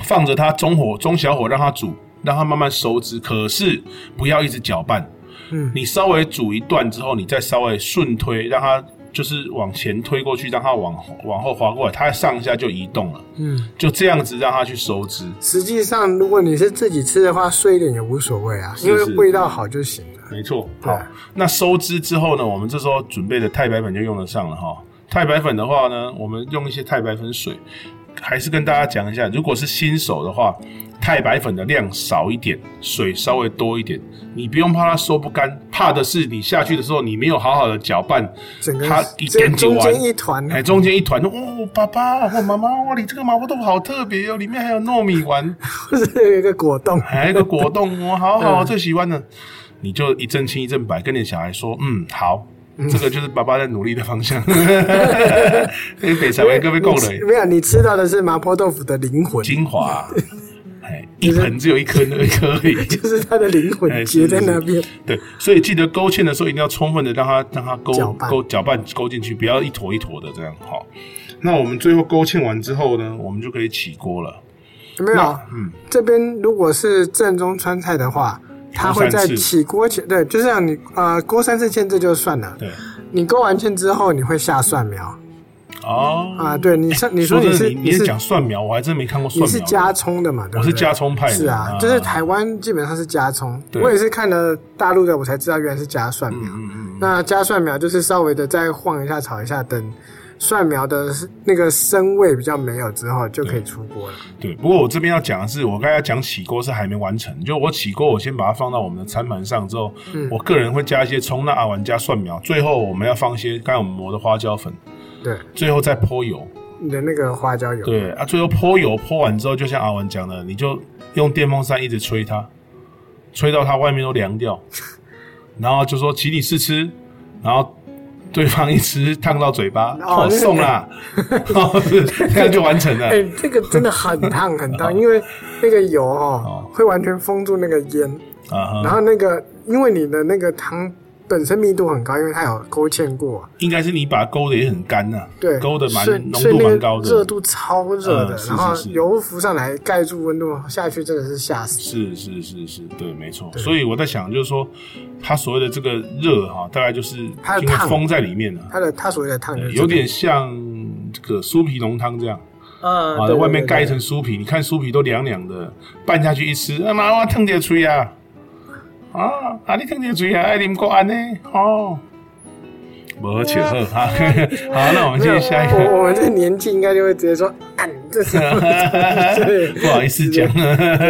Speaker 1: 放着它中火中小火让它煮，让它慢慢熟汁，可是不要一直搅拌。
Speaker 2: 嗯
Speaker 1: 你稍微煮一段之后，你再稍微顺推，让它就是往前推过去，让它往往后滑过来，它上下就移动了。
Speaker 2: 嗯，
Speaker 1: 就这样子让它去收汁。
Speaker 2: 实际上如果你是自己吃的话，碎一点也无所谓啊，因为
Speaker 1: 是
Speaker 2: 味道好就行了。
Speaker 1: 没错，
Speaker 2: 对
Speaker 1: 好，那收汁之后呢，我们这时候准备的太白粉就用得上了哈。太白粉的话呢，我们用一些太白粉水，还是跟大家讲一下，如果是新手的话，太白粉的量少一点，水稍微多一点，你不用怕它收不干，怕的是你下去的时候你没有好好的搅拌，
Speaker 2: 整个
Speaker 1: 它一
Speaker 2: 这
Speaker 1: 点点
Speaker 2: 中
Speaker 1: 完
Speaker 2: 间一团，
Speaker 1: 哎，中间一团，哦，爸爸或妈妈，哇，你这个麻婆豆腐好特别哦，里面还有糯米丸，
Speaker 2: 或者有一个果冻，
Speaker 1: 还有一个果冻，我好好，最喜欢的，你就一阵青一阵白，跟你小孩说，嗯，好，这个就是爸爸在努力的方向。因为北才为各位供
Speaker 2: 你
Speaker 1: 的
Speaker 2: 吃没有，你吃到的是麻婆豆腐的灵魂，
Speaker 1: 精华，哎，一盆只有一颗那一颗而已。
Speaker 2: 就是它的灵
Speaker 1: 哎
Speaker 2: 魂
Speaker 1: 是
Speaker 2: 结在
Speaker 1: 是
Speaker 2: 那边。
Speaker 1: 对，所以记得勾芡的时候一定要充分的让它让它勾
Speaker 2: 搅拌
Speaker 1: 勾搅拌勾进去，不要一坨一坨的这样好。那我们最后勾芡完之后呢，我们就可以起锅了。
Speaker 2: 有没有？嗯，这边如果是正宗川菜的话，它会在
Speaker 1: 三次
Speaker 2: 起锅前，对，就是让你呃锅三次芡这就算了。
Speaker 1: 对，
Speaker 2: 你勾完芡之后，你会下蒜苗
Speaker 1: 哦，
Speaker 2: 啊？对，你上你说
Speaker 1: 真
Speaker 2: 你
Speaker 1: 的，
Speaker 2: 是
Speaker 1: 你你是
Speaker 2: 是
Speaker 1: 讲蒜苗，我还真没看过蒜
Speaker 2: 你
Speaker 1: 苗。
Speaker 2: 是加葱的嘛？对
Speaker 1: 我
Speaker 2: 不
Speaker 1: 哦是
Speaker 2: 对？
Speaker 1: 加葱派的，
Speaker 2: 是啊，就是台湾基本上是加葱，
Speaker 1: 对
Speaker 2: 我也是看了大陆的，我才知道原来是加蒜苗。
Speaker 1: 嗯嗯
Speaker 2: 那加蒜苗就是稍微的再晃一下、炒一下，等蒜苗的那个生味比较没有之后，就可以出锅了。
Speaker 1: 嗯，对。不过我这边要讲的是，我刚才讲起锅是还没完成，就我起锅，我先把它放到我们的餐盘上之后，
Speaker 2: 嗯
Speaker 1: 我个人会加一些葱、那阿丸加蒜苗，最后我们要放一些刚才我们磨的花椒粉，
Speaker 2: 对，
Speaker 1: 最后再泼油。
Speaker 2: 你的那个花椒油，
Speaker 1: 对啊，最后泼油泼完之后，就像阿丸讲的，你就用电风扇一直吹它，吹到它外面都凉掉， 然后就说请你试吃，然后。对方一吃烫到嘴巴，
Speaker 2: 哦
Speaker 1: 哦，送 啦，哦，是这样就完成了。
Speaker 2: 哎、这个真的很烫很 烫，因为那个油哦
Speaker 1: 哦
Speaker 2: 会完全封住那个烟，
Speaker 1: 啊哈
Speaker 2: 然后那个因为你的那个汤本身密度很高，因为它有勾芡过，
Speaker 1: 应该是你把它勾的也很干呐、
Speaker 2: 对，
Speaker 1: 勾的蛮
Speaker 2: 所以
Speaker 1: 浓
Speaker 2: 所以
Speaker 1: 度
Speaker 2: 那
Speaker 1: 蛮
Speaker 2: 个
Speaker 1: 高的，
Speaker 2: 热度超热的，
Speaker 1: 嗯是
Speaker 2: 然后
Speaker 1: 是是
Speaker 2: 油浮上来盖住温度下去，真的是吓死。
Speaker 1: 是是是是，对，没错。所以我在想，就是说，它所谓的这个热哈、大概就是因
Speaker 2: 它的
Speaker 1: 为
Speaker 2: 烫
Speaker 1: 封在里面了、啊
Speaker 2: 它的它所谓的烫就是
Speaker 1: 有点像这个酥皮浓汤这样
Speaker 2: 啊，
Speaker 1: 啊，
Speaker 2: 对
Speaker 1: 在
Speaker 2: 对
Speaker 1: 外面
Speaker 2: 对
Speaker 1: 盖一层酥皮，你看酥皮都凉凉的，拌下去一吃，啊妈我烫点嘴啊，啊，啊你烫点嘴啊，爱啉国安呢，哦，没请喝哈，好，那我们
Speaker 2: 没
Speaker 1: 进
Speaker 2: 有
Speaker 1: 行下一个。
Speaker 2: 我我们这年纪应该就会直接说， 啊，你 这是 对
Speaker 1: 不好意思讲。好
Speaker 2: 对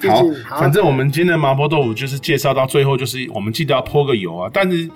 Speaker 2: 毕竟，好
Speaker 1: 反正我们今天的麻婆豆腐就是介绍到最后，就是我们记得要泼个油啊。但是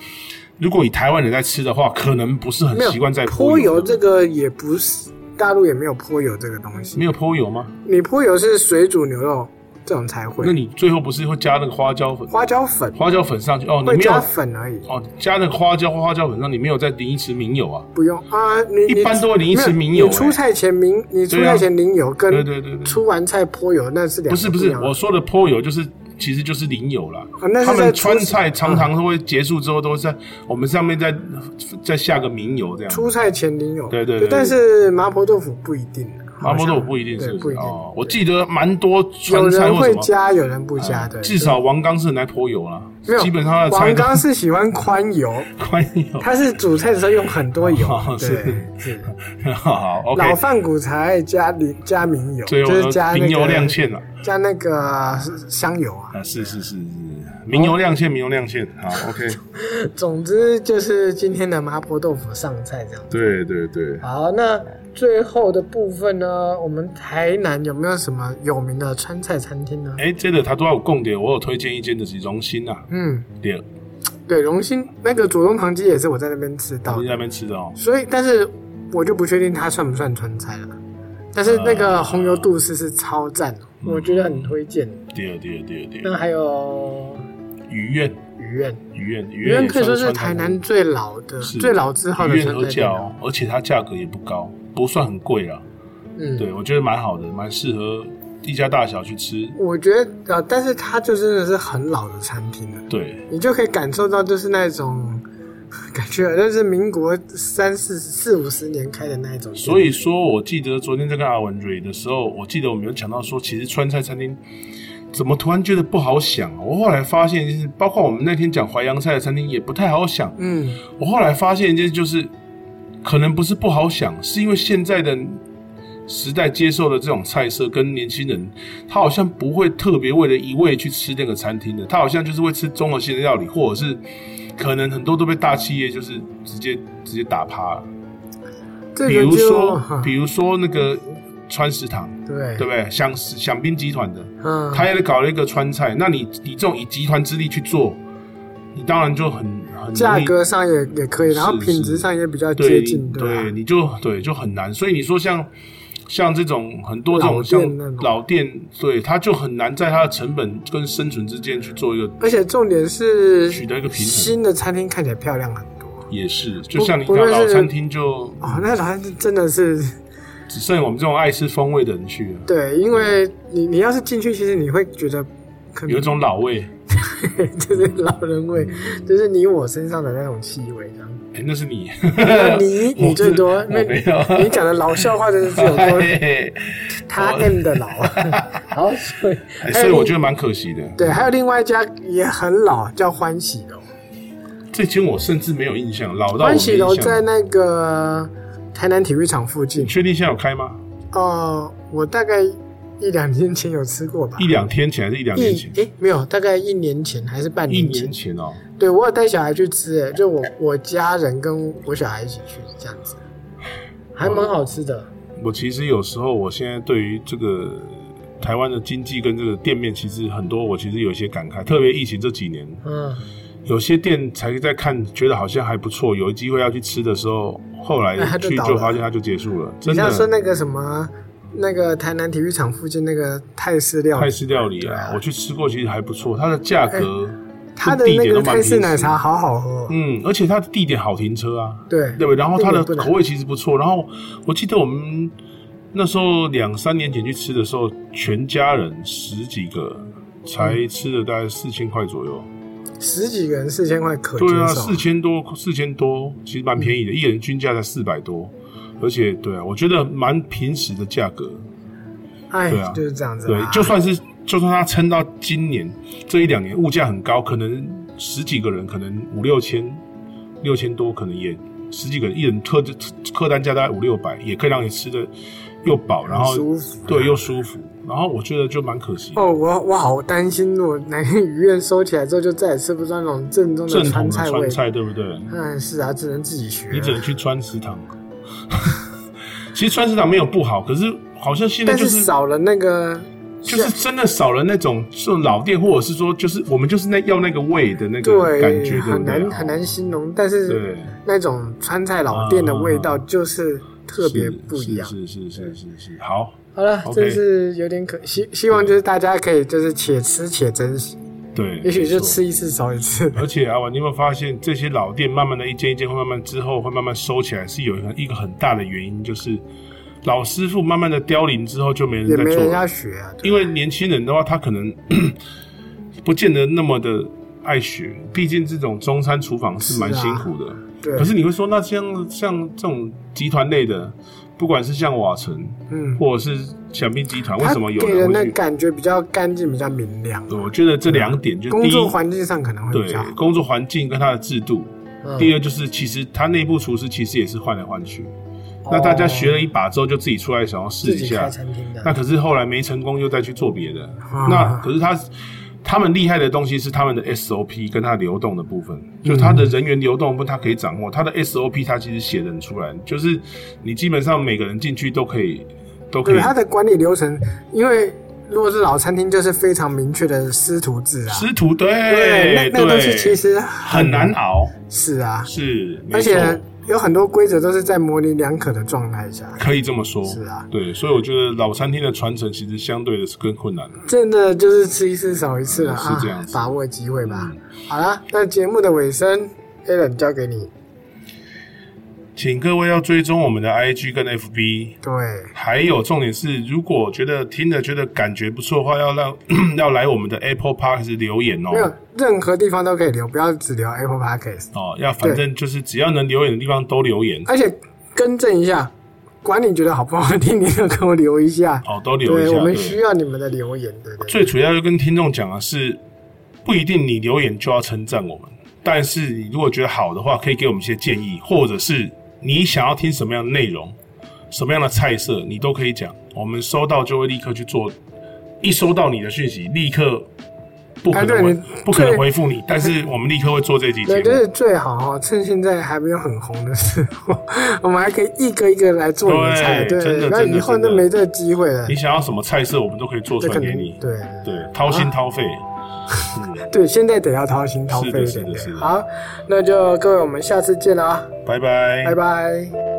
Speaker 1: 如果以台湾人在吃的话，可能不是很
Speaker 2: 没有
Speaker 1: 习惯在
Speaker 2: 泼
Speaker 1: 油
Speaker 2: 油，这个也不是大陆也没有泼油这个东西，
Speaker 1: 没有泼油吗？
Speaker 2: 你泼油是水煮牛肉这种才会
Speaker 1: 那，你最后不是会加那个花椒粉？
Speaker 2: 花椒粉
Speaker 1: 花椒粉上去哦，你
Speaker 2: 会
Speaker 1: 没有
Speaker 2: 加粉而已，
Speaker 1: 哦，加那个花椒花椒粉上，你没有在淋一池明油啊？
Speaker 2: 不用啊。你
Speaker 1: 一般都会淋一
Speaker 2: 没有
Speaker 1: 匙明油
Speaker 2: 你出
Speaker 1: 欸
Speaker 2: 菜前明，你出
Speaker 1: 对啊
Speaker 2: 菜前淋油
Speaker 1: 对
Speaker 2: 跟
Speaker 1: 对对对。
Speaker 2: 出完菜泼油那是两
Speaker 1: 不
Speaker 2: 个
Speaker 1: 是不
Speaker 2: 一
Speaker 1: 是，
Speaker 2: 样的
Speaker 1: 我说的泼油就是，其实就是淋油啦。
Speaker 2: 啊那是
Speaker 1: 他
Speaker 2: 在啊
Speaker 1: 们
Speaker 2: 初
Speaker 1: 川
Speaker 2: 始
Speaker 1: 菜常常都会结束之后都在我们上面再再下个明油这样。
Speaker 2: 出菜前淋油，
Speaker 1: 对对对
Speaker 2: 但是麻婆豆腐不一定，
Speaker 1: 麻婆豆腐不
Speaker 2: 一
Speaker 1: 一定
Speaker 2: 对
Speaker 1: 是不
Speaker 2: 不
Speaker 1: 是
Speaker 2: 一定
Speaker 1: 哦，我记得蛮多
Speaker 2: 有
Speaker 1: 川菜
Speaker 2: 人
Speaker 1: 或
Speaker 2: 会
Speaker 1: 什么，
Speaker 2: 加，有人不加，对。
Speaker 1: 啊至少王刚是很爱泼油啦
Speaker 2: 没有，，
Speaker 1: 基本上他的菜都
Speaker 2: 王刚是喜欢宽 油，
Speaker 1: 宽油。
Speaker 2: 他是煮菜的时候用很多油，
Speaker 1: 哦
Speaker 2: 对
Speaker 1: 是
Speaker 2: 是。
Speaker 1: 好，OK，
Speaker 2: 老饭骨才加淋加明油，
Speaker 1: 最
Speaker 2: 就是
Speaker 1: 后
Speaker 2: 加
Speaker 1: 呢
Speaker 2: 那
Speaker 1: 平油
Speaker 2: 个
Speaker 1: 亮芡了。
Speaker 2: 加那个香油啊。
Speaker 1: 啊，是是是是，明油亮线，明油亮线，好，OK，
Speaker 2: 哦总之就是今天的麻婆豆腐上菜这样。
Speaker 1: 对对对，
Speaker 2: 好，那最后的部分呢？我们台南有没有什么有名的川菜餐厅呢？
Speaker 1: 哎、这个他都要有供点，我有推荐一间就是荣兴啊，
Speaker 2: 嗯，
Speaker 1: 对，
Speaker 2: 对，荣兴那个左宗棠鸡也是我在那边吃到
Speaker 1: 你
Speaker 2: 的，
Speaker 1: 在那边吃的哦，
Speaker 2: 所以但是我就不确定它算不算川菜了。但是那
Speaker 1: 哦
Speaker 2: 个红油肚丝是超赞的，
Speaker 1: 嗯
Speaker 2: 我觉得很推荐。
Speaker 1: 对对对对，
Speaker 2: 那还有
Speaker 1: 鱼苑
Speaker 2: 鱼苑，
Speaker 1: 鱼苑鱼
Speaker 2: 鱼苑
Speaker 1: 苑
Speaker 2: 可以说是台南最老的、最老字号的
Speaker 1: 鱼苑
Speaker 2: 川
Speaker 1: 合
Speaker 2: 菜店了。
Speaker 1: 角，而且哦它价格也不高，不算很贵啦。
Speaker 2: 嗯，
Speaker 1: 对，我觉得蛮好的，蛮适合一家大小去吃。
Speaker 2: 我觉得呃，但是它就真的是很老的餐厅了，
Speaker 1: 对，
Speaker 2: 你就可以感受到就是那种 感觉，就是民国三四四五十年开的那一种。
Speaker 1: 所以说我记得昨天在跟阿文蕊的时候，我记得我们有讲到说，其实川菜餐厅怎么突然觉得不好想啊？我后来发现，就是包括我们那天讲淮扬菜的餐厅也不太好想。
Speaker 2: 嗯，
Speaker 1: 我后来发现一件事，就是可能不是不好想，是因为现在的时代接受的这种菜色，跟年轻人他好像不会特别为了一味去吃那个餐厅的，他好像就是会吃综合性的料理，或者是可能很多都被大企业就是直接直接打趴了。
Speaker 2: 这
Speaker 1: 比
Speaker 2: 个
Speaker 1: 如
Speaker 2: 就
Speaker 1: 说
Speaker 2: 哈，
Speaker 1: 比如说那个川食堂，
Speaker 2: 对
Speaker 1: 对不对？享食享宾集团的，
Speaker 2: 嗯，
Speaker 1: 他也搞了一个川菜，那你你这种以集团之力去做，你当然就很很容易
Speaker 2: 价格上也也可以，然
Speaker 1: 是
Speaker 2: 后品质上也比较接
Speaker 1: 对
Speaker 2: 近，吧
Speaker 1: 对，你就对就很难。所以你说像像这种很多这种
Speaker 2: 老店
Speaker 1: 像
Speaker 2: 那种
Speaker 1: 老店，对，它就很难在它的成本跟生存之间去做一个
Speaker 2: 而且重点是
Speaker 1: 取得一个平衡
Speaker 2: 新的餐厅看起来漂亮很多
Speaker 1: 也是，就像你
Speaker 2: 不
Speaker 1: 讲
Speaker 2: 论
Speaker 1: 老
Speaker 2: 是
Speaker 1: 餐厅就
Speaker 2: 哦，那好像真的是
Speaker 1: 只剩我们这种爱吃风味的人去了，
Speaker 2: 对，因为你你要是进去，其实你会觉得可
Speaker 1: 有一
Speaker 2: 能
Speaker 1: 种老味，
Speaker 2: 就是老人味，就是你我身上的那种气味这样。
Speaker 1: 哎，那是你，
Speaker 2: 那你你最多，
Speaker 1: 我
Speaker 2: 因为
Speaker 1: 没有哎
Speaker 2: 你你讲的老笑话真的是有 多
Speaker 1: 嘿嘿
Speaker 2: 他 M 的老， 好，所以
Speaker 1: 哎所以我觉
Speaker 2: 得
Speaker 1: 得蛮可惜的。
Speaker 2: 对，还有另外一家也很老，叫欢喜楼。
Speaker 1: 这间我甚至没有印象，老到我没
Speaker 2: 欢喜楼
Speaker 1: 印
Speaker 2: 在
Speaker 1: 象。
Speaker 2: 那个台南体育场附近
Speaker 1: 你。确定现在有开吗？
Speaker 2: 哦，我大概一两年前有吃过吧。
Speaker 1: 一两天前还是一两年前
Speaker 2: 一？诶，没有，大概一年前还是半
Speaker 1: 一
Speaker 2: 年前
Speaker 1: 年。前哦，
Speaker 2: 对我有带小孩去吃，诶，就我我家人跟我小孩一起去这样子，还蛮好吃的。
Speaker 1: 我其实有时候，我现在对于这个台湾的经济跟这个店面，其实很多我其实有一些感慨。特别疫情这几年，
Speaker 2: 嗯，
Speaker 1: 有些店才在看，觉得好像还不错，有机会要去吃的时候，后来
Speaker 2: 那它就
Speaker 1: 去
Speaker 2: 倒
Speaker 1: 就
Speaker 2: 了
Speaker 1: 发现它就结束了，
Speaker 2: 你
Speaker 1: 真
Speaker 2: 像说
Speaker 1: 的。
Speaker 2: 那个什么，那个台南体育场附近那个泰式料
Speaker 1: 泰
Speaker 2: 理，
Speaker 1: 式料理啊，我去吃过，其实还不错，它的价格，
Speaker 2: 哎它的
Speaker 1: 地
Speaker 2: 那
Speaker 1: 点
Speaker 2: 个
Speaker 1: 都蛮
Speaker 2: 泰式
Speaker 1: 偏
Speaker 2: 奶
Speaker 1: 僻
Speaker 2: 茶好好喝哦。
Speaker 1: 嗯，而且它的地点好停车啊，
Speaker 2: 对
Speaker 1: 对不对？然后它的
Speaker 2: 地点不难
Speaker 1: 口味其实不错。然后我记得我们那时候两三年前去吃的时候，全家人十几个才吃了大概四千块左右。
Speaker 2: 十几个人四千块可接
Speaker 1: 对啊，嗯
Speaker 2: 受
Speaker 1: 四。千多，四千多，其实蛮便宜的，一人均价才四百多。而且，对啊，我觉得蛮平时的价格。
Speaker 2: 哎
Speaker 1: 对啊，
Speaker 2: 就是这样子
Speaker 1: 对
Speaker 2: 啦。，
Speaker 1: 就算是就算它撑到今年这一两年，物价很高，可能十几个人，可能五六千，六千多，可能也十几个人，一人客客单价大概五六百，也可以让你吃的又饱，然后
Speaker 2: 舒服啊
Speaker 1: 对又舒服，然后我觉得就蛮可惜的。
Speaker 2: 哦，我我好担心，我哪天鱼院收起来之后，就再也吃不到那种正宗
Speaker 1: 正
Speaker 2: 的
Speaker 1: 统
Speaker 2: 川
Speaker 1: 的
Speaker 2: 菜味
Speaker 1: 川。菜，对不对？
Speaker 2: 嗯，是啊，只能自己学。
Speaker 1: 你只能去川食堂。 其实川食堂没有不好，可是好像现在
Speaker 2: 但
Speaker 1: 就是是
Speaker 2: 少了那个，
Speaker 1: 就是真的少了那种这种老店，或者是说就是我们就是那要那个味的那个
Speaker 2: 对，
Speaker 1: 感觉，对
Speaker 2: 很
Speaker 1: 不对？
Speaker 2: 难
Speaker 1: 哦
Speaker 2: 很难形容。但是
Speaker 1: 对，
Speaker 2: 那种川菜老店的味道
Speaker 1: 嗯
Speaker 2: 就是特别不一样。
Speaker 1: 是是是是是是，好，
Speaker 2: 好了，
Speaker 1: OK
Speaker 2: 真是有点可希，希望就是大家可以就是且吃且珍惜，
Speaker 1: 对，
Speaker 2: 也许就
Speaker 1: 没错。
Speaker 2: 吃一次少一次。
Speaker 1: 而且阿婉，嗯你有没有发现这些老店慢慢的一间一间会慢慢之后会慢慢收起来，是有一个一个很大的原因，就是老师傅慢慢的凋零之后就没人
Speaker 2: 也
Speaker 1: 在
Speaker 2: 没
Speaker 1: 做
Speaker 2: 人
Speaker 1: 了
Speaker 2: 要，学啊，
Speaker 1: 嗯
Speaker 2: 对
Speaker 1: 因为年轻人的话，他可能 不见得那么的爱学，毕竟这种中餐厨房是蛮
Speaker 2: 是啊
Speaker 1: 辛苦的。
Speaker 2: 对，
Speaker 1: 可是你会说，那像像这种集团类的，不管是像瓦城
Speaker 2: 嗯，
Speaker 1: 或者是小兵集团，为
Speaker 2: 他
Speaker 1: 什么有
Speaker 2: 给
Speaker 1: 人
Speaker 2: 人
Speaker 1: 会
Speaker 2: 的
Speaker 1: 去
Speaker 2: 感觉比较干净，比较明亮，
Speaker 1: 对，我觉得这两点就是第
Speaker 2: 工
Speaker 1: 一，
Speaker 2: 作环境上可能会比
Speaker 1: 对
Speaker 2: 较好。
Speaker 1: 工作环境跟他的制度；
Speaker 2: 嗯
Speaker 1: 第二就是其实他内部厨师其实也是换来换去，那大家学了一把之后就自己出来想要试
Speaker 2: 哦
Speaker 1: 一
Speaker 2: 自己
Speaker 1: 下
Speaker 2: 开，餐厅的
Speaker 1: 那，可是后来没成功又再去做别的，
Speaker 2: 啊
Speaker 1: 那可是他。他们厉害的东西是他们的 SOP 跟它流动的部分，就它的人员流动的部分，它可以掌握它的 SOP，它其实写得很出来，就是你基本上每个人进去都可以，都可以
Speaker 2: 对，它的管理流程，因为如果是老餐厅，就是非常明确的师徒制啊。
Speaker 1: 师徒对
Speaker 2: 对，那那个东西其实
Speaker 1: 很难熬，
Speaker 2: 是啊，
Speaker 1: 是，没
Speaker 2: 而且
Speaker 1: 错
Speaker 2: 有很多规则都是在模棱两可的状态下，
Speaker 1: 可以这么说，
Speaker 2: 是啊
Speaker 1: 对，所以我觉得老餐厅的传承其实相对的是更困难的。
Speaker 2: 真的就是吃一次少一次了、
Speaker 1: 嗯
Speaker 2: 啊，
Speaker 1: 是这样子
Speaker 2: 把握机会吧。好啦，那节目的尾声 a l a n 交给你。
Speaker 1: 请各位要追踪我们的 IG 跟 FB，
Speaker 2: 对，
Speaker 1: 还有重点是，如果觉得听了觉得感觉不错的话，要让 要来我们的 Apple Park 留言哦
Speaker 2: 没。有任何地方都可以留，不要只留 Apple Podcast。
Speaker 1: 哦，要反正就是只要能留言的地方都留言
Speaker 2: 而且更正一下，管你觉得好不好听，你就给我留一下。
Speaker 1: 哦，都留一
Speaker 2: 对，
Speaker 1: 下。
Speaker 2: 我们
Speaker 1: 对
Speaker 2: 需要你们的留言，对不对？
Speaker 1: 最主要要跟听众讲的是，不一定你留言就要称赞我们，但是你如果觉得好的话，可以给我们一些建议，或者是你想要听什么样的内容、什么样的菜色，你都可以讲。我们收到就会立刻去做，一收到你的讯息，立刻不可能
Speaker 2: 哎对
Speaker 1: 回、
Speaker 2: 你
Speaker 1: 不可能
Speaker 2: 对
Speaker 1: 回复你，但是我们立刻会做这集节
Speaker 2: 对，
Speaker 1: 目。
Speaker 2: 就是最好哈、哦，趁现在还没有很红的时候， 我们还可以一个一个来做你的菜。
Speaker 1: 对真的
Speaker 2: 对，那
Speaker 1: 真的
Speaker 2: 以后
Speaker 1: 真的
Speaker 2: 就没这个机会了
Speaker 1: 你。想要什么菜色，我们都可以做出来
Speaker 2: 这可
Speaker 1: 给
Speaker 2: 能
Speaker 1: 你。
Speaker 2: 对
Speaker 1: 对，掏心掏肺。
Speaker 2: 对，现在得要掏心掏肺
Speaker 1: 是
Speaker 2: 一
Speaker 1: 的
Speaker 2: 点
Speaker 1: 是的是
Speaker 2: 点。
Speaker 1: 的
Speaker 2: 好，那就各位，我们下次见了啊，
Speaker 1: 拜拜，
Speaker 2: 拜拜。